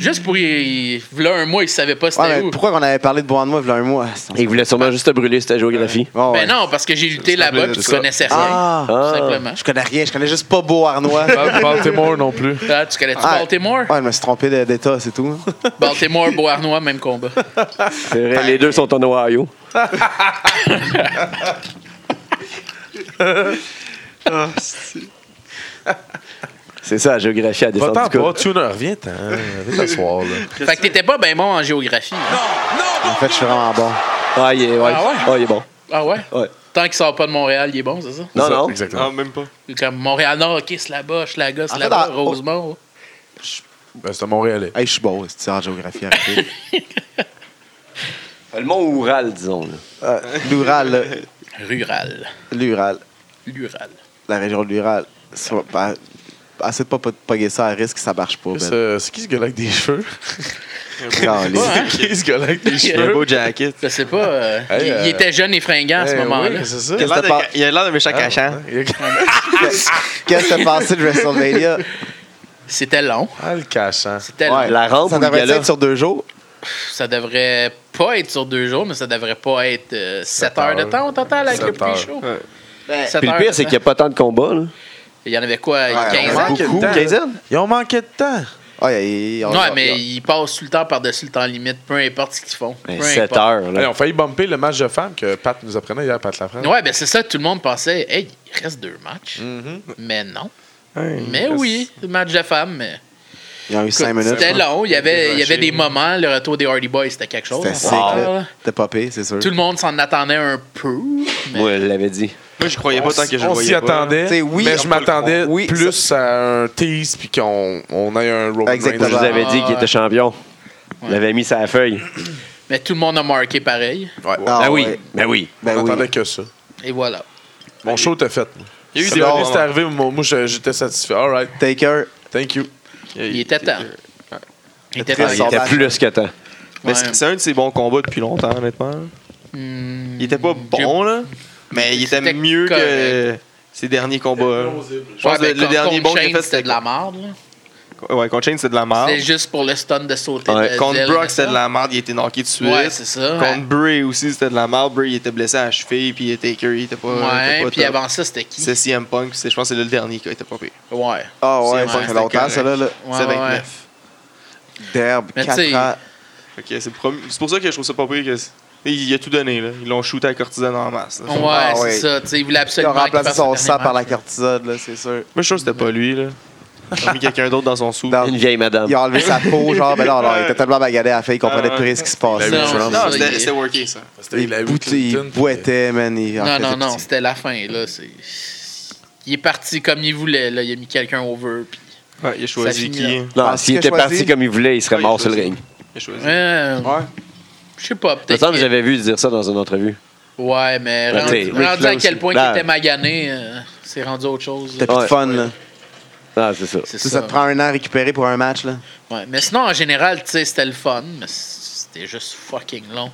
S6: Juste pour y... Là, un mois, il savait pas c'était
S4: Ouais, mais
S6: où.
S4: pourquoi on avait parlé de Beauharnois il y a un mois? c'est-
S2: Ils voulaient sûrement juste te brûler cette géographie.
S4: Oh, ouais.
S6: Ben non, parce que j'ai lutté là-bas
S5: de
S6: puis tu
S5: ça.
S6: connaissais rien.
S4: Ah,
S6: Tout
S2: Ah.
S6: simplement.
S4: je connais rien, je connais juste pas Beauharnois.
S6: Bah
S5: Pas Ah, Baltimore non plus.
S6: Ah, tu connais-tu
S4: Ah.
S6: Baltimore?
S4: Ouais, je me suis trompé de- d'état, c'est tout.
S6: Baltimore, Beauharnois, même combat.
S2: C'est vrai, les deux sont en Ohio. C'est ça, la géographie à
S5: Va-t'en
S2: descendre du
S5: pas,
S2: coup.
S5: tuner, viens-t'en. Viens t'asseoir, là.
S6: Fait que t'étais pas bien bon en géographie. hein.
S4: En fait, je suis vraiment bon.
S2: Ah, il est, ouais.
S6: Ah ouais?
S2: Ah, il est bon.
S6: Ah ouais?
S2: Ouais.
S6: Tant qu'il sort pas de Montréal, il est bon, c'est ça?
S2: Non,
S5: C'est ça,
S2: non.
S5: Exactement.
S3: Ah, même pas.
S6: Comme Montréal-Nord, ok, c'est là-bas, je la gosse
S4: En fait,
S6: là-bas,
S4: en-
S6: Rosemont.
S5: Ben, c'est à Montréalais.
S4: Hey, je suis bon, c'est en géographie. arrêtez.
S2: Le mont Oural, disons. là.
S4: Ah, L'Ural, là.
S6: Rural.
S4: l'Ural,
S6: Lural.
S4: la région de l'Ural. ça va pas- Essaie de pas pas de poguer ça à risque, ça marche pas. Ben.
S5: C'est euh, c'est qui ce gars-là avec des cheveux?
S4: Calé.
S6: Ouais, hein?
S5: C'est qui ce gars-là avec des
S6: Il
S3: Il
S6: y a
S3: a un
S5: cheveux?
S3: beau jacket.
S6: Je sais pas. euh,
S5: Hey,
S6: il, il
S5: euh,
S6: était jeune et fringant à ce
S5: Eh
S6: moment-là.
S5: oui, C'est ça.
S3: Il a
S4: Qu'est-ce
S3: l'air
S4: que t'as
S3: de- il a l'air d'un méchant
S5: Ah,
S3: cachant.
S5: il y a-
S4: Qu'est-ce que t'as pensé de WrestleMania?
S6: C'était long.
S5: Ah, le cachant.
S6: C'était
S4: Ouais.
S6: long.
S2: La rampe
S4: ça
S2: ou le
S4: devrait
S2: gala?
S4: être sur deux jours.
S6: Ça devrait pas être sur deux jours, mais ça devrait pas être 7
S5: Sept
S6: heures de
S5: heures.
S6: temps au total avec le
S5: Sept heures.
S6: pre-show.
S3: Ouais.
S4: Ben,
S6: Sept
S2: Puis le
S6: heures
S2: pire,
S6: de
S2: c'est
S6: temps.
S2: qu'il n'y a pas tant de combats. Là.
S6: Il y en avait quoi,
S4: Ouais,
S6: 15
S4: on
S6: ans?
S4: manque
S5: Beaucoup.
S4: de temps.
S2: Quinzaine?
S5: Ils ont manqué de temps.
S4: Ouais, il- on-
S6: Non,
S4: on-
S6: mais
S4: on-
S6: ils passent tout le temps par-dessus le temps limite, peu importe ce qu'ils font. Peu
S2: Ben,
S6: importe.
S2: 7 heures.
S5: Hey,
S2: Là.
S5: on a failli bumper le match de femmes que Pat nous apprenait hier, Pat Lafrance.
S6: Ouais, ben c'est ça, tout le monde pensait, hey, il reste deux matchs.
S3: Mm-hmm.
S6: Mais non. Mais oui, le match de femmes. mais-
S4: Ils ont eu cinq minutes.
S6: C'était
S3: hein.
S6: long, il y, avait, il y avait des
S5: rushé.
S6: moments, le retour des Hardy Boys, c'était quelque chose.
S4: C'était sick,
S6: Ah,
S4: là. T'es popé, c'est sûr.
S6: Tout le monde s'en attendait un peu. mais-
S2: Moi, je l'avais dit.
S3: Moi, je croyais
S5: On
S3: pas tant que je le
S5: on s'y
S3: voyais pas.
S5: attendait,
S4: T'sais, oui,
S5: mais
S4: on
S5: je
S4: peut
S5: m'attendais
S4: le croire. Oui,
S5: plus à un tease puis qu'on on ait un Roman
S4: Exactement.
S2: Je vous
S5: Reigns.
S2: avais dit qu'il était champion. Je l'avais mis sur la feuille.
S6: Mais tout le monde a marqué pareil.
S5: Ouais.
S4: Ah,
S2: ben oui,
S4: ouais.
S2: ben oui.
S5: on
S4: Ben oui.
S5: attendait que ça.
S6: Et voilà.
S5: Mon show était fait.
S3: Il y a eu
S5: C'est
S3: des
S5: bon,
S3: bons
S5: C'est
S3: moments.
S5: arrivé, moi, moi, je- j'étais satisfait. All right,
S4: Taker.
S5: thank you.
S6: Il était temps. Il était
S4: très
S6: temps.
S2: Il
S4: sort-
S2: était plus que temps.
S3: Mais
S6: Ouais.
S3: c'est c'est un de ses bons combats depuis longtemps, honnêtement.
S6: Hmm.
S3: Il était pas bon, là. Mais il était,
S6: C'était
S3: mieux que
S6: correct.
S3: ses derniers combats. hein. Je pense
S6: Ouais,
S3: que le,
S6: ben,
S3: le dernier
S6: contre
S3: bon qu'il a
S6: Shane,
S3: fait,
S6: c'était de la merde. là.
S3: Ouais, contre Shane, c'était de la merde.
S6: C'était juste pour le stun de sauter.
S2: Ouais,
S6: de-
S3: Contre
S6: d'elle,
S3: Brock,
S6: ça.
S3: c'était de la merde. Il était knocké de suite.
S6: Ouais, c'est ça.
S3: Contre Bray aussi, c'était de la merde. Bray, il était blessé à la cheville. Puis Taker, il était pas. il était
S6: Ouais,
S3: pas
S6: puis
S3: top.
S6: avant ça, c'était qui?
S3: C'est CM Punk. c'est- Je pense que c'est le dernier qui était pas pire.
S6: Ouais.
S4: Ah ouais,
S6: C'est-
S4: ça
S6: ouais,
S4: fait longtemps,
S3: c'était
S4: ça là. là.
S6: Ouais,
S3: c'est
S6: ouais,
S3: 29.
S4: Derbe,
S6: Mais
S4: 4
S6: t'sais-
S4: ans.
S3: Fait que c'est prom- c'est pour ça que je trouve ça pas pire. Que... c'est- Il a tout donné. là. Ils l'ont shooté à Cortisane en masse. là.
S6: Ouais,
S4: Ah,
S6: c'est
S4: ouais.
S6: ça. Tu sais, il voulait
S4: Ils ont
S6: absolument. qu'il
S4: remplacé
S6: fasse
S4: son
S6: le dernier
S4: sang par la
S6: match.
S4: cortisone, là, c'est sûr.
S3: Moi, je suis sûr que c'était pas lui. là. Ils ont mis quelqu'un d'autre dans son sou.
S4: Dans-
S2: Une vieille madame.
S4: Ils ont enlevé sa peau, genre, ben non, non, il était tellement bagadé à la fin, il comprenait
S3: Ah,
S4: plus rien ce qui se passait.
S5: Il a eu
S4: Genre,
S5: Trump.
S3: Non,
S6: ça, il
S3: c'était
S6: est-
S3: c'était worké, ça.
S5: C'était la
S4: Il boutait, il boitait, man. il en
S6: Non, non,
S4: faisait
S6: non,
S4: petit.
S6: c'était la fin. là. C'est- Il est parti comme il voulait. Là. Il a mis quelqu'un over. puis-
S3: Ouais, il a choisi
S6: finit
S3: qui.
S6: là.
S3: hein.
S2: Non,
S4: Ah,
S2: s'il
S4: ce que
S2: était
S4: je choisis-
S2: parti comme il voulait, il serait
S3: Ouais,
S2: mort
S3: il
S2: sur le
S3: choisit.
S2: ring.
S3: Il a choisi.
S6: Euh,
S4: Ouais.
S6: Je sais pas,
S2: Il me
S6: peut-être.
S2: semble que
S6: que-
S2: j'avais vu dire ça dans une entrevue.
S6: Ouais, mais
S2: Ben,
S6: rendu,
S2: t'sais, Ric
S6: rendu à
S4: Flair
S6: quel
S4: aussi.
S6: point
S2: Ben.
S6: il était magané, euh, c'est rendu autre chose.
S4: C'était plus
S2: Ouais.
S4: de fun, là.
S2: Ah, c'est ça.
S6: C'est
S4: Ça,
S6: ça.
S4: ça te prend un an à récupérer pour un match, là.
S6: Ouais, Mais sinon, en général, tu sais, c'était le fun, mais c'était juste fucking long.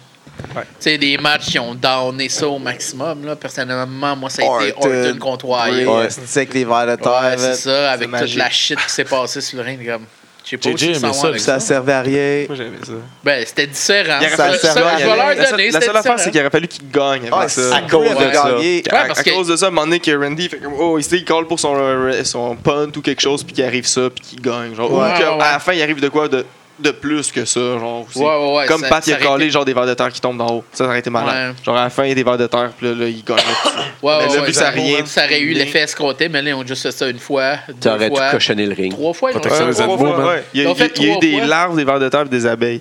S3: Ouais.
S6: Tu sais, des matchs qui ont downé ça au maximum. Là. Personnellement, moi, ça a été
S4: Orton,
S6: Orton contre Wyatt.
S4: Ouais, c'est avec les vers de
S6: Ouais,
S4: terre, là.
S6: c'est ça, avec toute
S3: magique.
S6: la shit qui s'est passée sur le ring. Comme, Je sais pas
S5: JJ
S6: aussi
S5: aimait
S6: savoir
S5: ça,
S6: avec
S5: puis
S4: Ça servait à rien.
S3: Moi, j'aimais ça.
S6: Ben, c'était différent.
S3: Il aurait
S6: Ça-
S3: fallu-
S6: ça,
S4: ça,
S6: je
S4: il
S6: vais
S4: aurait-
S6: leur
S3: La
S6: donner,
S3: seule, la
S6: c'était
S3: seule affaire,
S6: différent.
S3: c'est qu'il aurait fallu qu'il gagne avec
S4: Ah,
S3: ça.
S4: à cause
S6: Ouais.
S4: de gagner.
S3: À,
S6: parce
S3: à
S6: que-
S3: cause de ça, à un moment donné, que Randy fait comme, oh, il, sait, il call pour son, euh, son punt ou quelque chose, puis qu'il arrive ça, puis qu'il gagne. Genre,
S6: Ouais,
S3: ou qu'à
S6: ouais.
S3: la fin, il arrive de quoi de, de plus que ça. Genre, aussi.
S6: Ouais, ouais, ouais,
S3: comme
S6: ça-
S3: Pat, il
S6: ça
S3: a
S6: aurait
S3: collé
S6: été-
S3: genre, des vers de terre qui tombent d'en haut. Ça, ça aurait été malade.
S6: Ouais.
S3: Genre, à la fin, il y a des vers de terre, puis là, là, il gagne là-dessus.
S6: Ouais,
S3: Mais
S6: ouais,
S3: là,
S6: ouais,
S3: vu que ça a rien-
S6: Ça aurait eu l'effet escroté, mais là, ils ont juste fait ça une fois,
S2: Tu
S6: deux
S2: aurais tout
S6: fois,
S2: cochonné le ring.
S6: trois fois. Ils ont
S5: Protection
S6: fait
S5: des
S6: ça.
S5: animaux.
S3: Ouais,
S5: beau, man.
S3: ouais. Il y a,
S6: Ils ont
S3: il y a-
S6: fait
S3: il y a eu
S6: trois
S3: des
S6: fois.
S3: larves, des vers de terre, puis des abeilles.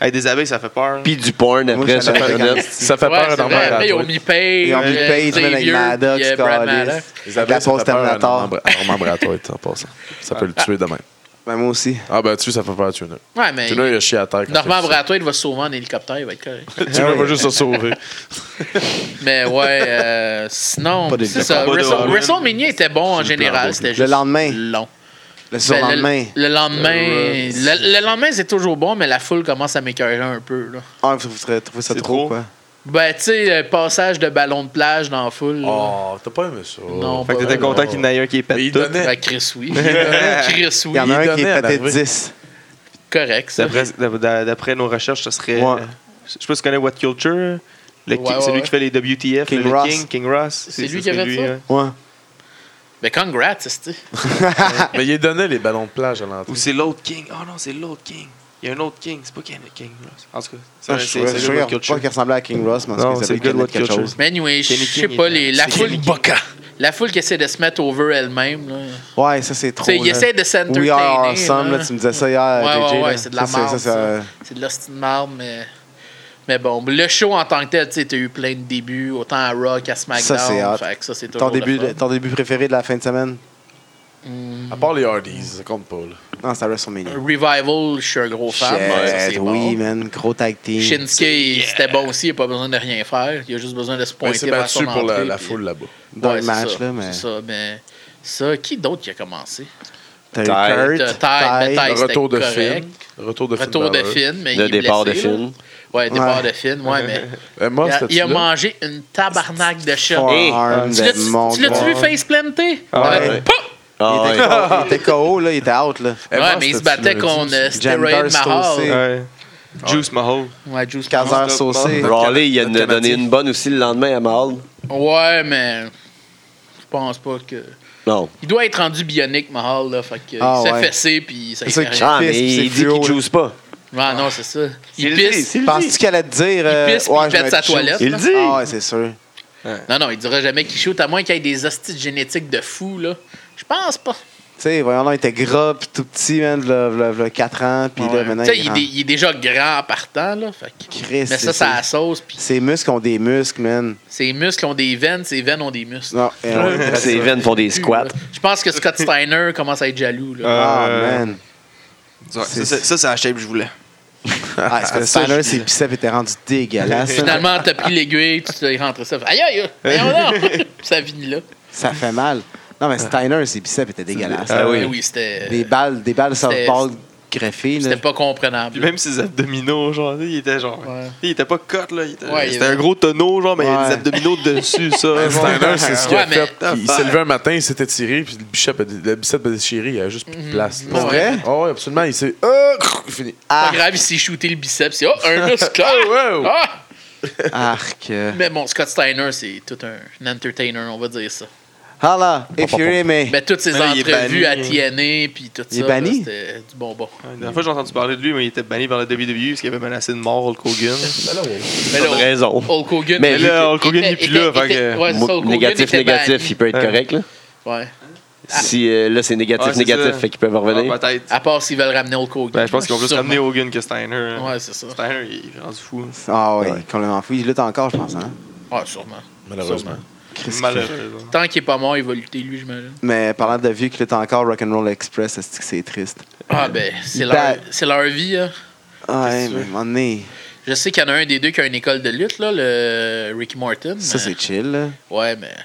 S3: Hey, des abeilles, ça fait peur.
S2: Puis du porn
S4: Moi,
S2: après
S4: j'en
S2: sur
S4: avais
S2: Internet.
S5: Ça fait
S6: Ouais,
S5: peur
S6: c'est
S5: d'en
S6: vrai.
S5: parler à
S6: Là, ils ont
S5: toi.
S6: mis Page.
S4: Ils ont mis
S6: euh,
S4: Page, man, avec
S6: Xavier,
S4: Maddox,
S6: puis, euh, Brad
S4: Callis.
S6: Maddox.
S5: Les abeilles,
S4: La
S5: ça
S4: pause
S5: fait peur hein, à
S4: Terminator.
S5: un membra- à un membratoire, en passant. Ça peut le tuer demain.
S4: Ben, moi aussi.
S5: Ah ben tu ça fait peur à Tuna.
S6: Ouais, mais
S5: Tuna, il a chié à terre. quand
S6: Normand
S5: il a fait
S6: Bratois, il va se sauver en hélicoptère, il va être correct.
S5: ça. Tuna va juste se sauver.
S6: Mais ouais, euh, sinon,
S4: Pas
S6: c'est ça.
S3: pas de
S6: Wrestle-
S3: Halloween.
S6: WrestleMania était bon en général, c'était juste
S4: Le lendemain.
S6: long.
S4: Le
S6: Ben, le-
S4: surlendemain.
S6: Le, lendemain,
S5: Euh,
S6: le, le lendemain c'est toujours bon, mais la foule commence à m'écœurer un peu. Là.
S4: Ah, vous trouvez trouvez ça
S3: C'est
S4: trop,
S3: trop.
S4: quoi.
S6: Ben, tu sais, le passage de ballon de plage dans la foule. là.
S5: Oh, t'as pas aimé ça.
S6: Non,
S3: Fait que t'étais
S6: Ouais,
S3: content qu'il y en ait un qui
S5: Mais
S3: pète
S5: il
S3: tout.
S5: donnait.
S6: Ben, Chris, oui. Chris,
S4: Il
S6: oui.
S4: y en a
S5: il
S4: un qui
S5: donnait
S4: est
S5: à
S4: peut-être
S5: l'arrivée.
S4: 10.
S6: Correct, ça.
S3: D'après, d'a- d'après nos recherches, ce serait.
S4: Ouais.
S3: euh, je sais pas si tu connais What Culture. Le
S6: Ouais,
S3: King-
S6: ouais,
S3: c'est lui
S6: ouais.
S3: qui fait les WTF,
S4: King
S3: le
S4: Ross.
S3: King, King Ross.
S6: C'est lui qui avait fait ça?
S3: ouais.
S4: Ouais.
S6: Ben, congrats, c'est
S5: Mais il donnait les ballons de plage à l'entrée.
S3: Ou c'est l'autre King. Oh non, c'est l'autre King. Il y a un autre King. C'est pas Ken King Ross. En tout cas, c'est-
S4: Ah, Je
S3: c'est c'est
S4: suis
S3: le
S4: sûr
S3: What
S4: qu'il
S3: Culture.
S4: ressemblait à King Ross, mais en tout
S3: Non,
S4: cas,
S3: c'est
S4: lui
S3: le gars de
S4: connaît
S3: What
S4: quelque
S3: Culture.
S4: chose.
S6: Mais anyway, je
S3: Kenny
S6: sais
S3: King, il
S6: pas,
S3: est-
S6: les, la,
S3: c'est
S6: foule
S3: Kenny
S6: qui, la foule qui essaie de se mettre over elle-même. là.
S4: Ouais, ça, c'est trop.
S6: Tu sais, il
S4: là.
S6: essaie de s'entertainer.
S4: We are ensemble,
S6: là.
S4: là, tu me disais ça hier,
S6: Ouais,
S4: JJ.
S6: ouais, ouais,
S4: Ah, là.
S6: c'est de la
S4: Ça,
S6: merde.
S4: ça, ça,
S6: ça. C'est de l'hostie de merde, mais. Mais bon, le show en tant que tel, tu sais, t'as eu plein de débuts, autant à Raw qu'à
S4: Ça,
S6: SmackDown.
S4: c'est hot.
S6: Fait que ça, c'est
S4: Ton
S6: toujours
S4: début,
S6: le fun.
S4: ton début préféré de la fin de semaine?
S5: À part les Hardys, ça compte pas. Là.
S4: Non, c'est à WrestleMania.
S6: Revival, je suis un gros fan. mais ça,
S4: Shit,
S6: c'est
S4: oui,
S6: bon.
S4: man. Gros tag team.
S6: Shinsuke, il- c'était bon aussi, il n'a pas besoin de rien faire. Il a juste besoin de se
S5: Il
S6: pointer
S5: s'est
S6: vers
S5: battu
S6: son
S5: pour la,
S6: entrée,
S5: la
S6: puis-
S5: foule là-bas.
S4: Dans
S6: Ouais,
S4: le
S6: c'est
S4: match,
S6: ça,
S4: là, mais.
S6: C'est ça, mais. Ça, qui d'autre qui a commencé?
S4: T'as
S2: Ty.
S4: eu Kurt. euh,
S6: Ty, mais Ty,
S4: Ty.
S5: Le
S6: c'était
S5: retour de
S6: correct.
S5: Finn. Retour de Finn.
S6: Retour de
S5: Balor.
S6: Finn, mais
S2: Le
S6: il est
S2: départ
S6: blessé,
S2: de
S6: là.
S2: Finn.
S6: Ouais,
S4: Ouais.
S6: départ de Finn, ouais, mais.
S5: Euh, moi,
S6: Il a,
S5: c'était
S6: il a mangé une tabarnak de shot.
S4: Forearm
S6: Tu l'as-tu
S4: de mon
S6: tu l'as-tu vu face planter?
S3: Ah ouais.
S4: Ouais.
S2: Ah,
S4: Il
S2: ouais.
S4: était KO, il était KO, là, il était out, là.
S6: Ouais, mais il se battait contre euh, Steroid
S4: Jandar Stosé.
S6: Mahal.
S3: Ouais. Juice Mahal.
S6: Ouais, Juice
S4: Kazar
S6: Mahal.
S4: saucé.
S2: Raleigh, il en a
S5: Notre
S2: donné
S5: Canadien.
S2: une bonne aussi le lendemain à Mahal.
S6: Ouais, mais je pense pas que.
S2: Non.
S6: Il doit être rendu bionique, Mahal, là. Fait que
S4: Ah,
S6: il s'est
S4: ouais.
S6: fessé, puis ça y
S4: C'est
S6: fait
S4: ça
S6: rien.
S2: Ah,
S4: pisse,
S2: mais
S4: puis c'est
S2: il dit
S4: fluo,
S2: qu'il
S4: là.
S2: juice pas.
S6: Ouais, non, c'est ça. Il
S3: le dit,
S6: pisse.
S3: c'est le dit.
S4: Penses-tu qu'elle allait te dire. euh,
S6: pisse, puis il
S4: ouais, je
S6: pète
S4: me
S6: sa
S4: choose?
S6: toilette,
S2: Il
S6: là.
S2: dit.
S4: Ah, ouais, c'est sûr.
S6: Non, non, il dira jamais qu'il shoot, à moins qu'il y ait des hosties génétiques de fou, là. Je pense pas.
S4: Tu sais, voyons, là, il était gras, puis tout petit, man, v'là, v'là, v'là 4 ans, puis là,
S6: Ouais.
S4: maintenant,
S6: Tu sais,
S4: il est
S6: il, est
S4: grand.
S6: dé- il est déjà grand en partant, là. Fait que-
S4: Chris,
S6: mais
S4: c'est
S6: ça, ça
S4: ça.
S6: a la sauce, puis
S4: Ses muscles ont des muscles, man.
S6: ses muscles ont des veines, ses veines ont des muscles.
S4: Non, euh, ouais.
S2: Ses veines font des
S6: plus,
S2: squats.
S6: là. Je pense que Scott Steiner commence à être jaloux. Là.
S4: Ah,
S3: Euh,
S4: man.
S3: Ça, ça, ça, ça, c'est la shape que je voulais.
S4: Ah, parce que
S6: ça,
S4: Steiner,
S6: je-
S4: ses biceps étaient rendus dégueulasses. hein.
S6: Finalement, t'as pris l'aiguille, tu t'es rentré ça. Aïe, aïe, aïe, non! Ça finit là.
S4: Ça fait mal. Non, mais Steiner, ses biceps étaient dégueulasses. Euh,
S2: Ah oui.
S6: Mais oui, c'était.
S4: Des balles, des balles sur
S6: c'était-
S4: ball greffées. là.
S6: C'était pas
S3: Puis
S6: comprenable.
S3: même ses abdominaux, genre, il était genre.
S6: Ouais.
S3: Il était pas cut, là. Il était,
S6: Ouais, il
S3: c'était
S6: avait-
S3: un gros tonneau, genre, mais il y a
S4: Ouais.
S3: des abdominaux dessus, ça. genre.
S5: Steiner, Ah c'est ce qu'il a
S6: Ouais, mais-
S5: fait. Puis Il s'est levé un matin, il s'était tiré, puis le bicep a, le bicep a déchiré, il y a juste plus de place. là.
S6: Mhm. Pour
S4: vrai?
S5: Ah ouais, absolument. Il s'est. Euh, crrr, fini.
S4: Ah,
S6: Pas grave, il s'est shooté le biceps. C'est oh, un muscle. Ah,
S5: wow.
S6: ah!
S4: arc.
S6: Mais bon, Scott Steiner, c'est tout un, un entertainer, on va dire ça.
S4: Hala, if you aimé.
S6: Mais toutes ses
S3: Mais là, Ben il est
S6: entrevues à
S3: banni. hein.
S6: TNA, puis tout ça.
S4: Il est banni?
S6: là, C'était du bonbon.
S3: La dernière fois, j'ai entendu parler de lui, mais il était banni par la WWE E parce qu'il avait menacé de mort Hulk Hogan.
S6: Mais
S2: Pas de
S6: là,
S2: raison.
S6: Hulk Hogan.
S2: Mais
S3: là, Hulk Hogan,
S6: était-
S3: il est plus là,
S6: était-
S3: fait que-
S6: était- ouais, c'est ça, Hulk Hogan
S2: Négatif,
S6: était
S2: négatif,
S6: banni.
S2: il peut être
S3: Ouais.
S2: correct, là.
S6: Ouais.
S2: Si euh, là, c'est négatif,
S3: Ouais, c'est
S2: négatif,
S3: ça.
S2: fait qu'ils peuvent revenir.
S3: Ah, peut-être.
S6: À part s'ils veulent ramener Hulk Hogan.
S3: Ben, je pense qu'ils vont plus
S6: Sûrement.
S3: ramener Hogan que Steiner. hein.
S6: Ouais, c'est ça.
S3: Steiner, il est rendu fou. hein.
S4: Ah ouais, complètement fou. Il lutte encore, je pense. Hein?
S6: Ouais, Ah, sûrement.
S5: Malheureusement.
S4: Christ,
S3: Malheureux.
S6: Tant qu'il est pas mort, il va lutter, lui, j'imagine.
S4: Mais parlant de vieux qui lutte encore, Rock'n'Roll Express, est-ce que c'est triste?
S6: Ah, ben, c'est
S4: Il
S6: leur,
S4: bat.
S6: c'est leur vie, hein.
S4: Ouais, mais à un moment donné,
S6: Je sais qu'il y en a un des deux qui a une école de lutte, là, le Ricky Martin.
S4: ça
S6: mais-
S4: c'est chill. Là.
S6: Ouais, mais.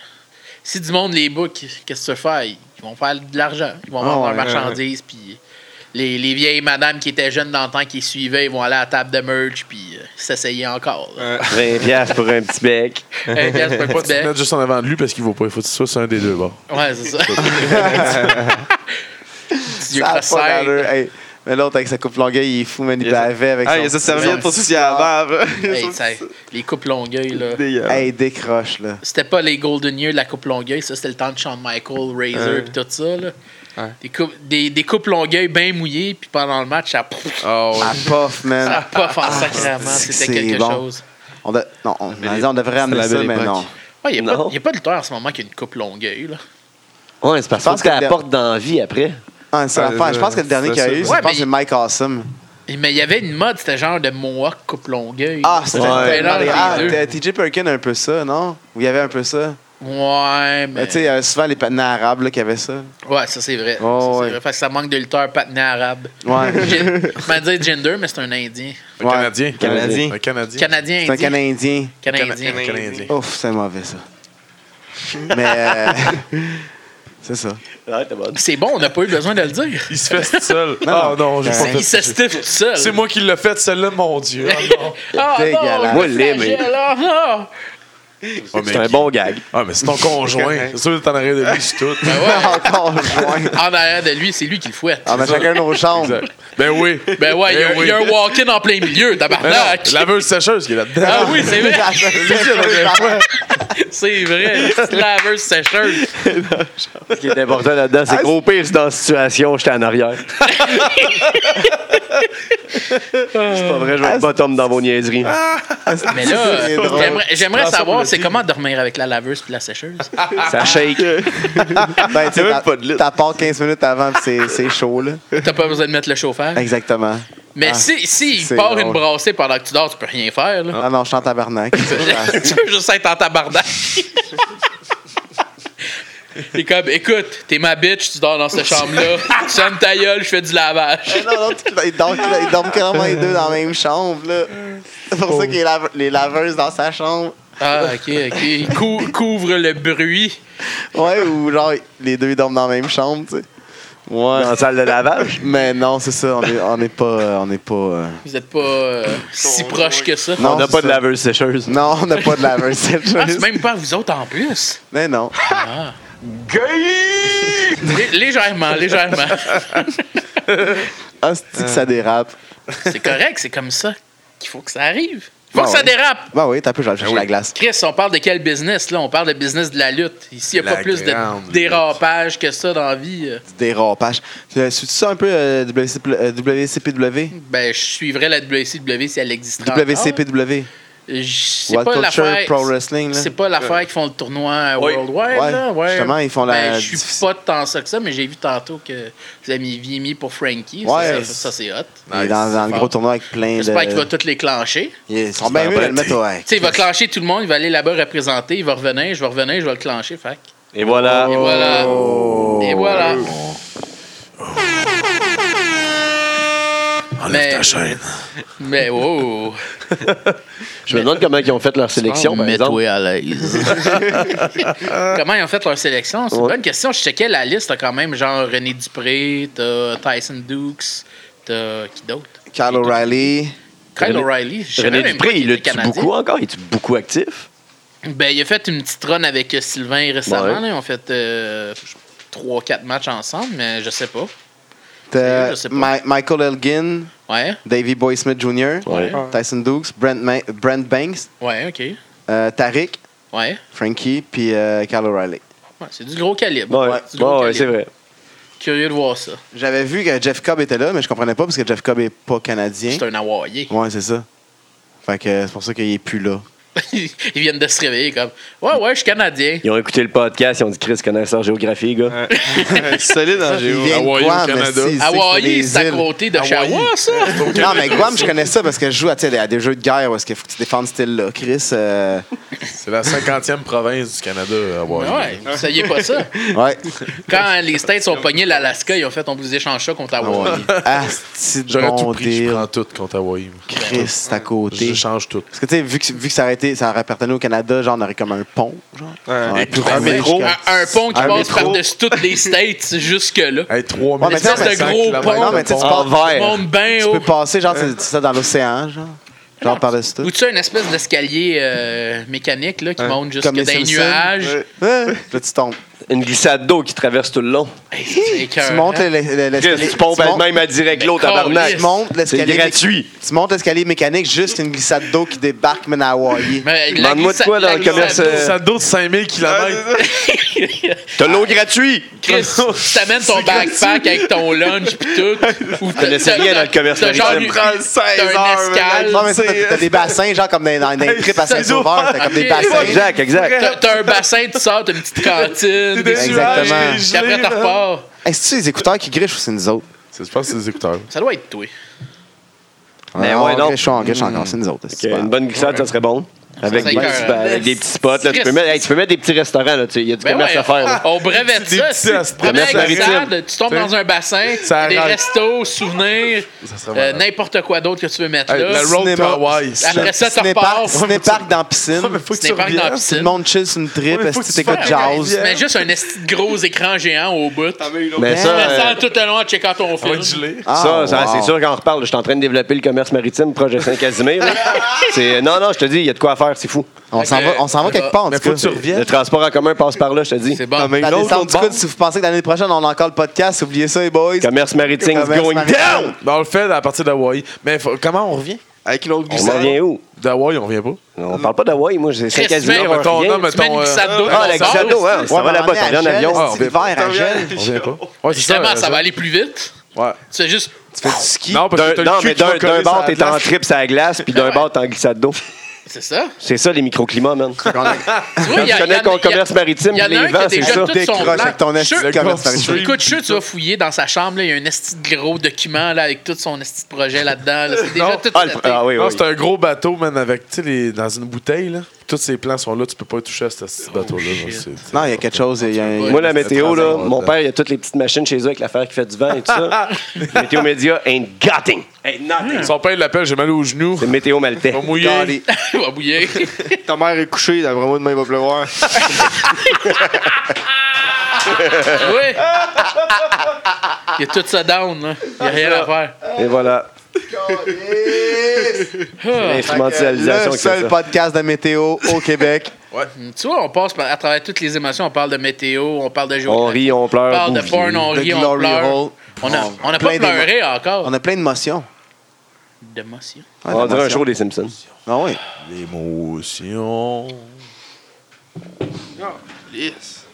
S6: Si du monde les book, qu'est-ce que tu fais? Ils vont faire de l'argent. Ils vont
S4: Ah,
S6: vendre
S4: ouais,
S6: leurs marchandises, puis. Les, les vieilles madames qui étaient jeunes dans le temps, qui suivaient, ils vont aller à la table de merch, puis euh, s'essayer encore. là.
S2: 20 piastres pour un petit bec.
S6: Un gars, c'est pas un
S5: Pas de
S6: petit
S5: se
S6: bec.
S5: mettre juste en avant de lui parce qu'il vaut pas. Il faut que tu sois sur un des deux bords.
S6: Ouais, c'est ça. Petit vieux
S4: Ça a pas
S6: crosseur.
S4: d'allure. Hey, Mais l'autre, avec sa coupe longueuil, il est fou, man. Il
S3: Il y a ça-
S4: bavait avec
S3: Ah,
S4: son-
S3: il y a sa
S4: son
S3: serviette pour
S4: petit
S3: soucier à la barbe.
S6: Hey, ça- les coupes longueuil, là.
S3: Dégueulasse.
S4: Hey, décroche, là.
S6: C'était pas les Golden Years de la coupe longueuil, ça c'était le temps de Shawn Michael, Razor
S3: Ouais.
S6: pis tout ça. Là.
S3: Ouais.
S6: Des, coupes, des, des coupes longueuil bien mouillées, puis pendant le match, ça,
S3: Ah ouais.
S4: Ah, pof,
S6: ça
S4: man.
S6: puff en sacrément,
S4: Ah, c'est que
S6: c'était
S4: c'est
S6: quelque
S4: bon.
S6: chose.
S4: On de- Non, on,
S3: belle
S4: on disait, on devrait
S5: c'est
S4: amener
S5: la
S4: ça,
S5: belle
S4: mais
S5: époque.
S4: non.
S6: Il n'y
S2: Non.
S6: a, pas de lutteur en ce moment qui a une coupe longueuil. Là.
S2: Ouais, c'est parce
S4: Je pense
S2: que t'as la
S4: que le-
S2: porte d'envie après.
S4: Ah, c'est
S3: Ah,
S4: l'affaire. Je pense que le dernier qu'il y a
S3: c'est
S4: eu,
S3: ça.
S4: je
S6: Ouais,
S4: pense
S6: mais-
S4: que c'est Mike Awesome.
S6: Et- Mais il y avait une mode, c'était genre de Mohawk coupe longueuil.
S4: Ah, c'était
S2: Ouais.
S4: tellement-
S6: Ouais.
S4: Ah,
S6: Ouais.
S4: t- TJ Perkin a un peu ça, non? Ou il y avait un peu ça? Mais
S6: Ouais, mais.
S4: Ben, Tu sais, il y avait souvent les patinets arabes là, qui avaient ça.
S6: Ouais, ça c'est vrai.
S4: Oh,
S6: ça, c'est
S4: ouais.
S6: vrai. Parce que ça manque de lutteurs patinés arabes.
S4: Ouais.
S6: Je vais dire gender, mais c'est un Indien.
S5: Un
S4: Ouais.
S5: Canadien.
S2: Canadien.
S5: Un Canadien.
S6: Canadien,
S4: C'est
S6: Indien.
S4: un Canadien.
S6: Canadien.
S5: Un Canadien.
S4: Ouf, c'est mauvais, ça. Mais. euh, c'est ça.
S6: C'est bon, on n'a pas eu besoin de le dire.
S5: Il se fait tout seul.
S4: Non,
S5: Ah non, j'ai pas
S6: Il se
S5: fait ça.
S6: stiffe tout seul.
S5: C'est moi qui l'ai fait, celle-là, mon Dieu. Ah non.
S6: Ah
S4: Dégueulasse.
S6: non,
S2: Moi,
S6: le
S2: l'ai, mais-
S6: flagelle, ah, ah.
S5: Ah, mais-
S2: C'est un bon gag.
S5: Ah, mais c'est ton conjoint. C'est sûr que t'en aurais de lui, c'est tout.
S6: Ben ouais.
S4: Encore joint.
S6: En arrière de lui, c'est lui qui le fouette.
S4: On a chacun nos chambres.
S5: Exact. Ben oui.
S6: Ben ouais, il y a,
S5: Ben oui.
S6: il y a un walk-in en plein milieu,
S5: Ben non,
S6: tabarnak.
S5: laveuse sécheuse qui est là-dedans.
S6: Ah oui, c'est vrai.
S4: Ce
S6: C'est vrai, petite laveuse sécheuse.
S2: Ce qui est important là-dedans, Ah, c'est qu'au pire, c'est dans la situation, j'étais en arrière. Ah, c'est Ah, pas vrai, je vais pas tomber dans vos niaiseries.
S6: Mais
S4: Ça,
S6: là,
S4: c'est drôle.
S6: j'aimerais- j'aimerais
S5: prends ça pour
S6: savoir
S5: le
S6: c'est
S5: pire.
S6: comment dormir avec la laveuse puis la sécheuse.
S2: Ça shake.
S4: Ben, tu sais,
S2: même
S4: t'as-
S2: pas de lit.
S4: t'as part 15 minutes avant, puis c'est- c'est chaud, là.
S6: T'as pas besoin de mettre le chauffeur.
S4: Exactement.
S6: Mais
S4: Ah,
S6: si, si
S4: c'est
S6: il part
S4: drôle.
S6: une brassée pendant que tu dors, tu peux rien faire. Là.
S4: Ah non, je suis en tabarnak.
S6: tu peux juste être en tabarnak. T'es comme, écoute, t'es ma bitch, tu dors dans cette chambre-là. Tu sonnes ta gueule, je fais du lavage.
S4: Eh non, l'autre, ils dorment, ils dorment carrément les deux dans la même chambre, là. C'est pour ça qu'il y a lave- les laveuses dans sa chambre.
S6: Ah, ok, ok. Il cou- couvre le bruit.
S4: Ouais, ou genre, les deux, ils dorment dans la même chambre, tu sais.
S2: Dans
S4: Ouais.
S2: la salle de lavage.
S4: Mais non, c'est ça, on est, on est pas... euh, On est pas euh,
S6: Vous êtes pas euh, si proche que ça.
S4: Non.
S2: On n'a
S4: c'est
S2: pas de
S4: ça.
S2: laveuse sécheuse.
S4: Non, on n'a pas de laveuse, cette
S6: Ah, c'est
S4: chose.
S6: même pas vous autres en plus. Ah.
S4: Mais non.
S6: Lé- Légèrement, légèrement.
S4: Ah, c'est que ça dérape.
S6: C'est correct, c'est comme ça qu'il faut que ça arrive. Faut
S4: Ah
S6: que ça
S4: ouais.
S6: dérape.
S4: Ben oui, t'as pu, je vais aller chercher la glace.
S6: Chris, on parle de quel business, là? On parle de business de la lutte. Ici, il n'y a
S5: La
S6: pas plus de
S5: grande
S6: dérapage que ça dans la vie. euh.
S4: Du dérapage. Tu suis ça un peu euh, WCP, euh, WCPW?
S6: Ben, je suivrais la WCW si elle existait
S4: WCPW.
S6: encore. Je- Ah, C'est
S4: World
S6: pas
S4: Culture
S6: l'affaire...
S4: Pro Wrestling, là.
S6: C'est pas l'affaire qui font le tournoi euh,
S2: Oui.
S6: Worldwide,
S4: Ouais,
S6: là? Ouais.
S4: justement, ils font la-
S6: Ben, je suis pas tant ça que ça, mais j'ai vu tantôt que vous avez mis Vimy pour Frankie. Ça,
S4: Ouais. Ben,
S6: Ça, ça, c'est hot.
S4: Il est dans, dans le
S6: Nice.
S4: gros tournoi avec plein de...
S6: J'espère qu'il va toutes les clencher.
S4: Ils sont bien mieux de le mettre au hack.
S6: Tu sais, il va clencher tout le monde, il va aller là-bas représenter, il va revenir, je vais revenir, je vais le clencher, fac.
S2: Et voilà.
S6: Et voilà.
S4: Oh.
S6: Et voilà.
S5: Enlève
S6: Mais-
S5: ta chaîne.
S6: Mais oh, wow!
S2: Je me demande comment ils ont fait leur sélection, par exemple.
S6: Ah, Mets-toi à l'aise. Comment ils ont fait leur sélection? C'est une
S2: Ouais.
S6: bonne question. Je checkais la liste, t'as quand même genre René Dupré, t'as Tyson Dukes, t'as qui d'autre?
S4: Kyle O'Reilly.
S6: Kyle
S2: René-
S6: O'Reilly. Je savais
S2: René
S6: même pas
S2: Dupré,
S6: qu'il
S2: il le
S6: était
S2: tue
S6: Canadien.
S2: beaucoup encore. Il est beaucoup actif.
S6: Ben, il a fait une petite run avec euh, Sylvain récemment.
S2: Ouais.
S6: là. Ils ont fait 3-4 matchs ensemble, mais je sais pas. Sérieux,
S4: T'as
S6: je sais pas.
S4: Mi- Michael Elgin,
S6: Ouais,
S4: Davey Boy Smith Jr.,
S2: Ouais.
S4: Tyson Dukes, Brent, Ma- Brent Banks,
S6: ouais, ok.
S4: euh, Tariq,
S6: Ouais,
S4: Frankie, puis euh, Kyle O'Reilly.
S6: ouais c'est du gros calibre.
S2: Ouais,
S6: Du
S2: Ouais,
S6: gros
S2: ouais,
S6: calibre.
S2: c'est vrai. Hein?
S6: Curieux de voir ça.
S4: J'avais vu que Jeff Cobb était là, mais je comprenais pas parce que Jeff Cobb est pas canadien.
S6: C'est un Hawaïen.
S4: Ouais, c'est ça. Fait que euh, c'est pour ça qu'il est plus là.
S6: Ils viennent de se réveiller comme Ouais, ouais, je suis Canadien.
S2: Ils ont écouté le podcast, ils ont dit Chris connaît ça en géographie, gars.
S3: Solide en
S4: Il
S3: géo.
S4: vient de
S5: Hawaï au
S4: Guam,
S5: Canada.
S4: mais si, il sait que c'est
S6: Hawaï,
S4: des
S6: Ah c'est à
S4: îles.
S6: côté de
S5: Hawaï.
S6: Chawa, ça.
S4: Non, mais Guam, je connais ça parce que je joue à, tu sais, à des jeux de guerre où est-ce qu'il faut que tu défendes ce style-là. Chris, euh,
S5: C'est la 50e province du Canada, Hawaii.
S6: Ben Ouais, vous saviez pas ça.
S4: ouais.
S6: Quand les States ont pogné l'Alaska, ils ont fait on vous échange ça contre Hawaï.
S4: Ah, c'est
S5: J'aurais
S4: bon
S5: tout pris, je
S4: deal.
S5: prends tout contre Hawaii.
S4: Chris, c'est à
S5: Je
S4: côté.
S5: change tout.
S4: Parce que, tu sais, vu que, vu que ça, aurait été, ça aurait appartenu au Canada, genre, on aurait comme un pont, genre.
S3: Ouais.
S4: Ah Ouais, plus
S5: un
S4: roche
S5: métro.
S4: que-
S6: Un, un pont qui
S4: Un
S6: passe
S4: métro.
S6: par-dessus toutes les States jusque-là.
S5: Hey,
S4: Ouais,
S5: 3
S4: mais
S6: Une espèce
S4: ça,
S6: de
S4: mais
S6: gros
S5: ça,
S6: pont.
S4: Non, mais tu sais, tu
S2: En
S4: passes-
S6: Tout le
S2: vert.
S6: monde bien
S4: tu
S6: haut.
S4: peux passer, genre, c'est c'est ça, dans l'océan, genre. Genre, par-dessus tout.
S6: Ou tu sais, une espèce
S2: Hein?
S6: d'escalier euh, mécanique là, qui monte jusque
S4: Comme
S6: dans
S4: les
S6: les
S4: Simpsons.
S6: nuages.
S4: Ouais. Là, tu tombes.
S2: une glissade d'eau qui traverse tout le long.
S6: C'est
S4: Tu
S6: écœurant.
S4: montes le- le- le- l'escalier.
S2: tu pompes
S4: tu montes-
S2: même à direct l'eau,
S6: Mais
S2: tabarnak.
S6: calisse.
S4: tu montes
S2: C'est
S4: l'escalier.
S2: gratuit.
S4: Tu montes l'escalier mécanique, juste une glissade d'eau qui débarque, mais à Hawaii.
S6: Mais la
S2: Demande-moi de quoi
S6: glissade-
S2: dans le
S6: la
S2: commerce,
S6: glissade
S2: euh,
S5: Ça doute 5000 km.
S2: T'as l'eau gratuite!
S6: Chris, tu t'amènes ton backpack avec ton lunch pis tout. Ou t'as-
S2: laissais rien dans le commerce
S6: t'as genre
S2: maritime.
S6: une-
S3: Prends 16
S6: t'as
S3: heures,
S6: un escale.
S4: Non, mais ça, t'as t'as des bassins, genre comme dans, dans, dans les trips à Saint-Sauveur. T'as comme des
S6: Ok.
S4: bassins.
S2: Exact, exact.
S6: T'as t'as un bassin, tu sors, t'as une petite cantine.
S5: des
S6: Puis
S4: Exactement.
S5: nuages, des
S6: après,
S5: gelées,
S6: t'as
S5: man.
S6: repars.
S4: Est-ce que c'est les écouteurs qui grichent ou c'est nous autres?
S5: C'est- Je pense que c'est des écouteurs.
S6: Ça doit être toi.
S2: Mais
S4: on
S2: ouais, non.
S4: griche, on griche encore, c'est nous autres.
S2: Ok, Une bonne glissade, ça serait bon. Avec,
S6: serait
S2: des,
S6: écœurant.
S2: petits- avec des petits spots. Là, tu, peux mettre, hey, tu peux mettre des petits restaurants. là, tu sais, Il y a du
S6: Ben
S2: commerce
S6: ouais,
S2: à faire. là.
S6: On brevette
S5: Des
S6: ça.
S5: petits
S6: c'est-
S5: restos.
S6: Première
S2: Commerce maritime.
S6: glissade, tu tombes dans un bassin,
S5: Ça
S6: des
S5: arrange.
S6: restos, souvenirs,
S5: Ça serait
S6: euh,
S5: malade.
S6: n'importe quoi d'autre que tu veux mettre
S5: Hey,
S6: là.
S5: la road to
S4: cinéma.
S5: Hawaii. c'est-
S6: Après ça, t'en
S4: Cinépark,
S6: repars.
S4: cinépark dans la piscine.
S5: Ouais, mais faut que
S6: Ce
S5: tu
S6: n'est pas que dans la
S5: reviennes.
S4: Tout le
S6: piscine.
S4: monde chill sur une
S5: Ouais,
S4: trip,
S5: mais
S4: est-ce
S5: faut
S4: que
S5: que tu
S4: t'écoutes
S5: fasses
S4: Jazz?
S5: un
S6: Mais juste un esti de gros écran géant au bout. Tu
S2: Mais ça,
S4: Ben,
S2: euh,
S6: descends tout le long en checkant ton
S5: Ah, Ça va être
S6: film.
S5: gelé.
S6: Ah,
S2: ça, ça, c'est sûr qu'on reparle. Je suis en train de développer le commerce maritime, projet Saint-Casimir. là. C'est- non, non, je te dis, il y a de quoi faire, c'est fou.
S4: On s'en va, on s'en va quelque part, en
S5: Mais
S4: tout cas.
S5: faut que tu reviennes.
S2: Le transport en commun passe par là, je te dis.
S6: C'est bon.
S4: La descente du coude, si vous pensez que l'année prochaine, on a encore le podcast, oubliez ça, les boys.
S2: Commerce maritime is
S4: Commerce
S2: going
S4: maritime.
S2: down!
S5: Ben, on le fait à partir d'Hawaï. Mais faut- comment on revient?
S3: Avec une autre
S2: On en
S3: glissade.
S2: vient où?
S5: D'Hawaï, on revient pas.
S2: On parle pas d'Hawaï, moi, c'est
S6: Chris,
S2: Saint-Casimir.
S6: mais
S2: on
S5: mettons,
S2: revient.
S5: non, mais-
S6: Tu mets une
S5: Mettons,
S6: glissade
S5: euh,
S6: d'eau
S2: Ah, la
S6: dans
S2: glissade
S6: ton
S2: d'eau, hein,
S6: sort.
S2: on s'en va là-bas, t'en viens en avion.
S5: Ah, on
S4: C'est
S5: vient
S4: l'hiver
S3: T'en
S4: à
S3: reviens
S4: Gel.
S5: On revient pas. Ouais, c'est
S6: Justement,
S5: ça,
S6: ça
S5: euh,
S6: va aller plus vite.
S5: Ouais.
S6: Tu sais juste.
S4: Tu fais du ski.
S5: Non, parce que
S2: D'un-
S5: t'as
S2: Non,
S5: le cul
S2: mais
S5: qui va
S2: d'un d'un
S5: coller sur
S2: bord,
S5: la
S2: t'es en
S5: glace.
S2: trip à la glace, puis d'un
S6: Ouais.
S2: bord, t'es en glissade d'eau.
S6: C'est ça.
S2: C'est ça, les microclimats, man.
S6: Tu vois,
S2: Quand tu connais ton commerce maritime,
S6: il y en a
S2: les
S6: un qui a
S2: vents, c'est
S6: déjà
S2: ça.
S6: tout son
S4: Décroche
S6: plan.
S4: avec ton esti
S6: Sure.
S4: de commerce maritime.
S6: Écoute, je suis sûr que tu vas fouiller dans sa chambre, là, il y a un esti de gros document là, avec tout son esti de projet là-dedans. là. C'est déjà
S5: Non.
S6: tout
S2: Ah, le-
S6: seté.
S2: ah oui,
S5: Non,
S2: oui.
S5: c'est un gros bateau, man, avec, tu sais, les- dans une bouteille, là. Tous ces plans sont là, tu peux pas toucher à ce petit bateau-là. là,
S6: Oh, shit.
S5: c'est- c'est-
S4: Non, il y a quelque chose. il y a un-
S2: Moi, la météo, là,
S5: Transport,
S2: mon
S5: là.
S2: père, il a toutes les petites machines chez eux avec l'affaire qui fait du vent et tout ça. météo média ain't gotting. Ain't nothing.
S5: Son père, il l'appelle, j'ai mal aux genoux.
S2: C'est météo maltais.
S5: Pas mouillé.
S4: Allez.
S6: Il va bouiller.
S3: Ta mère est couchée, d'après moi, demain, il va pleuvoir.
S6: oui. Il y a tout ça down. Là. Il n'y a rien à faire.
S2: Et voilà.
S6: Ah.
S2: L'instrumentalisation
S4: Le
S2: qui fait
S4: seul
S2: ça.
S4: podcast de météo au Québec.
S6: Tu vois, on passe par- à travers toutes les émotions. On parle de météo, on parle de
S2: On
S6: géographie.
S2: rit, on
S6: On
S2: pleure.
S6: parle de
S2: bouffe.
S6: porn, on
S4: Le
S6: rit, on
S4: glory
S6: pleure.
S4: hole.
S6: On n'a
S4: Oh,
S6: on a pas
S4: plein d'émo-
S6: pleuré encore.
S4: On a plein d'émotions.
S6: D'émotion.
S4: Ouais,
S2: On dirait un
S4: d'émotions.
S2: show des Simpsons.
S4: Ah oui.
S5: L'émotion.
S3: Oh, Yes.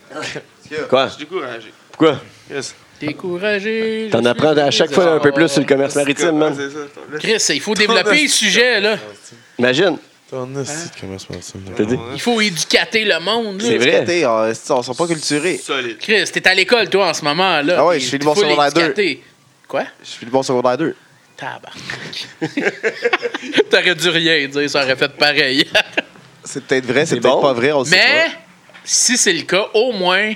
S2: Quoi?
S3: Je suis découragé.
S2: Pourquoi?
S3: Yes.
S6: Découragé. je
S2: T'en
S6: suis
S2: apprends à chaque fois un peu plus sur le commerce maritime, hein. man.
S3: C'est ça, c'est ça.
S6: Chris, il faut développer le sujet, là.
S2: Imagine.
S5: T'en
S6: Hein?
S5: as si de commerce maritime.
S2: T'as dit?
S6: Il faut éducater le monde, là.
S2: C'est vrai.
S4: Écoutez, on ne euh, sont pas culturés.
S3: Solide.
S6: Chris, t'es à l'école, toi, en ce moment, là.
S4: Ah ouais,
S6: Puis
S4: je suis
S6: il
S4: le bon
S6: faut
S4: secondaire deux.
S6: l'éducater. Quoi?
S4: Je suis le bon secondaire 2.
S6: Tabarnak. T'aurais dû rien dire, ça aurait fait pareil.
S4: C'est peut-être vrai, c'est
S2: C'est
S4: peut-être
S2: bon.
S4: pas vrai, on le sait
S6: Mais,
S4: pas.
S6: si c'est le cas, au moins,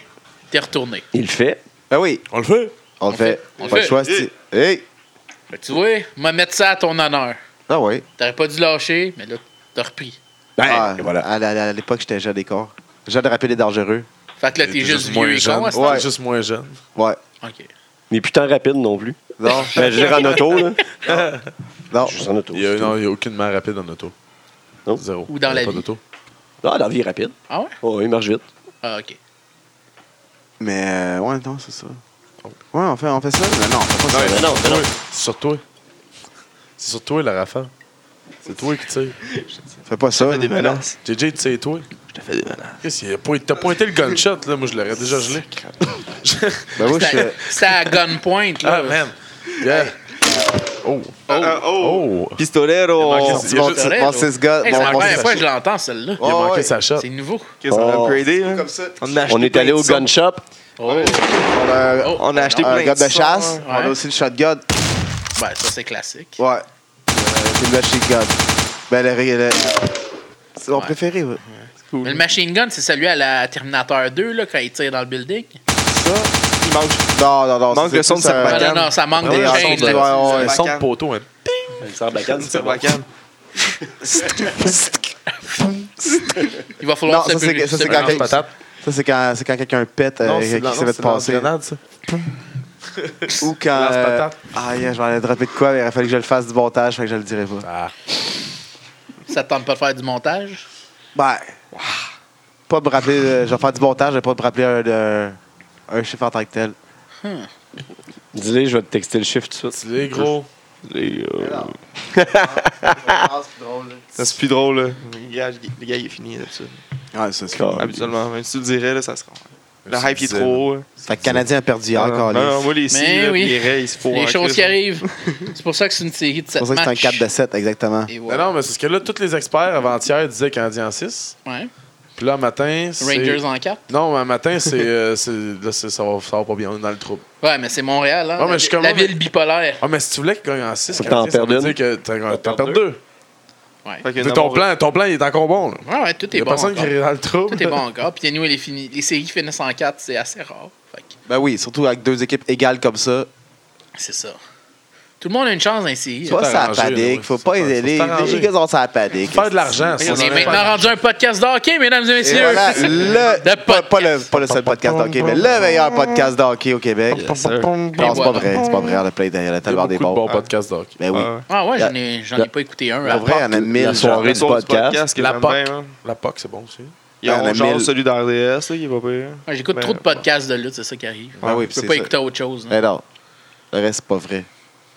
S6: t'es retourné.
S2: Il le fait.
S4: Ben oui,
S5: On le fait?
S4: on le fait.
S6: on le
S4: Pas le
S6: fait.
S4: choix, c'est. Hey!
S6: Fait que Tu vois, m'a mettre ça à ton honneur.
S4: Ah oui.
S6: T'aurais pas dû lâcher, mais là, t'as repris.
S2: Ben,
S4: Ah,
S2: et voilà.
S4: À la- à l'époque, j'étais jeune des corps. Jeune rapide et dangereux.
S6: Fait que là, t'es
S5: T'es
S6: juste vieux et
S5: jeune.
S6: con, à ce
S5: Ouais,
S4: Ouais.
S5: juste moins jeune.
S4: Ouais.
S6: temps. OK.
S2: Mais putain rapide non plus.
S4: Non,
S2: Ben, je veux dire en auto, là.
S4: non.
S2: Je suis en auto.
S5: Il y a,
S2: c'est
S5: non, il y a aucunement rapide en auto.
S2: Non.
S5: Zéro.
S6: Ou dans
S5: Il y a
S6: la
S5: pas
S6: vie.
S5: d'auto.
S2: tout. Ah, la vie est rapide.
S6: Ah ouais?
S2: Oh, il marche vite.
S6: Ah, OK.
S4: Mais euh, ouais, non, c'est ça. Ouais, on fait, on fait ça. Mais non, on fait pas ça.
S2: mais non, mais non.
S5: C'est sur toi. C'est sur toi, la rafale. C'est toi qui tire.
S4: On fait pas ça. là.
S5: JJ, tu sais, toi.
S2: Je te fais des menaces.
S5: Qu'est-ce qu'il a pointé- T'as pointé le gunshot, là. Moi, je l'aurais déjà gelé.
S4: Ben oui, je suis-
S6: C'était- C'était à gunpoint, là.
S5: Ah, man. Yeah. Oh.
S3: Ah, ah, oh.
S5: Oh.
S3: Pistolero.
S5: Il a manqué-
S4: Mon-
S5: il a juste-
S4: mon six gars.
S6: Hey,
S4: mon-
S6: c'est la
S4: mon
S6: première
S4: six-
S6: fois que je l'entends, celle-là.
S5: il a
S4: Ouais,
S5: manqué
S4: ouais.
S5: sa shot.
S6: C'est nouveau.
S3: Qu'est-ce qu'on a
S2: Oh.
S3: upgradé, hein?
S4: Comme ça.
S3: On a acheté
S2: On est
S3: plein
S2: allé
S3: de
S2: au
S3: sons.
S2: gun shop.
S6: Oh.
S4: On a euh,
S6: Oh.
S3: On a acheté
S4: un
S3: plein
S4: gars
S3: de
S4: de
S3: sons.
S4: chasse. On a
S6: Ouais.
S4: aussi le shotgun.
S6: Ben, ça, c'est classique.
S4: Ouais. Euh, C'est le shotgun. Ben, le. le- C'est mon
S6: Ouais.
S4: préféré, ouais.
S6: Mais le machine gun, c'est celui à la Terminator 2, là, quand il tire dans le building.
S4: Ça.
S3: Il manque.
S4: Non, non, non.
S3: Manque
S4: c'est
S3: le son de
S4: plus
S3: sa
S4: un-
S6: Non,
S3: bacane.
S6: non, non, ça manque
S4: Ah Ouais,
S6: de
S4: ouais,
S6: change.
S4: ouais,
S6: là.
S4: ouais, ouais.
S5: Un son de poteau, hein.
S3: C'est bacane.
S6: Il va falloir
S4: Non, ça, c'est ça, c'est
S5: quand-
S4: quand,
S5: Lance patate.
S4: ça, c'est quand, c'est quand quelqu'un pète euh,
S5: Non,
S4: qui
S5: c'est
S4: s'est
S5: la- non,
S4: fait
S5: c'est la
S4: passer.
S5: grenade, ça.
S4: Ou quand.
S5: Lance
S4: euh,
S5: patate.
S4: Ah, yeah, j'en ai droppé de quoi, mais il a fallu que je le fasse du montage, fait que je le dirai pas.
S5: Ah.
S6: Ça te tente pas de faire du montage?
S4: Ben. pas me rappeler. euh, je vais faire du montage, je vais pas me rappeler un, de- un chiffre en tant que tel.
S2: Dis-le, je vais te texter le chiffre tout de suite.
S5: C'est les gros.
S3: Les euh, gars.
S4: Ah, c'est drôle.
S3: Ça, c'est plus drôle, là. Le gars, le gars, il est fini, d'habitude.
S4: Ouais, ça, c'est
S2: Car-
S3: Habituellement, même si tu le dirais, là, ça se rend. Le
S5: Ça,
S3: hype, il est
S5: c'est-
S3: trop haut. là.
S4: Fait que Canadien a perdu hier,
S3: Ah, non,
S4: Carlis.
S5: ben,
S3: non, moi, les six,
S6: Mais
S3: là,
S6: oui.
S3: puis les rails, c'est pour
S6: Les
S3: en
S6: choses
S3: crise,
S6: qui
S3: là.
S6: arrivent. C'est pour ça que c'est une série de 7
S4: hein. C'est pour ça que c'est un
S6: matchs.
S4: 4 de 7, exactement.
S6: Et
S5: Mais
S6: voilà.
S5: non, mais c'est ce que là, tous les experts avant-hier disaient Canadien en 6.
S6: Ouais.
S5: Puis là, matin, c'est.
S6: Rangers en 4.
S5: Non, mais un matin, c'est. euh, c'est- là, c'est- ça, va, ça va pas bien, on est dans le trouble.
S6: Ouais, mais c'est Montréal. Hein,
S5: Ouais, mais
S6: la,
S5: je suis
S6: vi-
S5: comme-
S6: la ville bipolaire.
S5: Ah, mais si tu voulais qu'il gagne en 6,
S2: Faut que t'en
S5: ça veut
S2: perdes une.
S5: dire que t'en t'en perds
S2: perds
S5: deux.
S6: Ouais.
S3: Fait que
S5: Mais
S3: dans
S5: ton,
S3: mon-
S5: plan, ton plan, il est encore bon. Là.
S6: Ouais, ouais, tout
S5: Il
S6: est
S5: y a
S6: bon.
S5: personne
S6: Encore.
S5: qui est dans le trouble.
S6: Tout est bon encore. Puis nous, elle est finie. Les séries qui finissent en 4, c'est assez rare. Fait que
S4: Ben oui, surtout avec deux équipes égales comme ça.
S6: c'est ça. Tout le monde a une chance dans les séries.
S4: Soit ça
S5: t'arranger,
S4: panique,
S5: là,
S4: faut
S5: faut
S4: pas
S5: se-
S4: aider.
S5: faut
S4: Les
S5: s'arranger.
S4: les gars sont à panique.
S5: Faire de l'argent,
S6: On
S5: ça.
S6: est maintenant rendu un podcast d'hockey, mesdames et
S4: Et
S6: messieurs.
S4: voilà, le,
S6: Le
S4: pas, pas le,
S6: podcast.
S4: pas le seul podcast de hockey, mais le meilleur podcast de hockey au Québec. Non, c'est pas
S6: voilà.
S4: vrai, c'est pas vrai. On a plein derrière la
S5: Il y a
S4: table
S5: beaucoup
S4: des
S5: de bons
S4: bons.
S5: podcasts de hockey.
S4: Ben oui.
S3: Ah, ouais.
S6: Ah ouais, j'en ai, j'en ai
S2: La-
S6: pas écouté un.
S4: Pour
S6: avant.
S4: vrai, il y en a mille.
S2: la
S4: genre.
S2: soirée
S3: Le
S2: du
S3: soir, c'est
S2: podcast.
S3: que
S5: La
S3: j'aime
S5: POC.
S3: bien, hein.
S5: La POC, c'est bon aussi.
S3: Il y a
S4: Il y en a
S3: un genre
S4: mille.
S3: celui dans RDS, là, qui est pas pire.
S6: Ouais, J'écoute
S3: Ben,
S6: trop de podcasts de lutte, c'est ça qui arrive.
S4: Ben oui,
S6: Je
S4: puis c'est
S6: peux pas
S4: ça.
S6: écouter autre chose. là.
S4: Mais Ben non, le reste, c'est pas vrai.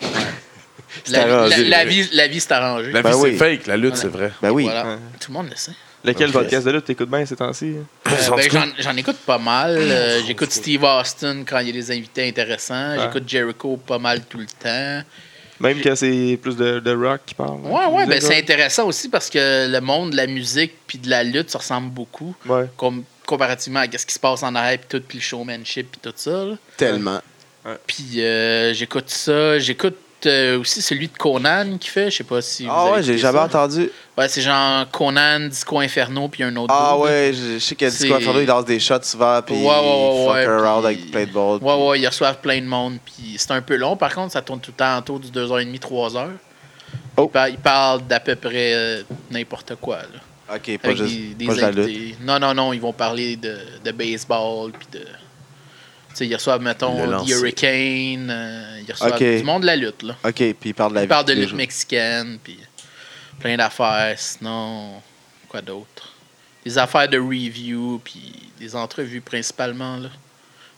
S6: hein. La, la-
S4: arrangé,
S6: la
S4: oui.
S6: vie, la vie s'est arrangée.
S5: La vie,
S4: Ben
S5: c'est
S4: oui.
S5: fake. La lutte, c'est vrai.
S4: Ben oui.
S6: Voilà.
S3: Ouais.
S6: Tout le monde le sait.
S3: Lequel
S4: Ok.
S3: podcast de là t'écoutes bien ces temps-ci? hein?
S6: Euh, ben, j'en- J'en écoute pas mal. Euh, J'écoute Steve Austin quand il y a des invités intéressants. J'écoute Jericho pas mal tout le temps.
S3: Même quand c'est plus de, de rock qui parle. hein.
S6: Ouais, ouais, ben,
S3: Musique,
S6: c'est intéressant aussi parce que le monde de la musique puis de la lutte se ressemble beaucoup
S3: Ouais.
S6: com- comparativement à ce qui se passe en arrière puis tout, puis le showmanship puis tout ça. là.
S4: Tellement.
S6: Puis euh, j'écoute ça. J'écoute euh, aussi celui de Conan qui fait. Je sais pas si. vous
S4: Ah
S6: avez
S4: ouais, j'ai
S6: écouté
S4: jamais
S6: ça.
S4: entendu.
S6: Ouais, c'est genre Conan, Disco Inferno puis un autre.
S4: Ah
S6: dude.
S4: ouais, je je sais qu'il y a
S6: C'est-
S4: Disco Inferno, il lance des shots souvent, puis
S6: Ouais,
S4: il
S6: ouais, ouais, ouais,
S4: fuck around
S6: puis-
S4: avec plein de balles.
S6: Ouais, ouais, ils reçoivent plein de monde. Puis c'est un peu long, par contre, ça tourne tout le temps autour du 2h30, 3h.
S4: Oh.
S6: Ils, par- ils parlent d'à peu près euh, n'importe quoi. Là.
S4: Ok, pas
S6: Avec
S4: juste
S6: des, des
S4: pas juste la lutte.
S6: invités. Non, non, non, ils vont parler de, de baseball. Puis de. Tu sais, ils reçoivent,
S5: Le
S6: mettons, The
S5: lancer.
S6: Hurricane. euh, ils reçoivent
S4: Ok.
S6: du monde de la lutte. Là.
S4: Ok, puis il parle de la
S6: Ils parlent de
S4: des
S6: lutte
S4: jeux.
S6: mexicaine. Puis plein d'affaires. Sinon, quoi d'autre Des affaires de review. Puis des entrevues principalement. là.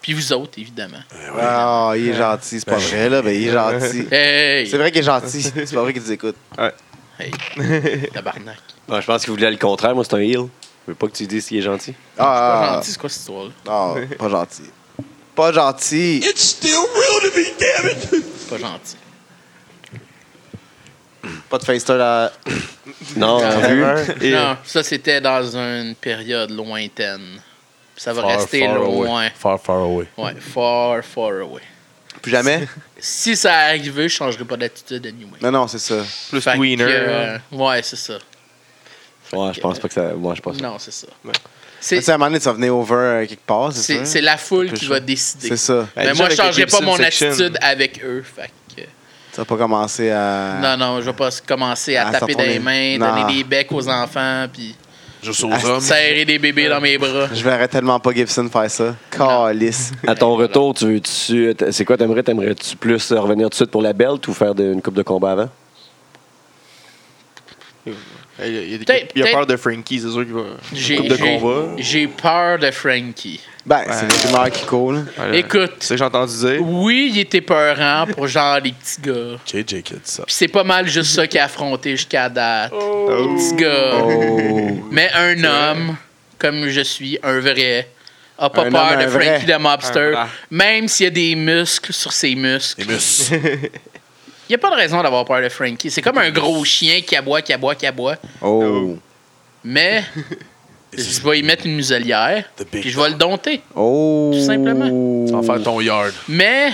S6: Puis vous autres, évidemment.
S4: Ah, il est gentil, c'est pas vrai là, mais il est gentil.
S6: Hey!
S4: C'est vrai qu'il est gentil, c'est pas vrai qu'il nous écoute.
S6: Hey, tabarnak.
S2: Ah, je pense qu'il voulait le contraire. Moi, c'est un heel. Je veux pas que tu dises qu'il est gentil.
S6: Pas
S4: Ah,
S6: gentil, c'est quoi cette histoire-là?
S4: ah, pas gentil. Pas gentil.
S6: C'est Pas gentil.
S4: Pas de face turn à.
S2: Non,
S6: Ah,
S2: non plus.
S3: Et-
S6: Non, ça c'était dans une période lointaine. Puis Ça va
S5: Far,
S6: rester
S5: far
S6: loin.
S5: away. Far, far away.
S6: Ouais, far, far away.
S4: Plus jamais?
S6: Si ça arrivait, je changerais pas d'attitude anyway.
S4: Non, non, c'est ça.
S3: Plus
S6: Fait que,
S3: winner.
S6: euh, ouais, c'est ça.
S2: Ouais, je pense pas que ça. Moi, je pense pas.
S6: Non, c'est ça.
S3: Ouais.
S4: Tu
S6: C'est-
S4: sais, à un moment donné, tu vas venir over euh, quelque part, c'est
S6: C'est
S4: ça?
S6: c'est la foule
S4: Un peu
S6: qui
S4: chaud.
S6: va décider.
S4: C'est ça.
S6: Mais
S3: Ben, déjà,
S6: moi, je
S3: avec
S6: changerais
S3: les
S6: pas
S3: Pepsi
S6: mon
S3: Section.
S6: attitude avec eux. Fait que-
S4: Tu vas pas commencer à.
S3: Ah.
S6: Non, non, je vais pas commencer à
S4: Ah, ça
S6: taper dans
S4: tourne
S6: les mains,
S4: les- Non.
S6: donner des becs aux enfants, puis
S5: Juste aux hommes.
S6: serrer des bébés dans mes bras.
S4: Je verrais tellement pas Gibson faire ça. Calice.
S2: À ton retour, tu veux-tu. C'est quoi, t'aimerais T'aimerais-tu plus revenir tout de suite pour la belt ou faire de- une coupe de combat avant
S3: Hey, Il y a, des-
S6: Peut-être-
S3: il a peur
S6: peut-être-
S3: de Frankie, c'est sûr qu'il va.
S6: J'ai-
S3: Coupe de
S6: j'ai-
S3: combat.
S6: J'ai peur de Frankie.
S4: Ben, c'est des rumeurs qui coulent.
S3: Ouais, C'est
S6: Écoute,
S3: ça que j'ai entendu dire.
S6: oui, il était peurant pour genre les petits gars.
S5: JJ qui a dit ça.
S6: Puis c'est pas mal juste ça qu'il a affronté jusqu'à date. Les petits gars.
S4: Oh.
S6: Mais un homme, comme je suis, un vrai, a pas
S4: Un
S6: peur
S4: homme,
S6: de
S4: un vrai. ben-
S6: Frankie the Mobster.
S3: Un vrai.
S6: Même s'il y a des muscles sur ses
S5: Les
S6: muscles.
S5: musses.
S6: Il n'y a pas de raison d'avoir peur de Frankie. C'est comme un gros chien qui aboie, qui aboie, qui aboie.
S4: Oh.
S6: Mais je vais y mettre une muselière.
S5: The big
S6: Puis je vais le dompter.
S4: Oh.
S6: Tout simplement.
S5: Tu vas faire ton yard.
S6: Mais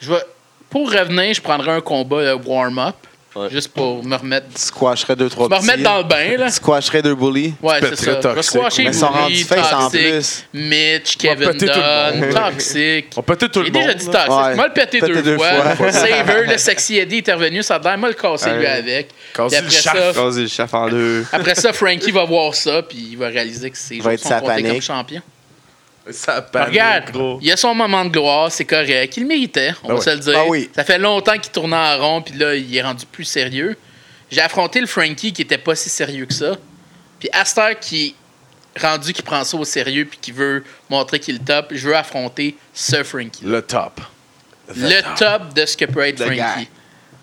S6: je vais pour revenir, je prendrai un combat de warm-up
S2: Ouais.
S6: juste pour me remettre
S4: Tu squasherais deux,
S6: me
S4: trois petits.
S6: remettre dans le bain là.
S4: Tu squasherais deux bullies.
S6: Ouais,
S5: Tu
S6: c'est
S5: pèterais
S6: ça. Je vais
S5: toxique,
S6: squasher
S4: Mais ils sont rendus
S6: Bully,
S4: face en
S6: Toxic,
S4: plus.
S6: Mitch,
S5: vas
S6: Kevin
S5: péter tout le
S6: Dunn,
S5: monde.
S6: Toxic.
S5: On peut tout le
S6: J'ai
S5: monde.
S6: déjà dit
S5: là.
S6: toxic.
S4: Ouais.
S6: Moi, le pété
S4: Pété
S6: deux,
S4: deux
S6: fois.
S4: fois.
S6: Saver, le sexy Eddie est revenu, ça a l'air. Moi, le casser lui
S3: Ouais.
S6: avec.
S5: Casser
S6: Puis
S5: le
S6: après
S5: char.
S6: ça,
S3: Vas-y, chef en deux.
S6: après ça, Frankie va voir ça, puis il va réaliser que ses
S4: Va
S6: jours
S4: être
S6: sont
S4: sa
S6: comptés comme
S4: panique.
S6: champion.
S5: Ça panique,
S6: Regarde,
S5: Ben, gros.
S6: il a son moment de gloire, c'est correct. Il le méritait, on
S5: Ben
S6: va
S5: oui.
S6: se le dire.
S4: Ah oui.
S6: Ça fait longtemps qu'il tournait en rond, puis là, il est rendu plus sérieux. J'ai affronté le Frankie qui était pas si sérieux que ça. Puis Aster qui rendu qu'il prend ça au sérieux puis qu'il veut montrer qu'il est le top, je veux affronter ce Frankie.
S5: Le top.
S6: Le top de ce que peut être
S3: The guy.
S6: Frankie.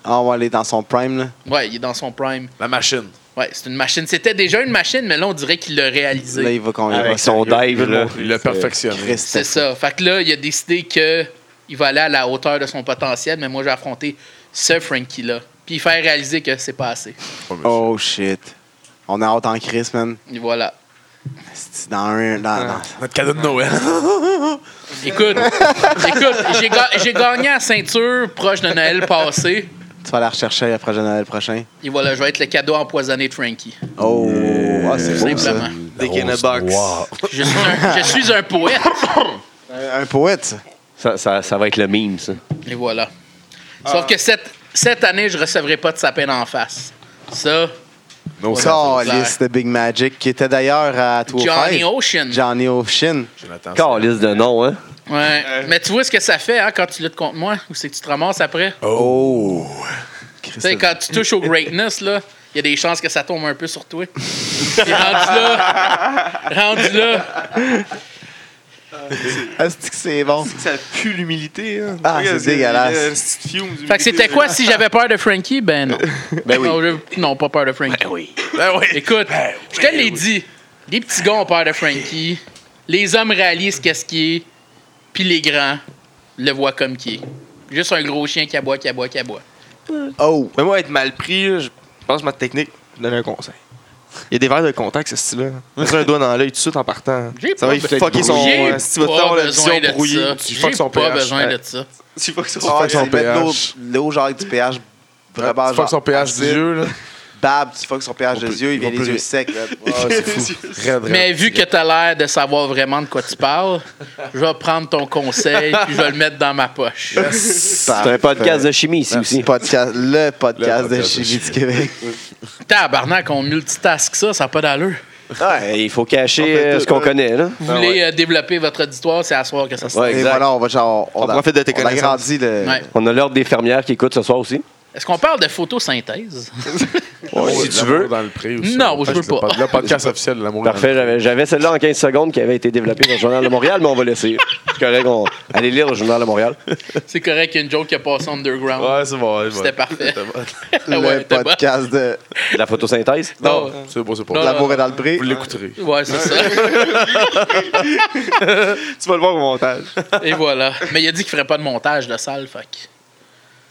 S4: Ah, on va aller dans son prime, là.
S6: Ouais, il est dans son prime.
S5: La machine.
S6: Ouais, c'est une machine. C'était déjà une machine, mais là, on dirait qu'il l'a réalisé.
S4: Là, il va qu'on
S2: Avec son dive, là.
S5: Il l'a perfectionné.
S6: C'est ça. Fait que là, il a décidé que il va aller à la hauteur de son potentiel, mais moi, j'ai affronté ce Frankie-là. Puis faire réaliser que c'est pas assez.
S4: Oh shit. On a hâte en crise, man.
S6: Et Voilà.
S4: C'est dans un. Dans, dans-
S5: Notre cadeau de Noël.
S6: Écoute, écoute, j'ai ga- j'ai gagné la ceinture proche de Noël passé.
S4: Tu vas la rechercher après le Noël prochain.
S6: Et voilà, je vais être le cadeau empoisonné de Frankie.
S4: Oh, ah, c'est beau ça.
S6: Simplement.
S3: Dick in a box.
S6: Je suis un, je suis un poète.
S4: Un un poète, ça.
S2: Ça, ça, ça va être le meme, ça.
S6: Et voilà. Sauf que cette, cette année, je recevrai pas de sapin en face. Ça,
S5: No
S6: Ouais.
S5: sense.
S4: Oh,
S6: c'est clair.
S4: Alice de Big Magic, qui était d'ailleurs à toi.
S6: Johnny Ocean.
S4: Johnny Ocean.
S5: Jonathan, c'est-
S2: Calice de nom, hein?
S6: Ouais. Mais tu vois ce que ça fait hein, quand tu luttes contre moi? Ou c'est que tu te ramasses après?
S5: Oh.
S6: Tu sais, quand tu touches au greatness, là, il y a des chances que ça tombe un peu sur toi. Puis rendu là, rendu là,
S4: Est-ce que c'est bon?
S3: Ça pue l'humilité. Hein.
S4: Ah, c'est
S3: Regarde,
S4: dégueulasse.
S3: il y a euh, une petite fume d'humilité.
S6: Fait que c'était quoi si j'avais peur de Frankie? Ben non.
S2: Ben oui.
S6: Non, je- non, pas peur de Frankie.
S5: Ben oui.
S6: Écoute, je te l'ai dit, les petits gars ont peur de Frankie, les hommes réalisent qu'est-ce qu'il est, puis les grands le voient comme qui est. Juste un gros chien qui aboie, qui aboie, qui aboie.
S4: Oh,
S3: Mais moi, être mal pris, là, je pense que ma technique, je donne un conseil. Il y a des verres de contact, ce style-là. Mets un doigt dans l'œil tout de suite en partant.
S6: J'ai
S3: Ça
S6: pas
S3: va, il
S6: be-
S3: fucker son.
S6: J'ai
S3: euh, Si tu vas te
S6: pas
S3: faire la
S6: besoin
S3: vision
S6: de
S3: brouillée,
S6: ça.
S5: tu
S6: J'ai
S5: fucks son
S6: pas
S5: pH.
S6: besoin
S5: Ouais.
S6: de ça.
S3: tu fucks son
S5: fucks son
S4: tu mets de l'eau-
S5: pH.
S4: de l'eau genre avec du pH vraiment
S5: Tu fuck son
S4: genre
S5: pH des
S4: acide.
S5: yeux, là.
S4: Bab, tu fuck son pH des yeux, il vient
S5: on
S4: les
S5: peut-
S4: yeux secs. là.
S5: Ah, c'est fou. Raide, raide.
S6: Mais vu que t'as l'air de savoir vraiment de quoi tu parles, je vais prendre ton conseil puis je vais le mettre dans ma poche.
S4: C'est
S5: Ah,
S2: C'est un podcast de chimie ici aussi.
S4: Podcast, le podcast de
S5: podcast de
S4: Chimie du Québec.
S6: Tabarnak, on multitask ça, ça n'a pas d'allure.
S2: Ouais, il faut cacher
S5: On fait
S2: euh,
S5: tout,
S2: ce qu'on
S5: hein.
S2: connaît, là.
S6: Vous voulez euh, développer votre auditoire, c'est à soir que ça se
S2: Ouais,
S4: Et
S2: exact.
S4: voilà, on va genre. On,
S3: On profite de tes
S4: On agrandit le.
S6: Ouais.
S2: On a l'ordre des fermières qui écoutent ce soir aussi.
S6: Est-ce qu'on parle de photosynthèse?
S5: Oh,
S2: si
S5: de
S2: tu
S5: l'amour
S2: veux.
S5: dans le pré aussi.
S6: Non,
S5: Ah,
S6: je veux
S5: sais
S6: pas.
S5: Le podcast officiel de l'amour. dans le
S2: Parfait,
S5: pré.
S2: j'avais- j'avais celle-là en 15 secondes qui avait été développée dans le Journal de Montréal, mais on va laisser. C'est correct, on... allez lire le Journal de Montréal.
S6: C'est correct qu'il y a une joke qui a passé underground.
S5: Ouais, c'est bon. ouais,
S6: C'était
S5: bon.
S6: parfait.
S5: C'était bon.
S4: Le
S6: Ah Ouais, t'as pas-
S4: podcast de.
S2: La photosynthèse.
S6: Non.
S5: C'est bon, c'est
S6: Non,
S5: bon.
S6: non.
S4: L'amour est dans le pré.
S5: Vous l'écouterez.
S6: Ouais, c'est
S3: Tu vas le voir au montage.
S6: ça. Et voilà. Mais il a dit qu'il ferait pas de montage de salle, fait que-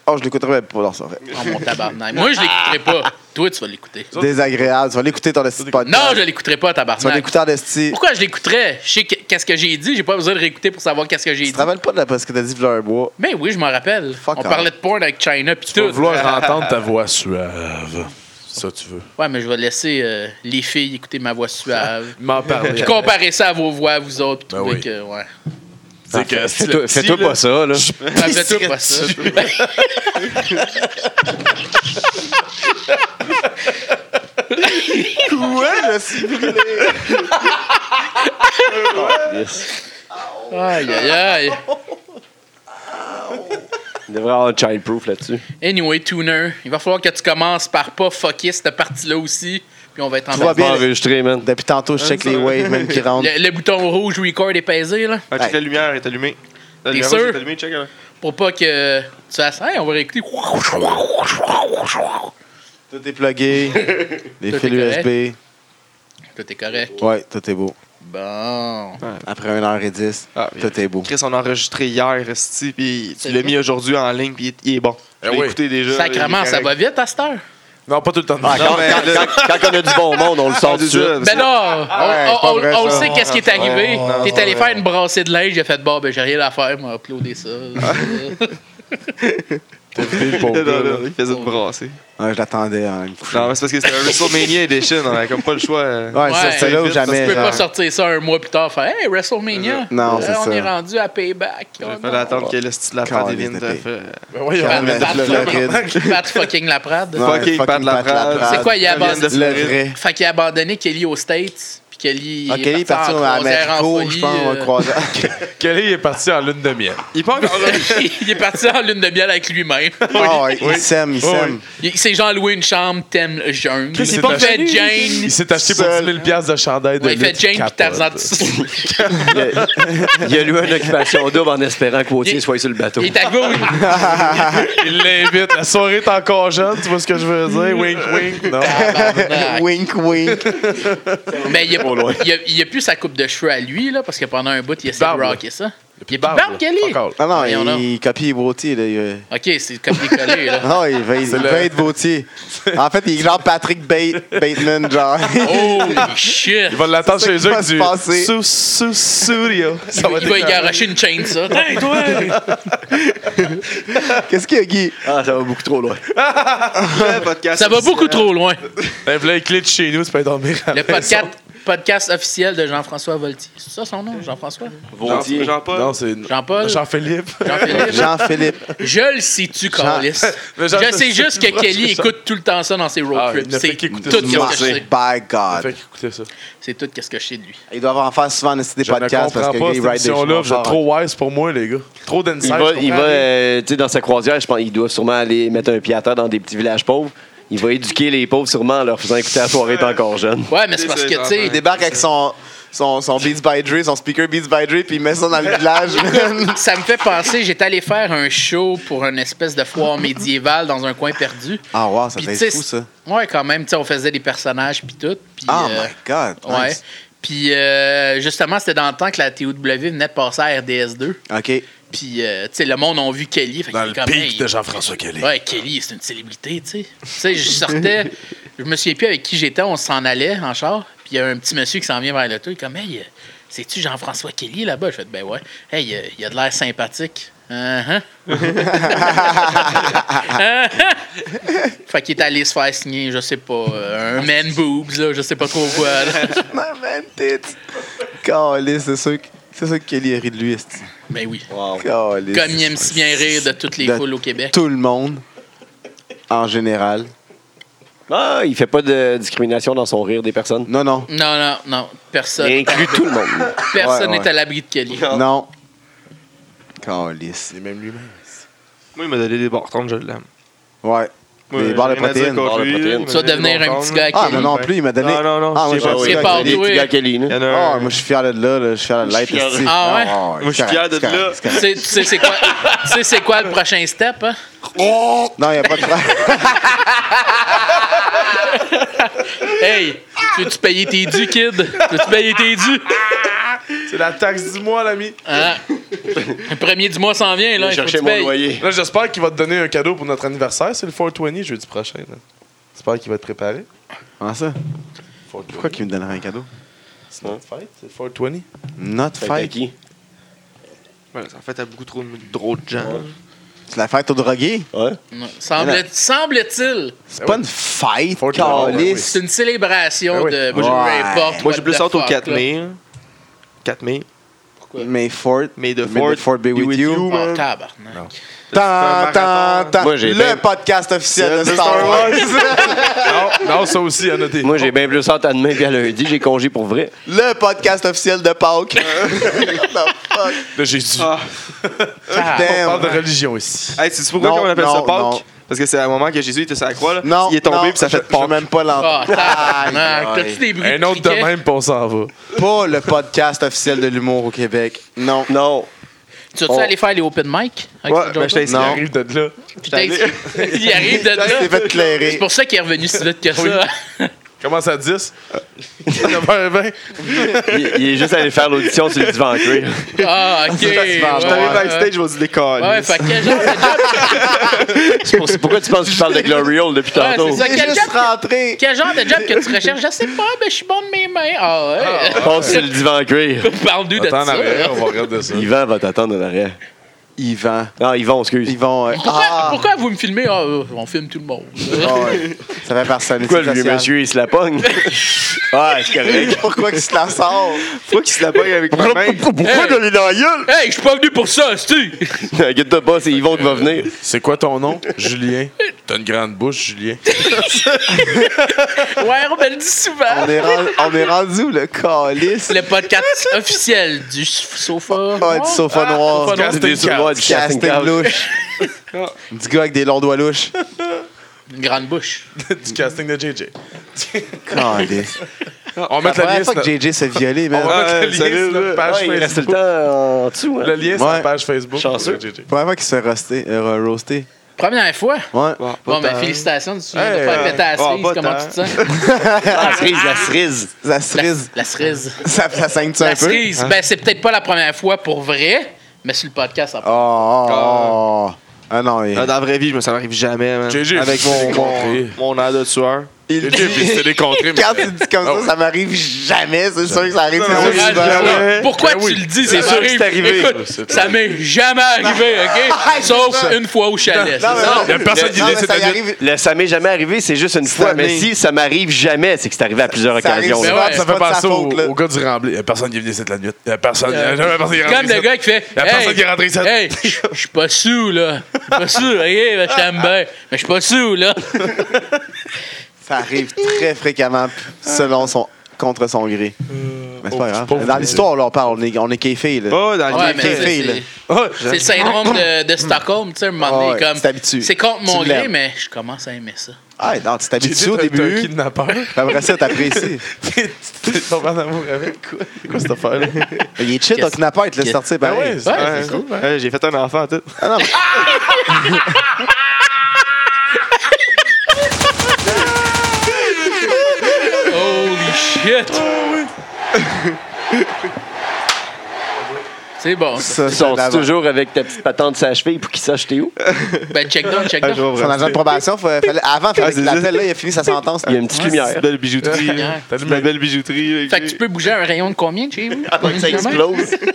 S4: Oh, je l'écouterai même pas dans ça. en fait.
S6: Oh mon tabarnak. Moi, je l'écouterai pas. Toi, tu vas l'écouter.
S4: Désagréable. Tu vas l'écouter ton esti de podcast.
S6: Non, je l'écouterai pas,
S4: Tu vas
S6: tabarnak.
S4: l'écouter en esti.
S6: Pourquoi je l'écouterais? Je sais que- qu'est-ce que j'ai dit. J'ai pas besoin de réécouter pour savoir qu'est-ce que j'ai
S4: Tu
S6: dit.
S4: te rappelles pas de la- parce que t'as dit Fleur Bois.
S6: Mais oui, je m'en rappelle.
S4: Fuck
S6: On
S4: off.
S6: parlait de porn avec China pis
S5: Tu vas
S6: tout.
S5: vouloir entendre ta voix suave. Ça, tu veux.
S6: Ouais, mais je vais laisser euh, les filles écouter ma voix suave.
S5: M'en parler.
S6: Puis comparer ça à vos voix, à vous autres, pis
S5: Ben
S6: trouver
S5: oui.
S6: que. Ouais.
S5: C'est que si
S2: Fais-toi
S5: le petit,
S2: fais-toi
S5: là,
S2: pas ça, là.
S6: Ouais, fais-toi pas ça.
S4: Ouais, je suis brûlé.
S2: Yes.
S6: Aïe, aïe, aïe.
S2: Il devrait avoir un child-proof là-dessus.
S6: Anyway, Tuner, il va falloir que tu commences par pas fucker cette partie-là aussi, puis on va être en
S4: va
S2: Pas
S6: bas.
S4: bien.
S2: enregistré, man.
S4: Depuis tantôt, je check les waves même qui rentrent.
S6: Le, le bouton rouge record est pesé, là,
S3: Ah, check la lumière est allumée. La
S6: T'es
S3: lumière
S6: sûr?
S3: est allumée, check. là.
S6: pour pas que tu fasses Hey, on va réécouter.
S4: Tout est plugué.
S6: Tout
S4: Les
S6: est
S4: fils USB.
S6: Tout est correct.
S4: Ouais, tout est beau.
S6: Bon.
S4: Après 1h10,
S3: Ah,
S4: tout est beau.
S3: Chris, on a enregistré hier, Resti, puis
S6: C'est
S3: tu l'as
S6: vrai?
S3: mis aujourd'hui en ligne, puis il est- il est bon.
S5: Eh
S3: Je l'ai
S5: oui.
S3: écouté déjà.
S6: Sacrement,
S3: il est
S6: ça va
S3: correct.
S6: vite à cette heure?
S5: Non, pas tout le temps.
S2: Quand,
S3: mais
S2: quand-
S3: là-
S2: Ah, quand- quand on a du bon monde, on le sort tout de suite.
S6: Ben non! On,
S4: c'est
S6: on-
S4: pas vrai,
S6: on- on
S4: ça.
S6: sait qu'est-ce qui est arrivé.
S3: Non,
S6: T'es
S3: c'est
S6: allé
S3: vrai.
S6: faire une brassée de linge, j'ai fait bon, ben j'ai rien à faire, moi, uploader ça.
S3: Non, non, non, Il faisait une brasser.
S4: Ouais, je l'attendais en me couchant.
S3: Non, mais c'est parce que c'était un WrestleMania Edition, on avait comme pas le choix. euh.
S4: Ouais, ça,
S6: Ouais.
S4: c'est là où
S6: tu
S4: jamais.
S6: peux pas
S4: genre.
S6: sortir ça un mois plus tard, faire Hey, WrestleMania!
S4: Non,
S6: Là,
S4: c'est
S6: on
S4: ça.
S6: est rendu à payback. Oh
S3: Il
S6: non.
S3: fallait attendre que le style de la
S4: Caliste
S3: Prade vienne
S4: de
S3: de
S4: paix.
S3: faire.
S4: Calme, Pat
S6: Pat- Pat-
S4: Floride.
S6: Pat- Pat fucking la Prade.
S4: Ouais,
S3: Fucking
S4: fucking
S3: Pat
S4: Pat
S3: Laprade.
S4: Laprade.
S6: C'est quoi, il a
S3: Vienne de
S6: abandonné-
S4: Le
S3: Floride.
S4: vrai.
S6: Fait qu'il a abandonné Kelly aux States, puis Kelly.
S4: Ah, Kelly est parti
S6: en
S4: à
S6: croisière en
S4: Américo,
S6: folie,
S4: je pense, en
S6: euh,
S4: croisière.
S5: Kelly est parti en lune de miel.
S3: Il est pas encore.
S6: il est parti en lune de miel avec lui-même.
S4: Ah ouais, il sème, il
S5: Oui.
S4: sème.
S6: Il s'est genre loué une chambre, thème le jungle.
S5: Il s'est
S6: Il pas fait
S5: acheté-
S6: Jane.
S5: Il s'est acheté pour 10 000 piastres de chandail de
S6: Ouais, il fait
S5: lutte
S6: Jane pis
S5: capote.
S6: Tarzan. de-
S2: Il a, il a lu une occupation double en espérant que Wautier
S6: Il-
S2: soit sur le bateau.
S6: Il est arrivé au-
S5: Il l'invite. La soirée est encore jeune, tu vois ce que je veux dire? Wink, wink. Non.
S6: Ah, Tabarnak.
S4: Wink, wink.
S6: Mais il a, il a- il a plus sa coupe de cheveux à lui, là, parce que pendant un bout, il essaie
S5: Barbe.
S6: de rocker ça. Il est plus
S5: Barbe,
S6: barbe, Kelly.
S5: fuck all.
S4: Ah non,
S6: Voyons donc.
S4: il, copie Vautier. Là, il-
S6: Ok, c'est copier-coller, là.
S4: Ah, il va, il
S5: le-
S4: va être Vautier. En fait, il est genre Patrick Bate- Bateman, genre.
S6: Holy shit!
S5: Il va l'attendre
S4: C'est ça
S5: chez
S4: qui
S5: eux
S4: va
S5: avec
S4: se
S5: du
S4: passer.
S5: sous sous studio. Ça
S6: Il va y
S5: décoller.
S6: garocher une chaîne, ça. Hey, toi!
S4: Qu'est-ce qu'il y a, Guy?
S2: Ah, ça va beaucoup trop loin.
S3: Le podcast
S6: Ça va beaucoup trop loin.
S5: Ben, là, il clique chez nous, tu peux dormir. à la
S6: Le
S5: maison.
S6: podcast, podcast officiel de Jean-François Volti. C'est ça son nom, Jean-François?
S2: Vautier.
S3: Jean-Paul.
S5: Non, c'est
S6: Jean-Paul?
S5: Jean-Philippe.
S6: Jean-Philippe?
S4: Jean-Philippe.
S6: Je le sais-tu, Carlis.
S5: Mais Jean-
S6: Je sais juste que
S5: c'est-
S6: Kelly
S5: c'est-
S6: écoute tout le temps ça dans ses road
S5: Ah, il
S6: trips.
S5: ne fait
S6: C'est tout
S5: qu'écouter
S6: ce
S5: du
S6: que je
S5: Marseille.
S6: sais.
S4: By
S5: Fait
S4: God.
S5: qu'écoutez ça.
S6: C'est tout ce que je sais de lui.
S4: Ils doivent en faire souvent des
S5: Je ne
S4: podcasts parce
S5: comprends
S4: que
S5: pas
S4: Guy
S5: cette
S4: ride des
S5: émission-là. Vous
S4: chemins
S5: êtes trop wise pour moi, les gars. Trop d'insight.
S2: Il va, il va euh, tu sais, dans sa croisière, je pense, il doit sûrement aller mettre un pied à terre dans des petits villages pauvres. Il va éduquer les pauvres sûrement en leur faisant écouter la soirée est encore jeune.
S6: Ouais, mais c'est parce que, tu
S4: Il
S6: sais,
S4: débarque avec son, son, son Beats by Dre, son speaker Beats by Dre, puis il met ça dans le village.
S6: ça me fait penser, j'étais allé faire un show pour une espèce de foire médiévale dans un coin perdu.
S4: ah, wow, ça
S6: Puis,
S4: doit
S6: tu sais,
S4: être fou, ça.
S6: Ouais, quand même, tu sais, on faisait des personnages puis tout. puis,
S4: Oh
S6: euh,
S4: my God.
S6: Ouais.
S4: Nice.
S6: Puis euh, justement, c'était dans le temps que la TOW venait de passer à RDS2.
S4: OK.
S6: Puis, euh, tu sais, le monde a vu Kelly. Fait
S5: Dans
S6: qu'il
S5: le
S6: est comme,
S5: pic
S6: hey,
S5: de Jean-François Kelly.
S6: Ouais, Kelly, c'est une célébrité, tu sais. Tu sais, je sortais, je me souviens plus avec qui j'étais, on s'en allait en char, puis il y a un petit monsieur qui s'en vient vers le tour, il est comme, hey, euh, c'est-tu Jean-François Kelly là-bas? Je fais, ben ouais. Hey, euh, il a de l'air sympathique. Uh-huh. Uh-huh. Fait qu'il est allé se faire signer, je sais pas, euh, un man boobs, là, je sais pas trop quoi. là.
S4: My man tits. Calé, c'est sûr que. C'est sûr que Kelly a ri de lui, esti.
S6: Ben oui.
S4: Calé,
S6: Comme
S4: c'est-
S6: il aime si bien rire de toutes les
S4: De
S6: foules au Québec.
S4: Tout le monde, en général.
S2: Ah, il fait pas de discrimination dans son rire des personnes.
S4: Non, non.
S6: Non, non, non, personne.
S2: Il inclut tout le monde.
S6: Personne
S4: Ouais,
S6: n'est
S4: ouais.
S6: à l'abri de Kelly.
S4: Non. Calice.
S5: C'est même lui-même.
S3: Moi, il m'a donné des bartons, je l'aime.
S4: Ouais.
S3: Moi,
S4: Des
S3: j'ai
S4: barres de
S3: rien à dire
S4: protéines.
S3: contre
S2: Barres de
S3: lui,
S2: protéines.
S3: il m'a
S6: Tu vas
S3: donné
S6: devenir
S3: des
S6: un
S3: bartons,
S6: petit gars
S3: là.
S4: Ah,
S6: Kelly.
S4: mais non plus, il m'a donné.
S3: Non, non, non,
S4: Ah, moi,
S3: c'est
S4: je
S3: pas
S4: suis
S6: vrai.
S4: fier de
S2: Des
S4: lui.
S2: petits gars Kelly, là.
S3: Il y en a
S4: Ah,
S3: un.
S4: moi, je suis fier de là, là. Je suis fier de l'être.
S2: fier de-
S4: esti.
S6: Ah, ouais?
S3: Moi, je suis fier de
S4: correct, c'est
S3: là.
S4: correct.
S6: Tu sais- tu sais c'est quoi, tu sais c'est quoi le prochain step, hein?
S4: Non, il n'y a pas de problème.
S6: Hey, tu veux-tu payer tes dus, kid? Tu veux-tu payer tes dus?
S5: C'est la taxe du mois, l'ami.
S6: Hein? Le premier du mois s'en vient, là. il faut que
S2: chercher
S6: tu
S2: mon
S6: payes.
S2: loyer.
S5: Là, j'espère qu'il va te donner un cadeau pour notre anniversaire. C'est le 420 jeudi prochain. là. J'espère qu'il va te préparer.
S4: Comment ça?
S5: 420,
S4: Pourquoi qu'il me donnerait un cadeau?
S5: C'est notre fête, c'est le 420.
S4: Notre
S2: Fait que
S4: fête.
S2: qui?
S3: Ouais, ça, en fait, t'as beaucoup trop de drôles de gens.
S4: C'est la fête aux drogués?
S2: Ouais.
S6: Non, semble- Semble-t-il,
S4: C'est pas une fête,
S5: Faut que-
S4: calice.
S6: c'est une célébration
S5: Ben oui.
S6: de
S4: Moi,
S6: peu
S4: j'ai-
S6: importe
S3: Moi,
S6: what
S3: j'ai plus
S6: the
S3: hâte au
S6: fuck,
S3: 4
S6: là.
S3: mai. hein. 4 mai.
S6: Ouais.
S4: May Fort.
S3: May the
S4: May
S3: Fourth
S4: the Fort be with you.
S6: Oh, tabarnak.
S4: Tan,
S3: C'est un
S4: tan,
S3: marathon.
S4: tan.
S2: Moi, j'ai
S4: Le
S2: été-
S4: podcast officiel de
S3: C'est
S4: Star
S3: Star
S4: Wars.
S5: Non, non, ça aussi, à noter.
S2: Moi, j'ai bien plus hâte à demain puis à lundi. J'ai congé pour vrai.
S4: Le podcast officiel de Pâques. What the fuck?
S5: De Jésus.
S3: Ah.
S5: On parle
S4: Damn.
S5: de religion ici.
S3: Hey, c'est pourquoi
S4: Non,
S3: qu'on appelle
S4: non,
S3: ça
S4: non.
S3: Pâques? Parce que c'est à un moment que Jésus était sur la croix, là.
S4: Non,
S3: Il est tombé,
S4: non,
S3: puis ça fait
S4: je- Je veux
S3: Pâques.
S4: même pas
S6: Ah,
S4: l'entendre.
S6: tabarnak. T'as-tu des bruits
S5: Un
S6: de
S5: autre de
S6: criquets?
S5: même, puis on s'en va.
S4: Pas le podcast officiel de l'humour au Québec. Non.
S2: Non.
S6: Tu vas-tu aller faire les open mic? avec
S3: Oh. Ouais, ben,
S6: ce
S3: mais je t'ai
S6: Joker?
S5: Il arrive de là.
S6: Putain, Il arrive de
S4: Ça, c'est
S6: là.
S4: fait
S6: C'est
S4: clairer.
S6: pour ça qu'il est revenu si vite que ça.
S5: Commence à 10. 9h20.
S2: Il, il est juste allé faire l'audition sur le divan en cuir.
S6: Ah, ok.
S4: Ça, tu vas
S6: ouais,
S3: Je t'arrive
S6: ouais,
S3: backstage, je vais dire des
S6: ouais. Ouais, fait que quel genre de job
S2: C'est pourquoi tu penses que je parle de Glory Hole depuis
S6: Ouais,
S2: tantôt?
S6: c'est ça.
S4: Il est
S6: Quel
S4: juste
S6: job-
S4: rentré.
S6: Quel genre de job que tu recherches? Je sais pas, mais je suis bon de mes mains. Ah ouais.
S2: Passe sur le divan en cuir.
S6: Parle-nous de
S5: Attends
S6: ça.
S5: en arrière, on va regarder ça.
S2: Yvan va t'attendre en arrière.
S4: Yvan.
S2: Ah, Yvon, excuse.
S4: Ils vont. euh,
S6: Pourquoi,
S4: ah!
S6: pourquoi vous me filmez? Ah, euh, on filme tout le monde.
S4: Ah ouais. Ça fait personne.
S2: Pourquoi le vieux monsieur, il se la pogne? ah, c'est correct.
S4: Pourquoi qu'il se la sort?
S3: Faut qu'il se la pogne avec ma main.
S2: Pourquoi
S6: Hey!
S2: donner dans la gueule?
S6: hey, je suis pas venu pour ça, tu
S2: Inquiète pas, c'est Yvon qui va venir.
S5: C'est quoi ton nom? Julien. T'as une grande bouche, Julien.
S6: Ouais, on me le dit souvent.
S4: On est, rendu, on est rendu où, le calice?
S6: Le podcast officiel du s- sofa.
S4: Ah, du sofa noir.
S6: sofa noir.
S2: C'est des
S5: Casting
S2: sournois du casting
S4: Casting
S2: couch.
S4: louche. du gars avec des longs doigts louches.
S6: Une grande bouche.
S5: du casting de JJ.
S4: Calice.
S5: On va
S4: Ah, La
S5: mettre le lien
S4: première
S5: sur
S4: fois que
S5: notre-
S4: JJ s'est violé, man.
S5: on va
S4: La
S5: mettre
S3: Ouais,
S5: le lien
S3: salut,
S5: sur notre
S3: là.
S5: page
S2: Ouais, il reste le
S5: Facebook.
S2: temps en dessous. hein.
S5: Le lien sur
S4: Ouais.
S5: la page Facebook.
S2: Chanceux.
S5: de JJ.
S4: première fois qu'il se fait roaster- euh, roaster.
S6: Première fois.
S4: Ouais.
S3: Bon,
S6: Bon, ben,
S4: tant. euh,
S6: félicitations, tu te souviens
S5: Hey,
S6: de faire péter la
S3: oh,
S6: cerise,
S3: pas
S6: comment
S3: tant.
S6: tu te sens?
S2: La cerise, la cerise.
S4: La
S6: La,
S4: cerise.
S6: la cerise.
S4: Ça, ça saigne-tu un
S6: La
S4: peu? Ah.
S6: cerise, ben, c'est peut-être pas la première fois pour vrai, mais sur le podcast, ça
S4: Oh, oh, oh. Ah non, il...
S3: Ah, Dans la vraie vie, je me ça m'arrive jamais, man.
S5: JJ,
S3: Avec
S5: c'est
S3: mon,
S5: décontré.
S3: mon, mon air de tueur.
S4: il
S5: JJ, puis c'est décontré. mais-
S4: Quand tu dis comme
S5: Ah
S4: ça,
S5: oui.
S4: ça m'arrive jamais. C'est sûr que ça arrive
S3: non,
S6: Ah,
S4: très
S3: oui,
S4: souvent.
S3: jamais.
S4: là.
S6: je- Pourquoi
S5: Ben oui.
S6: tu le dis?
S5: C'est sûr que
S6: arrivé.
S5: c'est arrivé. Ah,
S6: Écoute,
S5: C'est-
S6: ça m'est jamais arrivé, OK? Sauf une fois au chalet.
S4: Non, mais
S6: c'est ça?
S4: non.
S5: Il y a personne qui
S4: Non, mais
S5: laisse
S4: ça y
S5: cette année.
S4: arrive.
S2: Le, ça m'est jamais arrivé, c'est juste une
S4: Cette
S2: fois. Mais
S4: année.
S2: si ça m'arrive jamais, c'est que c'est arrivé à plusieurs
S4: Ça arrive
S2: occasions.
S6: souvent.
S2: là.
S6: Ouais,
S4: c'est
S5: Ça
S4: pas
S5: fait
S4: de sa
S5: penser au,
S4: faute, là.
S5: au gars du Tremblay. Il y a personne qui est venu cette la nuit. Il y a personne. Il y a jamais personne qui est rentré
S6: Comme le
S5: ici.
S6: gars qui fait
S5: La personne qui est rentrée ici.
S6: Hey, je je suis pas sûr, là. Je suis pas sûr, OK? ben, Je t'aime bien, mais je suis pas sûr, là.
S4: Ça arrive très fréquemment p- selon son contre son gré. Mais c'est
S5: oh,
S4: pas
S5: je suis
S4: grave.
S5: pas
S4: Dans
S5: vous-
S4: l'histoire, là, on parle, on est, on est kéfé, là.
S3: Oh,
S5: Ah,
S3: dans le
S6: Ouais, mais
S4: T'es
S6: c'est-
S4: fille, là.
S6: c'est c'est le syndrome de, de Stockholm, tu sais, à un moment donné,
S5: Ah
S4: Ouais,
S6: comme.
S4: tu t'habitues.
S6: C'est contre
S4: Tu
S6: mon gré,
S4: l'aimes.
S6: mais je commence à aimer ça.
S4: Ah, non, tu
S5: JJ,
S4: t'habitues au
S5: t'as- t'as un
S4: début. puis
S5: kidnappeur.
S4: Après ça, t'apprécies.
S5: T'es t'es tombé en amour avec. Quoi, quoi cette affaire-là?
S4: Il est chill,
S6: Qu'est-ce-
S4: ton kidnappeur, il te laisse sortir
S5: Ben
S4: pareil.
S5: ouais, c'est
S6: Ouais,
S5: ouais,
S6: c'est
S5: cool. ouais.
S3: Ouais, J'ai fait un enfant, tout.
S4: Ah non, mais-
S6: Holy shit!
S5: Ah
S6: C'est bon.
S4: ça,
S6: ça.
S2: Ils
S4: c'est
S2: sont
S4: de la-
S2: toujours avec ta petite patente sa cheville pour qu'ils sachent t'es où.
S6: Ben, check down,
S5: Ah,
S6: check down.
S4: Son agent de probation, faut- fallait- avant, il fallait
S3: Ah,
S4: qu'il
S3: c'est ça.
S4: l'appelle, là, il a fini sa sentence.
S2: Il y a une petite
S3: C'est une
S2: lumière.
S3: belle bijouterie.
S6: Ouais.
S5: T'as
S3: T'as
S5: dit,
S3: une
S5: mais-
S3: belle bijouterie.
S6: Fait que tu peux bouger un rayon de combien de chez vous?
S4: Ah,
S6: Combien de
S2: Ça
S6: kilomètres?
S2: explose.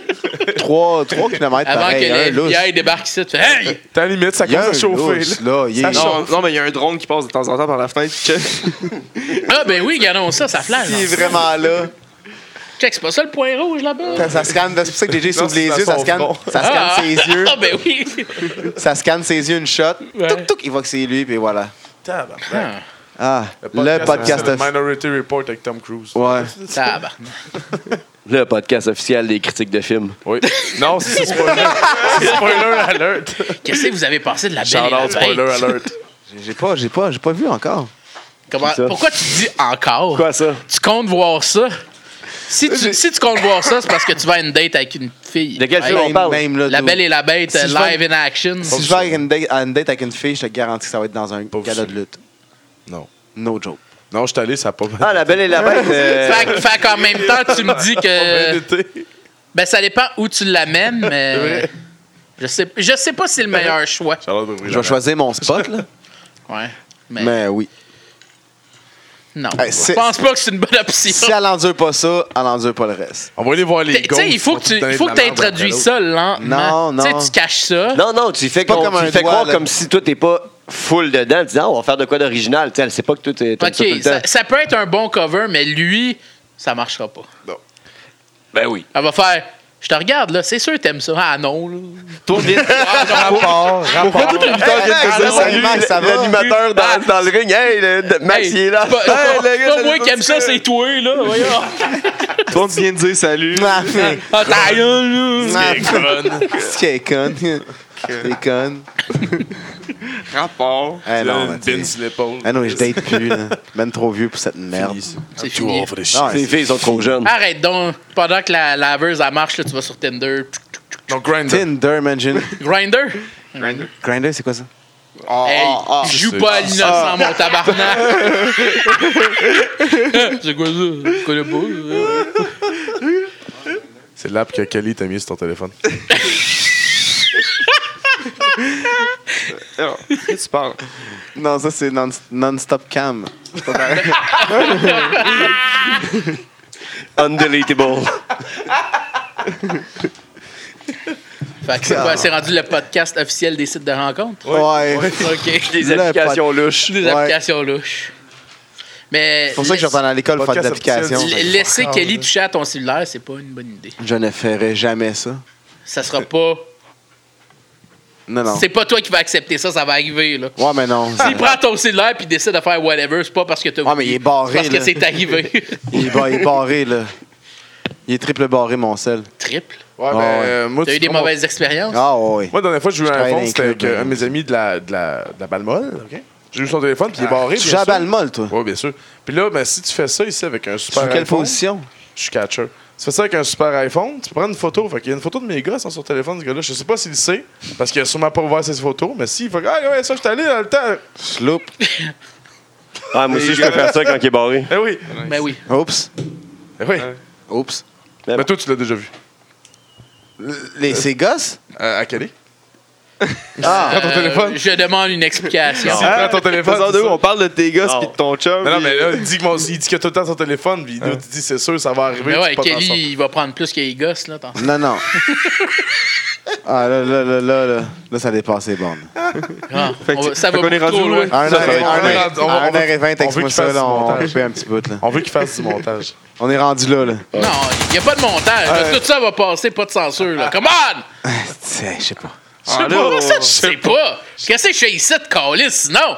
S4: 3, km
S6: Avant
S4: pareil.
S6: que
S4: hein,
S6: les
S4: lousse.
S6: FBI débarquent ici, tu fais Hey!
S5: T'as limite, ça
S4: Il y a
S5: commence à
S4: un
S5: chauffer.
S4: lousse,
S5: là.
S4: là. Il est-
S5: Ça
S3: Non, non, mais il y a un drone qui passe de temps en temps par la fenêtre. qui check.
S6: Ah, ben oui, regardons ça, ça flash.
S4: Il est vraiment là.
S6: Check, c'est pas ça le point rouge là-bas?
S4: Ça, ça scanne, c'est pour ça que JJ
S5: Non,
S4: s'ouvre les
S5: c'est
S4: yeux,
S5: dans
S4: ça
S5: son
S4: scanne,
S5: front.
S4: ça scanne
S6: Ah,
S4: ses yeux,
S6: Ah, ben oui!
S4: ça scanne ses yeux une shot,
S6: Ouais.
S4: touc touc, il voit que c'est lui, puis voilà.
S5: Tabarnak.
S6: Ah,
S4: Ah, le podcast
S5: c'est le
S4: of...
S5: Minority Report avec Tom Cruise.
S4: Ouais.
S6: tabarnak.
S2: Le podcast officiel des critiques de films.
S5: Oui. Non, c'est c'est spoiler. C'est spoiler alert.
S6: Qu'est-ce que vous avez passé de la belle et
S5: Shout
S6: la
S5: out, spoiler
S6: bête?
S5: alert.
S4: J'ai- J'ai pas, j'ai pas, j'ai pas vu encore.
S6: Comment-
S2: ça.
S6: Pourquoi tu dis encore?
S2: Quoi ça?
S6: Tu comptes voir ça? Si tu, si tu comptes voir ça, c'est parce que tu vas à une date avec une fille.
S2: De quel
S6: Hey,
S2: film on
S4: Même-
S2: parle?
S4: même, là,
S6: La
S4: d'où-
S6: Belle et la Bête,
S4: Si
S6: euh,
S4: je vais-
S6: live in action.
S4: Si je vais avec une date- à une date avec une fille, je te garantis que ça va être dans un
S5: Pas
S4: gala
S5: sûr.
S4: de lutte.
S5: Non.
S4: No joke.
S5: Non, je suis allé, ça a pas
S2: Ah, la belle et la bête. euh,
S6: Fait, que- fait qu'en même temps, tu me dis que.
S5: été.
S6: Ben, ça dépend où tu l'amènes, mais. Je sais, je sais pas si c'est le meilleur choix.
S5: Shout out d'ouvrir
S4: Je vais
S5: la
S4: choisir mon spot, là.
S6: Ouais. Mais.
S4: Mais oui.
S6: Non.
S4: Hey,
S6: je
S4: c'est-
S6: pense pas que c'est une bonne option.
S4: Si elle endure pas ça, elle endure pas le reste.
S5: On va aller voir les
S6: T'sais,
S5: gars.
S6: t'sais, il faut que tu il faut que t'introduises ça lentement.
S4: Non, non.
S6: T'sais, tu caches ça.
S2: Non, non, tu fais,
S4: Pas
S2: qu'on-
S4: comme
S2: tu
S4: un
S2: fais
S4: doigt,
S2: croire
S4: là.
S2: comme si toi, t'es pas full dedans, en disant, Ah, on va faire de quoi d'original. Tu sais, elle sait pas que toi, t'es t'aimes ça tout
S6: OK,
S2: le temps.
S6: ça, ça peut être un bon cover, mais lui, ça marchera pas.
S2: Ben oui.
S6: Elle va faire Je te regarde, là, c'est sûr que t'aimes ça. Ah non, là.
S2: Tourne vite.
S5: Rapport, rapport.
S4: Max, ça va?
S2: L'animateur dans, dans le ring, hey, le- le- Max,
S6: Ah. Hey,
S2: il est là.
S6: C'est pas,
S2: Hey,
S6: c'est
S2: le gars,
S6: pas
S2: ça
S6: moi
S2: nous
S6: qui aime
S2: dit
S6: ça,
S2: que-
S6: c'est toi, là. Voyons.
S3: Toi, tu viens de dire salut.
S4: Ah, mais-
S6: Ah, ta gueule, là.
S4: ah, C'est qu'elle est conne. Elle est conne.
S3: Rapport.
S4: Eh non, mais
S5: Bin
S3: Ben-
S4: t'sais.
S5: sur l'épaule.
S4: Ah non, je date plus, là. Même trop vieux pour cette merde.
S6: C'est
S5: Too
S6: fini.
S5: old for this
S4: Non,
S5: shit.
S2: Les Ah, filles sont trop jeunes.
S6: Arrête donc. Pendant que la laveuse, elle marche, là, tu vas sur Tinder.
S5: Non, grinder.
S4: Tinder, man. j'ai-
S6: Grinder.
S3: Grinder.
S4: Grinder, c'est quoi ça?
S3: Ah,
S2: Ah,
S6: Hey,
S5: je
S6: joue
S5: sais.
S6: pas à l'innocent, mon tabarnak. Ah, c'est quoi ça? Je connais pas.
S5: C'est l'app que Kelly t'a mis sur ton téléphone.
S3: Alors, qu'est-ce que tu parles?
S4: Non, ça, c'est non- non-stop cam.
S2: Undeletable.
S6: Fait que c'est quoi, c'est rendu le podcast officiel des sites de rencontres?
S4: Ouais.
S6: OK.
S2: Des
S4: Le pod-
S2: applications louches.
S6: Des
S4: Ouais.
S6: applications louches. Mais.
S4: C'est pour ça que je retourne à l'école faire des
S5: Podcast
S4: applications.
S5: officiel.
S6: L- Laisser
S2: Ah,
S5: Fuck
S6: Kelly
S5: off.
S6: toucher à ton cellulaire, c'est pas une bonne idée.
S4: Je ne ferai jamais ça.
S6: Ça sera pas.
S4: Non, non.
S6: C'est pas toi qui vas accepter ça, ça va arriver, là.
S4: Ouais, mais non.
S6: S'il prend ton cellulaire puis décide de faire whatever, c'est pas parce que t'as.
S4: Ouais, mais il est barré,
S6: Parce que
S4: là.
S6: c'est arrivé.
S4: Il est, ba- il est barré, là. Il est triple barré, mon sel.
S6: Triple.
S5: Ouais,
S4: Ouais.
S5: mais, euh, moi,
S6: T'as
S5: tu
S6: eu des
S5: te trompes.
S6: mauvaises expériences?
S4: Ah, ouais.
S5: Moi, la dernière fois, j'ai eu
S4: Je
S5: un
S4: travaille
S5: fond,
S4: dans
S5: c'était
S4: les
S5: avec
S4: clubs,
S5: euh, un de
S4: ouais.
S5: mes amis de la, de la, de la Ah, Balmol. J'ai eu son téléphone, puis il est barré.
S4: Tu
S5: bien
S4: joues à
S5: sûr.
S4: balle molle, toi.
S5: Oui, bien sûr. Puis là, ben, si tu fais ça ici avec un super
S4: Sur quelle
S5: iPhone,
S4: position?
S5: je suis catcher. Tu fais ça avec un super iPhone, tu prends une photo. Fait qu'il y a une photo de mes gars sur son téléphone, ce gars-là. Je sais pas s'il le sait, parce qu'il a sûrement pas ouvert ses photos, mais si, il fait Ah, ouais, ça, je suis allé dans le temps.
S4: Sloop.
S2: Ah, moi aussi, je peux faire ça quand il est barré.
S5: Eh oui.
S6: Ben oui.
S4: Oups.
S5: Eh oui.
S4: Oups.
S5: Mais toi, tu l'as déjà vu.
S4: Les, ces gosses?
S5: Euh, à Calais.
S4: Ah!
S5: Prends ton téléphone.
S6: Euh, Je demande une explication.
S5: Ah, prends ton téléphone.
S3: Faisant
S5: c'est
S3: deux,
S5: ça.
S3: on parle de tes gosses
S2: Non.
S3: pis de ton chum.
S5: Non, non,
S3: pis-
S5: mais là, il dit, que mon- il dit que tout le temps son téléphone, puis l'autre, il dit, c'est sûr, ça va arriver.
S6: Mais Ben ouais,
S5: tu peux pas t'en sortir.
S6: Kelly, il va prendre plus que les gosses, là. t'en-
S4: Non, non. Ah, là, là, là, là, là. Là, ça dépasse les bornes.
S6: Ah,
S3: Fait que-
S6: on va- ça
S3: fait
S6: va
S3: qu'on est
S6: beaucoup
S3: rendu
S6: trop
S3: où,
S6: loin.
S3: là?
S4: Un
S5: Ça,
S4: heure
S5: ça
S4: et-
S5: va être-
S4: un
S5: on
S4: heure-
S5: va-
S4: un heure et vingt,
S5: on veut
S4: texte-moi
S5: qu'il fasse
S4: ça,
S5: du
S4: là, on
S5: montage.
S4: fait un petit bout, là.
S5: On veut qu'il fasse du montage.
S4: On est rendu là, là.
S6: Non, il n'y a pas de montage. là. Tout ça va passer, pas de censure. Là. Come on!
S4: C'est- Je sais pas.
S6: Je sais
S3: Ah, là,
S6: pas,
S3: on-
S6: ça, je sais pas. Qu'est-ce que je fais ici de calice, sinon?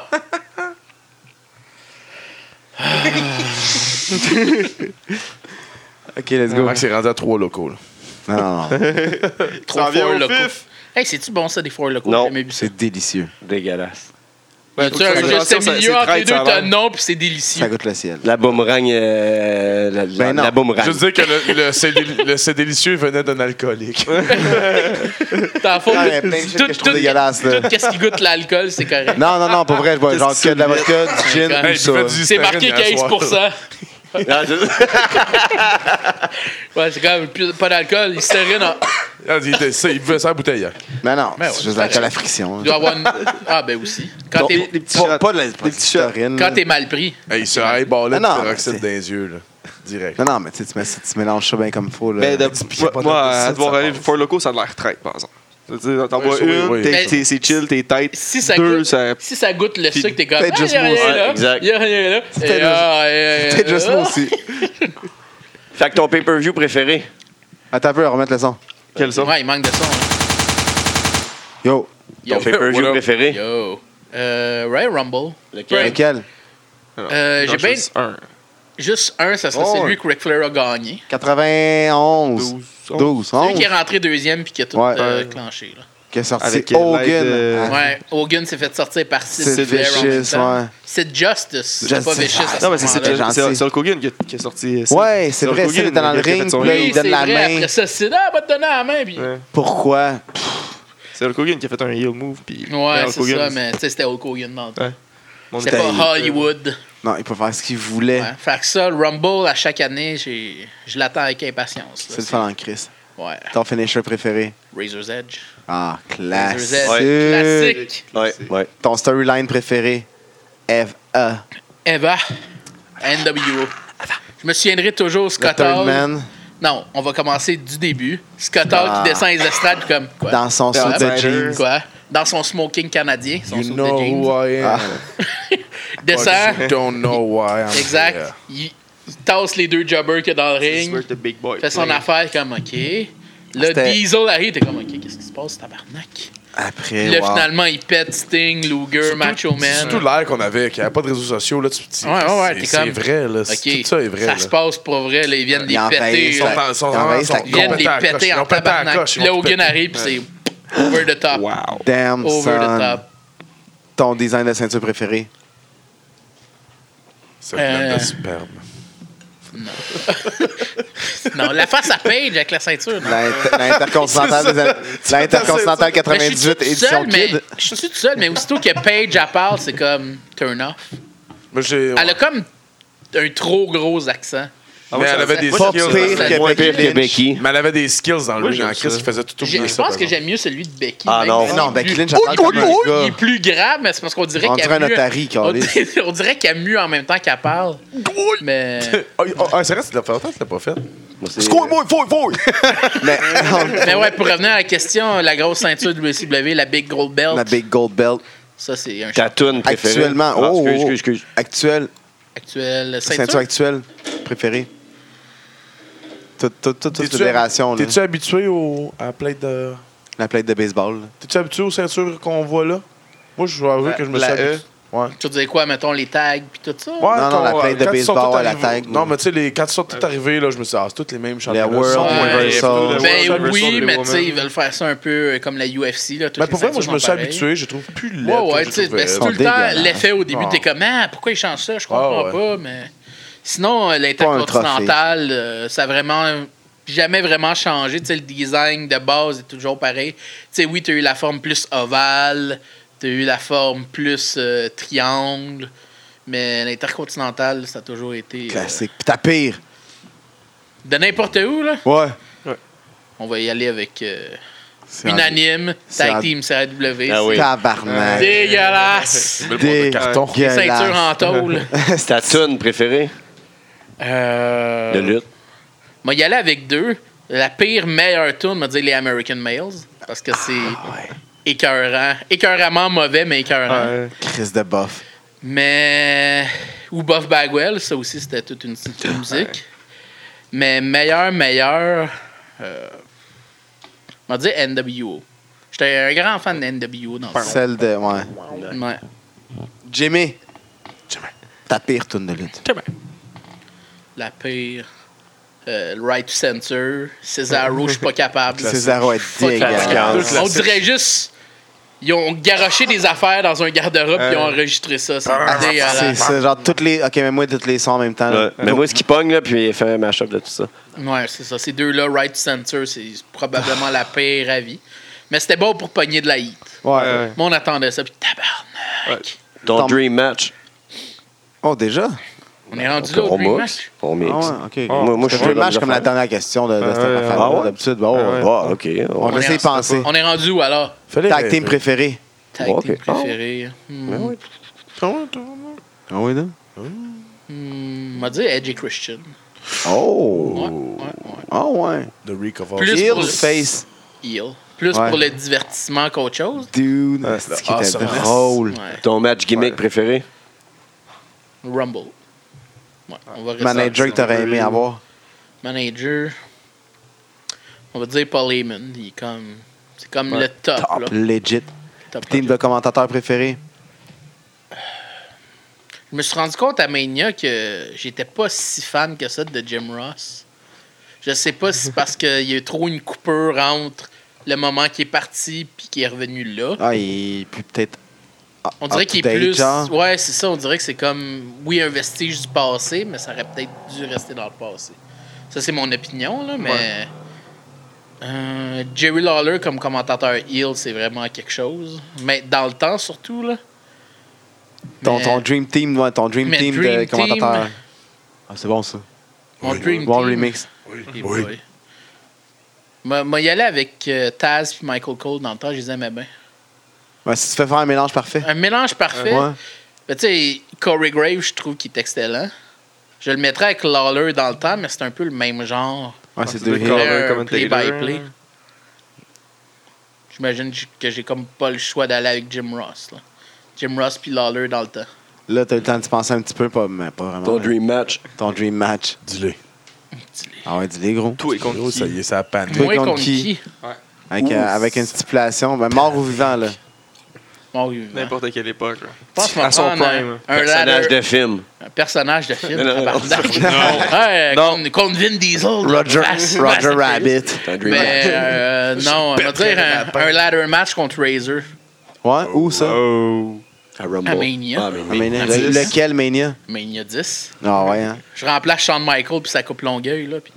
S4: OK, let's go.
S5: Max c'est rendu à trois locaux. là.
S4: Non, non, non.
S3: T'en
S6: Trois
S3: viens
S6: fours
S3: au
S6: locaux.
S3: fif.
S6: Hey, c'est-tu bon, ça, des fours locaux?
S2: Non.
S6: J'ai jamais bu ça.
S4: C'est délicieux.
S2: Dégueulasse.
S6: Ben,
S3: Faut
S6: tu
S3: que
S6: as
S3: ça se
S6: juste
S3: rassure,
S6: un
S3: ça-
S6: milieu
S3: c'est
S6: entre les
S3: traite,
S6: deux,
S3: ça a
S6: t'as
S3: l'air.
S6: non, puis c'est
S4: Ça
S6: délicieux.
S4: goûte le ciel.
S2: La boomerang. euh, la, la-
S4: Ben non.
S2: la boomerang.
S5: Juste dire que le, le, c'est, déli- le c'est délicieux venait d'un alcoolique.
S6: T'en fous.
S4: Ah, il y a plein de shit
S6: Tout-
S4: que je
S6: tout-
S4: trouve dégueulasse, là.
S6: Tout qu'est-ce qui goûte l'alcool, c'est correct.
S4: Non, non, non, pas vrai. Je bois genre
S3: Qu'est-ce que
S4: que de la
S3: tu
S4: vodka, du gin,
S6: Hey,
S5: il
S4: tout ça.
S5: fait du
S6: C'est
S5: Listerine
S6: marqué
S5: hier soir.
S6: 15
S2: Ah, je-
S6: Ouais, c'est quand même plus- pas d'alcool. Listerine, ah,
S5: Ah, Il, était- ça, il buvait ça à bouteille. hein.
S4: Mais non,
S6: Mais ouais,
S4: c'est juste
S6: c'est
S4: de la
S6: correct.
S4: friction.
S6: il doit avoir une. Ah, ben aussi. Quand t'es
S4: Pas, pas de la pas de
S3: petits shots.
S4: l'historine,
S6: quand
S4: là.
S6: t'es mal pris.
S5: Hey, il se highballait
S4: Non, non,
S5: de peroxyde
S4: c'est-
S5: dans les yeux. Là. Direct.
S4: Non, non, mais tu sais, tu mets ça- tu mélanges ça bien comme il faut. Là.
S3: Ben, de-
S5: piquet
S3: moi,
S5: pas
S3: moi,
S5: de
S3: à
S5: piscine,
S3: devoir
S5: ça
S3: aller
S5: passe.
S3: pour le loco, ça a l'air traite, par exemple. C'est-à-dire, T'en
S5: Oui,
S3: bois
S5: oui,
S3: une,
S5: oui,
S3: t'es-
S6: mais-
S3: c'est c'est chill, t'es tête.
S6: Ben, Si ça,
S3: Deux,
S6: goûte,
S3: ça-
S6: si ça goûte le sucre, t'es comme.
S4: peut-être
S6: Ah,
S4: juste
S6: y a
S4: moi
S6: rien
S4: aussi.
S6: là,
S2: Ouais, exact.
S6: y a rien là.
S4: peut-être
S6: Et ah, et-
S4: Peut-être juste moi
S6: ah.
S4: aussi.
S2: Fait que ton pay-per-view préféré.
S4: Attends un peu, remettre le son.
S3: Quel ça?
S6: Ouais, il manque de son. hein.
S4: Yo,
S6: Yo.
S2: Ton pay-per-view
S5: Voilà.
S2: préféré.
S6: Yo. Euh, Royal Rumble.
S2: Lequel?
S6: Peu-
S4: lequel
S6: Euh,
S3: Non,
S6: J'ai bien.
S3: juste un.
S6: Juste un, ça serait
S5: Oh,
S6: celui que Ric Flair a gagné.
S4: 91.
S3: 12,
S4: 12,
S6: Celui
S4: 11.
S6: qui est rentré deuxième puis qui a tout
S4: Ouais.
S6: euh, clenché. Là.
S4: Qui a sorti
S3: Avec, euh, l'aide, euh,
S4: Hogan. Ah,
S6: Ouais, Hogan s'est fait sortir par Sid
S4: Sid
S6: Flair en
S4: Vicious,
S6: même temps.
S4: ouais.
S6: Sid Justice, c'est
S4: Justice.
S6: pas Vicious à ce
S3: Non, mais c'est
S6: moment-là.
S3: c'est-
S4: gentil.
S3: c'est- c'est Hulk Hogan qui a- qui est sorti. ça.
S4: Ouais, c'est vrai,
S3: Hulk
S4: ça, il était
S3: Hogan
S4: dans
S3: qui
S4: le
S3: a fait
S4: ring,
S3: son
S4: puis là,
S6: Oui,
S4: il donne
S6: c'est
S4: la
S6: vrai,
S4: main.
S6: Après ça, Sid, ah, va te donner la main. Puis...
S3: Ouais.
S6: Ouais,
S4: Pourquoi
S3: C'est Hulk Hogan qui a fait un heel move. Puis mais Hulk
S6: c'est
S3: Hogan,
S6: ça, mais tu sais, c'était Hulk Hogan. dans le temps.
S3: Ouais. mon
S6: C'était pas
S3: Dieu.
S6: Hollywood.
S4: Non, il peut faire ce qu'il voulait.
S6: Ouais. Fait que ça, le Rumble, à chaque année, j'ai- je l'attends avec impatience. là.
S4: C'est le fun en Chris.
S6: Ouais,
S4: Ton finisher préféré
S6: Razor's Edge.
S4: Ah,
S6: Razor's
S4: classique.
S6: Edge, classique.
S2: Ouais, ouais.
S4: Ton storyline préféré E. F.A.
S6: Eva, NWO. Je me souviendrai toujours
S4: Le
S6: Scott
S4: Third
S6: Hall.
S4: Man
S6: Non, on va commencer du début. Scott Hall
S4: Ah.
S6: qui descend les estrades comme quoi?
S4: dans son suit de
S3: Outsider.
S4: jeans.
S6: Quoi? Dans son smoking canadien, son
S5: You
S6: suit de
S5: know
S6: jeans.
S5: who I am.
S6: Descend,
S5: Ah. You don't know why I'm
S6: exact.
S5: here.
S6: Il, il tasse les deux jobbers qu'il y a dans le
S3: This is where
S6: ring,
S3: the big boy
S6: fait son
S3: play.
S6: affaire comme OK. Là,
S4: C'était-
S6: Diesel arrive, t'es comme OK, qu'est-ce qui se passe, tabarnak?
S4: Après,
S6: Là,
S4: wow.
S6: finalement, il pète Sting, Luger, Macho Man.
S5: C'est tout l'air qu'on avait, qu'il n'y avait pas de réseaux sociaux. Là, tu, tu-
S6: Ouais, ouais, ouais,
S5: c'est,
S6: t'es
S5: c'est
S6: comme-
S5: vrai. Là, c'est-
S6: OK,
S5: Tout ça est vrai.
S6: ça
S5: là.
S6: se passe pour vrai, là, ils viennent les
S4: Ils
S6: péter.
S4: envahissent
S5: Ils sont
S6: là.
S5: en- sont
S4: Ils envahissent
S5: sont
S4: la-
S6: Ils viennent les
S5: complètement à coche.
S6: péter
S5: Ils ont
S6: en
S5: pété à la
S6: tabarnak.
S5: coche. Ils
S6: Puis Là,
S5: ont
S6: Hogan
S5: pété.
S6: arrive, puis c'est over the top.
S3: Wow.
S4: Damn
S6: Over the
S4: son.
S6: top.
S4: Ton design de ceinture préféré
S5: C'est un
S6: Euh,
S5: superbe.
S6: Non, la face à Page avec la ceinture. Non?
S4: L'inter- L'intercontinental des années- l'intercontinental
S6: Mais je suis
S4: 98
S6: tout
S4: édition
S6: seul, mais
S4: Kid.
S6: je suis tout seul, mais aussitôt que Paige elle parle, c'est comme turn off.
S5: Moi, j'ai,
S6: Elle a comme un trop gros accent.
S3: Ah,
S5: Mais
S3: moi,
S5: elle
S3: ça-
S5: avait des
S6: moi,
S5: skills.
S2: Pas
S6: Becky
S2: pire
S6: Lynch.
S2: que
S5: Moins
S2: Becky
S5: Lynch.
S2: Becky.
S5: Mais elle avait des skills dans le
S3: Moi,
S5: jeu.
S3: j'aime
S5: Jean-Christ
S3: ça.
S5: qui faisait tout
S6: J'ai-
S5: oublier
S6: Je
S5: ça.
S6: pense
S5: par
S6: que
S5: exemple.
S6: j'aime mieux celui de Becky.
S2: Ah,
S6: même
S2: non.
S6: si
S4: Non,
S6: il est
S4: Becky
S6: plus-
S4: Lynch, elle parle
S6: Ouh,
S4: comme un
S6: ouh, ouh,
S4: gars.
S6: Il est plus grave, mais c'est parce qu'on dirait
S4: On
S6: qu'elle
S4: dirait un
S6: mue-
S4: otari,
S6: on
S4: câlisse.
S6: dirait- On dirait qu'elle mue en même temps qu'elle parle. Mais.
S5: Ah, ah, ah, c'est vrai, tu l'as fait longtemps que tu l'as pas fait.
S2: Scoille-moi, fouille, fouille!
S4: Mais
S6: Mais ouais, pour revenir à la question, la grosse ceinture de WCW, la Big Gold Belt,
S4: la Big Gold Belt
S6: ça c'est un
S2: Ta
S6: champ
S2: toune préférée.
S4: actuellement.
S2: Ah, excuse,
S4: Oh, oh, oh.
S2: excuse, excuse.
S4: actuel,
S6: actuel. Ceinture,
S4: ceinture actuelle préférée. Toute, toute, toute, toute
S5: T'es-tu-
S4: fédération, là.
S5: T'es-tu habitué au, à la plainte de.
S4: la plaque de baseball. là.
S5: T'es-tu habitué aux ceintures qu'on voit là? Moi, je dois avouer
S3: La-
S5: que je me suis
S3: la E.
S5: habitué. Ouais.
S6: tu disais quoi, mettons les tags puis tout ça?
S5: Ouais,
S4: non,
S5: quand-
S4: la plainte de
S5: quand ils sont
S4: baseball,
S5: tous
S4: la
S5: arrivés-
S4: tag.
S5: Non, mais tu sais, les- quand ils sont tous arrivés, là, je me suis dit, ah, c'est tous les mêmes championnats.
S4: World,
S5: Sont-
S4: Ouais. Universal.
S6: Ben
S3: Universal,
S6: oui,
S3: Universal,
S6: mais tu
S3: Woman.
S6: sais, ils veulent faire ça un peu euh, comme la UFC. Là, toutes
S5: Mais
S6: les
S5: Ben, pour vrai, moi,
S6: ceintures
S5: je me suis
S6: sont pareilles.
S5: habitué. Je trouve plus laid.
S6: Ouais, ouais,
S5: je
S6: tu sais,
S5: trouve,
S6: ben,
S5: euh,
S6: c'est
S4: sont
S6: tout le temps
S4: dégueulasses.
S6: l'effet au début,
S5: Ah.
S6: t'es comme, ah, pourquoi ils changent ça? Je comprends
S5: Ah,
S6: pas, mais. Sinon, euh, l'intercontinental, euh, ça a vraiment. Jamais vraiment changé. Tu sais, le design de base est toujours pareil. Tu sais, oui, t'as eu la forme plus ovale, t'as eu la forme plus euh, triangle, mais l'intercontinental, ça a toujours été. euh,
S4: Classique. Puis ta pire.
S6: de n'importe où, là.
S4: Ouais.
S6: On va y aller avec euh,
S4: C'est en-
S6: Unanime,
S4: c'est en-
S6: Tag Team CRW.
S2: Ah oui.
S4: Tabarnak.
S6: Dégueulasse!
S5: le monde de carton.
S6: Ceinture en
S4: Dégueulasse.
S6: tôle.
S2: Ta toune préférée
S6: Euh,
S2: de lutte.
S6: Moi, y aller avec deux. La pire meilleure tune, m'a dit les American Males. Parce que c'est
S4: Ah.
S6: écœurant. Écœuramment mauvais, mais écœurant.
S3: Ouais.
S4: Chris de bof.
S6: Mais. Ou Buff Bagwell, ça aussi, c'était toute une petite musique. Mais meilleur, meilleur. Euh... m'a dit NWO. J'étais un grand fan de NWO dans ce
S4: Celle de. Ouais.
S6: temps. Ouais.
S4: Jimmy. Ta pire tourne de lutte.
S6: La pire. Euh, right to Censor. Cesaro, je suis pas capable.
S4: Césaro est
S6: Pas capable.
S4: dégueulasse.
S6: On dirait juste. Ils ont garoché des affaires dans un garde-robe et ils ont enregistré ça. C'est
S4: Ah, C'est
S6: dégueulasse.
S4: ça, genre toutes les. Ok, mais moi, toutes les sons en même temps. là.
S2: Ouais. Mais Ben, moi, ce qui pogne, là, puis il fait un mash-up de tout ça.
S6: Ouais, c'est ça. Ces deux-là, Right Center, c'est probablement la pire à vie. Mais c'était bon pour pogner de la hit.
S4: Ouais.
S3: Ouais.
S6: Moi, on attendait ça. Puis tabarnak.
S2: Ton
S4: Tom-
S2: dream match.
S4: Oh, déjà?
S6: On est rendu là au
S2: On
S6: dream
S2: mixe.
S6: match.
S2: On mixe.
S4: Ah ouais, ok.
S2: Moi, moi, je
S4: C'est
S2: suis
S4: un match comme la dernière question de, de cette
S5: ouais,
S4: affaire-là,
S2: ah ouais?
S4: d'habitude. Bon, ouais.
S2: Ah, ok. On-
S4: On essaie de
S6: est rendu-
S4: penser.
S6: On est rendu où alors?
S5: Fallait-
S4: Tag team préféré.
S6: Tag
S2: Ok.
S6: team préféré. Hmm.
S5: Ah ouais, toi, non?
S4: Ah oui, là?
S6: Hmm, On va dire Edge et Christian. Ouais,
S4: Oh!
S6: ouais, ouais.
S4: Ah ouais.
S5: The Reek of All.
S6: Plus
S4: Heel
S6: pour le-
S4: face,
S6: Heel. Plus
S4: Ouais.
S6: pour le divertissement qu'autre chose.
S4: dude.
S5: Ouais,
S4: C'est qui
S5: ah,
S4: était
S5: ça reste-
S4: drôle.
S6: Ouais.
S2: Ton match gimmick préféré?
S6: Rumble. Ouais, on va rester
S4: Manager que
S6: là-dessus.
S4: t'aurais aimé avoir.
S6: Manager. On va dire Paul Heyman. Il est comme. C'est comme le top, ah, là.
S4: Top, legit.
S6: Top,
S4: Team
S6: top.
S4: de commentateurs préférés.
S6: Je me suis rendu compte à Mania que j'étais pas si fan que ça de Jim Ross. Je sais pas si c'est parce qu'il y a eu trop une coupure entre le moment qui est parti puis qui est revenu là.
S4: Ah, et puis peut-être. ah,
S6: On dirait
S4: up to
S6: qu'il est
S4: date,
S6: plus.
S4: genre.
S6: Ouais, c'est ça. On dirait que c'est comme. Oui, un vestige du passé, mais ça aurait peut-être dû rester dans le passé. Ça, c'est mon opinion, là, mais. Euh, Jerry Lawler comme commentateur heel, c'est vraiment quelque chose. Mais dans le temps, surtout, là.
S4: Ton,
S6: Mais-
S4: ton dream team, ouais, ton dream
S6: Mais
S4: team
S6: dream
S4: de
S6: team-
S4: commentateurs. Ah, c'est bon ça.
S6: Mon Dream
S4: Bon
S6: Team.
S4: remix.
S6: Eh boy. Moi, moi, y aller avec euh, Taz et Michael Cole dans le temps, je les aimais bien.
S4: Ouais, si tu fais faire un mélange parfait.
S6: Un mélange parfait.
S4: Ouais.
S6: Mais tu sais, Corey Graves, je trouve qu'il est excellent. Je le mettrais avec Lawler dans le temps, mais c'est un peu le même genre.
S4: Ouais, c'est deux
S3: deux
S4: hits.
S3: Lawler
S6: Play-
S3: comme un
S6: Play-by-play.
S3: tailor.
S6: J'imagine j- que j'ai comme pas le choix d'aller avec Jim Ross. là. Jim Ross puis Lawler dans le temps.
S4: Là, t'as eu le temps de penser un petit peu, pas, mais pas vraiment.
S2: Ton
S4: mais-
S2: dream match?
S4: Ton dream match.
S5: Dis-le.
S4: Ah ouais, dis-les gros.
S3: Tout est contre
S5: Gros,
S3: qui?
S5: Oh, ça y est, ça a pané.
S4: Toi,
S6: Moi
S4: contre
S6: contre
S4: qui?
S6: qui?
S4: Avec, euh, avec une stipulation. Ben, mort ou vivant, là.
S6: Bon, oui, oui.
S3: N'importe quelle époque. là.
S6: Je pense qu'on va
S3: À son
S6: hein. prendre
S3: prime.
S6: un, un
S2: Personnage
S6: ladder-
S2: de film.
S6: un personnage de film.
S2: Non, non, non.
S6: tabarnak.
S3: Non.
S6: Ouais,
S3: Non.
S6: Contre, contre Vin Diesel. là.
S4: Roger,
S6: Ah, c'est- ah,
S4: Roger
S6: c'est-
S4: Rabbit.
S2: Ton dream
S6: Mais
S2: match.
S6: euh, non, on va dire un, un ladder match contre Razor.
S4: Ouais, où ça?
S3: Oh.
S2: À Rumble.
S6: à Mania.
S2: Ah, mais-
S4: Ah, Mania.
S6: Mania.
S4: Le- lequel Mania?
S6: Mais il y en a 10.
S4: Ah ouais, hein?
S6: Je remplace Shawn Michael puis ça coupe Longueuil. Là, puis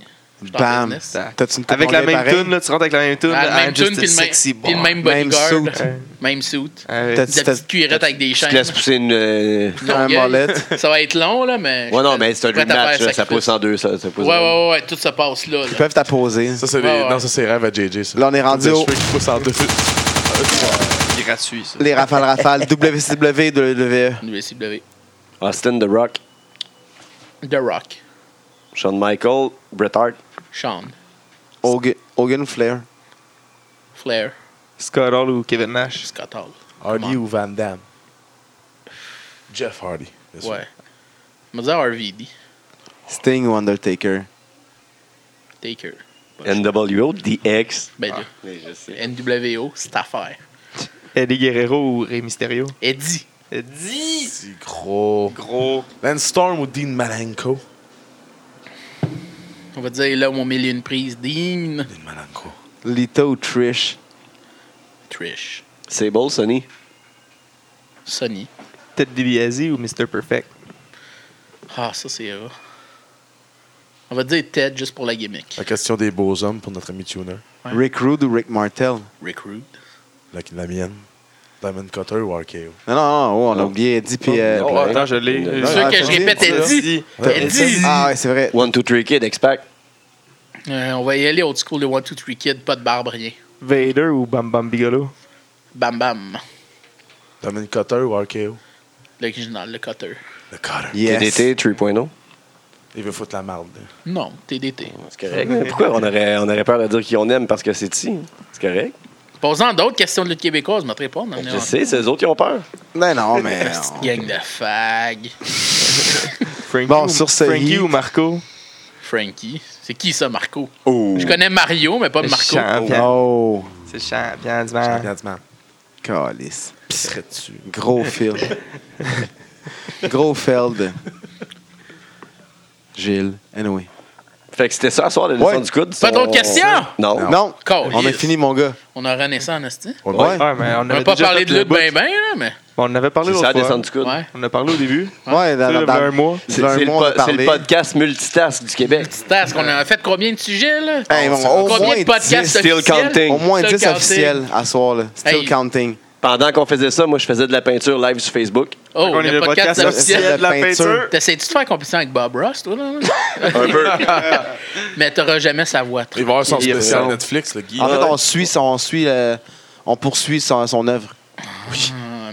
S6: en
S4: Bam.
S6: business.
S4: T'as-tu une coupe
S3: Avec la
S4: d'onglet
S3: même
S4: pareille?
S3: tune, là, tu rentres avec la même tune.
S6: Ah,
S3: I'm
S6: même
S3: just
S6: tune,
S3: a
S6: puis le même-
S3: sexy
S6: puis le
S3: boy.
S6: même
S4: Même
S6: bodyguard.
S4: suit.
S6: là. Même suit.
S3: Ah, oui.
S4: T'as-
S6: De la petite cuirette avec des
S2: hein. Tu
S6: chaînes.
S2: te laisses pousser une. euh,
S4: un
S6: Longueuil.
S4: molette.
S6: Ça va être long, là, mais.
S2: Ouais, non, mais c'est un
S6: Prêt à
S2: rematch,
S6: faire
S2: là, ça pousse en deux, ça. ça pousse
S6: Ouais, ouais, ouais, ouais, tout se passe là. là.
S4: Ils peuvent t'apposer.
S5: Ça, c'est
S6: Ouais,
S5: les-
S6: ouais.
S5: Non, ça, c'est rêve à JJ. ça.
S4: Là, on est rendu
S5: Des
S4: au-
S5: cheveux qui poussent en deux.
S3: gratuit, ça.
S4: Les rafales rafales. WCW, WWE.
S6: WCW.
S2: Austin The Rock,
S6: E. The Rock.
S2: Shawn Michael, Bret Hart,
S6: Sean.
S4: Hogan, Hogan Flair.
S6: Flair.
S3: Scott Hall ou Kevin Nash.
S6: Scott Hall.
S5: Hardy ou Van Damme? Jeff Hardy. bien sûr.
S6: Ouais. On va dire RVD.
S4: Sting ou Undertaker.
S6: Taker.
S2: NWO, DX.
S6: Ben là. NWO, c'est affaire.
S3: Eddie Guerrero ou Rey Mysterio.
S6: Eddie.
S3: 10
S5: C'est gros.
S3: Euh, gros.
S5: Lance Storm ou Dean Malenko?
S6: On va dire là, mon milieu une prise. Dean.
S5: Dean Malenko.
S4: Lita ou Trish.
S6: Trish.
S2: C'est beau, Sonny.
S6: Sonny.
S3: Ted DiBiase ou Mr. Perfect.
S6: Ah, ça, c'est rare. On va dire Ted juste pour la gimmick.
S5: La question des beaux hommes pour notre ami Tuner.
S6: Ouais.
S4: Rick Rude ou Rick Martel.
S6: Rick Rude.
S5: La, la mienne. Diamond Cutter ou RKO?
S4: Non, non, non, oh, on a oublié Eddie puis. euh,
S2: Oh,
S3: Oh,
S2: ouais.
S3: attends, je l'ai.
S2: Ceux
S4: Ouais,
S6: Ceux
S4: ouais,
S6: que je
S4: Eddie,
S6: répète,
S4: on l'a
S6: Eddie.
S5: Ouais,
S6: Eddie.
S4: Ah ouais, c'est vrai.
S2: One, Two, Three Kid, X-Pac.
S6: Euh, on va y aller old school de 1, 2, 3 Kid, pas de barbe, rien.
S3: Vader ou Bam Bam Bigolo.
S6: Bam Bam.
S5: Diamond Cutter ou RKO?
S6: L'original, le cutter.
S5: Le Cutter.
S4: Yes.
S2: TDT 3.0.
S5: Il veut foutre la marde. là.
S6: Non, TDT.
S2: C'est correct. Mais pourquoi on aurait, on aurait peur de dire qui on aime parce que c'est ici? C'est correct.
S6: Posant d'autres questions de lutte québécoise, je ne pas. On en est
S2: Je
S6: en-
S2: sais, c'est eux autres qui ont peur.
S4: Non, non, mais. on-
S6: Gang de fag.
S3: Frankie,
S4: Bon,
S3: ou-
S4: sur ce
S3: Frankie
S4: hit.
S3: ou Marco.
S6: Frankie. C'est qui ça, Marco?
S4: Oh.
S6: Je connais Mario, mais pas Marco.
S3: Champion.
S4: Oh.
S3: C'est le champion du
S4: Ah.
S5: Je
S3: monde.
S5: regarde, man.
S4: Calice.
S5: Pisserais dessus.
S4: Gros film. Gros Feld. Gilles. Anyway.
S2: Fait que c'était ça, à soir, la leçon
S4: Ouais.
S2: du coude.
S6: Pas d'autres
S2: On-
S6: questions?
S2: Non.
S4: Non.
S6: Calice.
S4: On a fini, mon gars.
S6: On a renaissance, Nasty.
S4: Ouais.
S3: Ouais, mais on
S6: On n'a
S3: avait
S6: pas
S3: déjà
S6: parlé
S3: fait
S6: de
S3: le
S6: lutte
S3: bout.
S6: ben ben, là, mais.
S3: On en avait parlé
S2: C'est ça, la
S3: l'autre fois.
S2: descente du coude.
S6: Ouais.
S3: On en a parlé au
S6: Oh,
S3: début.
S4: Ouais,
S3: Tu sais,
S4: dans,
S3: il y a un
S4: dans,
S3: mois.
S2: C'est
S4: Dans
S2: c'est
S4: le
S2: le,
S4: monde,
S2: po-
S4: on a
S2: c'est le
S4: parlé.
S2: podcast multitask du Québec.
S6: Stas, qu'on a fait combien de sujets, là?
S4: Hey, bon, au
S6: combien
S4: moins
S6: de podcasts
S4: 10,
S2: still
S6: officiels?
S2: counting.
S4: au moins
S6: Still
S4: 10
S6: counting.
S4: officiels à soir. Là. Still
S6: Hey.
S4: counting.
S2: Pendant qu'on faisait ça, moi, je faisais de la peinture live sur Facebook.
S6: Oh,
S3: on est
S6: le podcast officiel.
S3: de la peinture.
S6: T'essayes-tu de faire compétition avec Bob Ross, toi, là?
S2: Un peu.
S6: mais t'auras jamais sa voix. toi.
S5: Il va y Ah, avoir son
S3: Il y a
S5: spécial
S3: raison.
S5: Netflix, le Guy.
S4: En fait, on suit, son- on, suit euh, on poursuit son, son œuvre.
S6: Ah,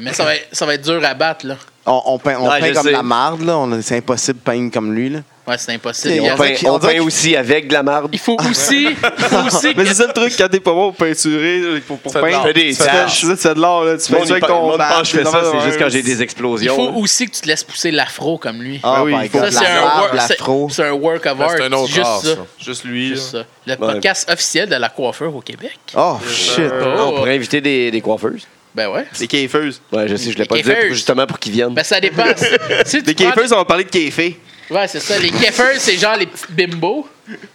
S6: Mais ça va, être, ça va être dur à battre, là.
S4: On, on peint, on
S2: Ouais,
S4: peint
S2: je
S4: comme
S2: sais.
S4: la marde, là. On- C'est impossible de peindre comme lui, là.
S6: Ouais, c'est impossible.
S4: Et
S6: Il y a-
S2: On peint,
S4: qu'il- on
S2: on
S4: dirait
S2: peint
S4: qu'il-
S2: aussi avec de la marde.
S6: Il faut aussi. il faut aussi
S3: Mais c'est ça le truc, quand t'es pas bon pour peinturer, pour, pour
S5: Ça te
S3: peindre,
S5: lâche.
S2: Des
S3: tu fais-
S2: taches.
S3: c'est ça, c'est de l'art, là. Tu
S2: Tout le
S3: fais
S2: monde,
S3: ça avec
S2: il pe- le
S3: ton
S2: monde
S3: bat,
S2: pense que je fais
S3: des
S2: ça, c'est
S3: affaires,
S2: juste quand j'ai
S3: ouais.
S2: des
S6: Il faut
S2: explosions. Ah,
S6: aussi que tu te laisses pousser l'afro comme lui.
S4: Oh
S3: oui,
S4: my
S3: il faut-
S4: God,
S6: ça, c'est
S4: la
S6: un,
S4: barbe,
S6: work- c'est-
S4: l'afro.
S6: c'est un work of art.
S5: C'est un autre
S6: juste
S5: art,
S6: ça.
S5: ça.
S3: Juste lui.
S6: Juste
S3: là.
S6: ça. Le podcast officiel de la coiffeur au Québec.
S4: Oh, shit.
S2: Non, on pourrait inviter des, des coiffeuses.
S6: Ben ouais.
S3: Des keifeuses.
S2: Ouais, je sais, je l'ai
S6: Des
S2: pas dit pour-
S6: coiffeuses.
S2: justement pour qu'ils viennent.
S6: Ben ça dépasse.
S3: Des keifeuses, on va parler de keifé.
S6: Ouais, c'est ça. Les keffers, c'est genre les petits bimbos.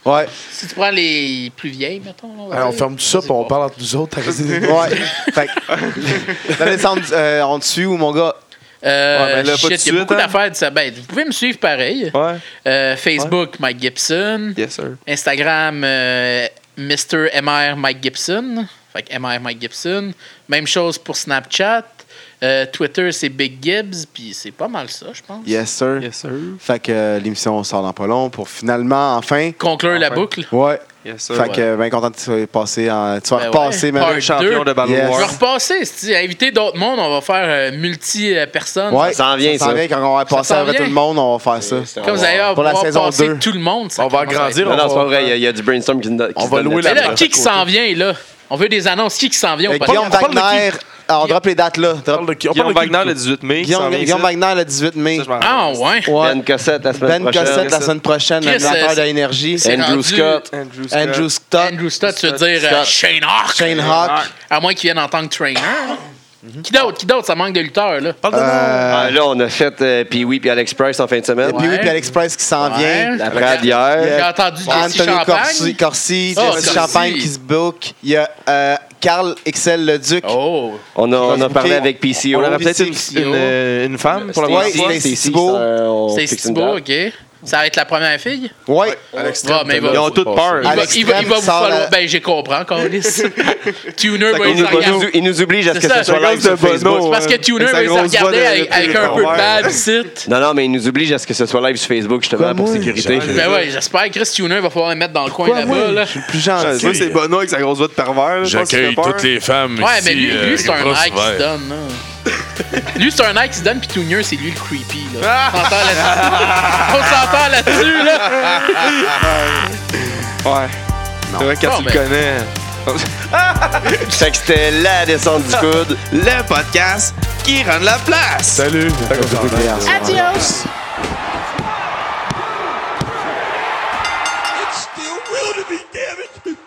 S4: Ouais.
S6: Si tu prends les plus vieilles, mettons. on va
S5: Hey, ben, on
S6: dire.
S5: ferme tout ça,
S6: Je
S5: puis
S6: sais
S5: on
S6: pas.
S5: parle entre nous autres. arrêtez de-
S4: Ouais. fait que, la descente, euh, on te suit ou mon gars?
S6: Euh,
S3: Ouais, mais là, pas
S6: shit,
S3: tout de
S6: il y a
S3: suite,
S6: beaucoup
S3: hein.
S6: d'affaires de ça. Ben, vous pouvez me suivre pareil.
S3: Ouais.
S6: Euh, Facebook, Mike Gibson.
S3: Yes, sir.
S6: Instagram, euh, Mr. MR Mike Gibson. Fait que MR Mike Gibson. Même chose pour Snapchat. Euh, Twitter, c'est Big Gibbs. Puis c'est pas mal ça, je pense.
S4: Yes, sir.
S3: Yes, sir.
S4: Fait que euh, l'émission sort dans pas long pour finalement, enfin.
S6: Conclure la
S3: Ouais.
S6: boucle.
S4: Ouais.
S3: Yes, sir.
S4: Fait que, euh, ben content que tu sois passé. en- tu vas
S6: Ben
S4: repasser,
S6: ouais.
S4: man.
S6: Part
S3: Champion
S6: deux.
S3: de Battle
S4: Yes.
S6: Je vais
S3: War.
S6: repasser. c'est-tu, Inviter d'autres mondes, on va faire euh, multi-personnes.
S4: Ouais,
S2: Ça s'en vient,
S4: s'en
S2: ça.
S4: vient. Quand on va passer
S6: s'en
S4: avec
S6: vient.
S4: tout le monde, on va faire ça.
S2: C'est-
S6: Comme vous allez
S4: Pour la
S6: pouvoir
S4: saison
S6: passer
S4: deux.
S6: tout le monde. ça
S5: On va
S6: commence à être
S5: agrandir,
S6: bon.
S2: Non, non, c'est pas vrai, il y a- il y, a du brainstorm qui, qui
S5: On
S2: se
S5: va
S2: donne
S5: louer
S6: Mais
S5: la-
S6: là, qui qui s'en vient, là? On veut des annonces. Qui qui s'en vient? au
S4: Euh,
S6: podcast?
S4: Guillaume Wagner, ah, on drop les dates là.
S5: On parle
S4: Drop-
S5: de qui? On
S3: Guillaume
S5: parle de qui?
S3: Wagner le 18 mai. qui s'en
S4: Guillaume
S3: vient
S4: Guillaume
S3: ici.
S4: Wagner le 18 mai.
S3: Ça, je m'en
S6: Ah,
S3: rappelle.
S6: ouais.
S4: Ouais.
S2: Ben Cossette la semaine
S4: Ben Cossette
S2: prochaine.
S4: la semaine prochaine,
S6: Chris,
S4: l'animateur
S6: euh,
S4: de l'énergie.
S6: c'est-
S2: Andrew
S6: rendu-
S2: Scott.
S3: Andrew Scott.
S4: Andrew Stott,
S6: Andrew Stott, tu veux
S3: Scott.
S6: dire euh, Shane Hawk?
S4: Shane Hawk.
S6: À moins qu'il vienne en tant que trainer. là. Qui d'autre? Qui d'autre? Ça manque de lutteurs, là.
S5: Parle de
S4: Euh,
S2: Ah, là, on a fait euh, Pee-Wee puis Alex Price en fin de semaine.
S4: Puis oui,
S6: Ouais.
S4: puis Alex Price qui s'en
S6: Ouais.
S4: vient.
S2: La parade d'hier.
S6: J'ai entendu Jesse
S4: Anthony
S6: Champagne.
S4: Corsi, Corsi
S6: Oh,
S4: Jesse
S6: Corsi.
S4: Champagne qui se book. Il y a euh, Carl Excel Le Duc.
S6: Oh,
S2: On a, on a parlé
S4: Ok.
S2: avec PCO.
S3: On aurait peut-être
S4: Puis
S3: une,
S6: c'est-
S3: une, euh, une femme pour la
S4: Ouais,
S3: première fois.
S4: Stacy Thibault.
S2: euh, on
S6: c'est
S2: fixe une
S6: Stibo,
S2: date.
S6: OK. Ça va être la première fille?
S4: Ouais.
S6: Ah, mais il va-
S3: Ils ont toutes peur.
S6: Il va,
S4: Alex
S6: il va- il
S4: Trem
S6: va vous
S4: sort
S6: falloir.
S4: la-
S6: Ben, j'ai compris, Carlis. Tuner va
S2: Il
S6: les
S2: nous, il
S6: regarder.
S2: nous- il nous oblige à ce
S6: C'est
S2: que
S6: ça,
S2: ce soit
S3: c'est à
S2: live
S3: cause de
S2: sur Facebook.
S3: Bono.
S6: C'est parce que Tuner
S3: Avec sa
S6: va se
S3: grosse voix
S6: regarder
S3: de-
S6: avec,
S3: de
S6: avec un peu de
S3: Robert.
S6: bad site.
S2: Non, non, mais il nous oblige à ce que ce soit live sur Facebook, justement, pour
S4: Comment?
S2: sécurité.
S6: Ben ouais, j'espère que Chris Tuner va falloir le mettre dans le coin
S4: Quoi,
S6: là-bas.
S4: moi,
S6: Là.
S4: je suis le plus
S3: Ah,
S4: gentil.
S3: c'est vrai que c'est Bono avec sa grosse voix de pervers. là, je pense qu'il
S7: J'accueille
S3: fait peur.
S7: toutes les femmes
S6: Ouais,
S7: ici.
S6: mais lui,
S7: euh,
S6: lui c'est
S7: les
S6: un
S7: bras
S6: Nike qui se
S7: ouverts.
S6: donne. Là. lui, c'est un Nike qui se donne, puis Tuner, c'est lui le creepy. Là. On s'entend là-dessus. On s'entend là-dessus, là.
S3: Ouais. C'est vrai que quand
S6: Bon,
S3: tu
S6: ben.
S3: le connais.
S2: Fait que c'était la descente
S6: Ah,
S2: du coude.
S3: Le podcast qui rend la place.
S5: Salut.
S6: Adios!
S8: It's still real to me, damn it!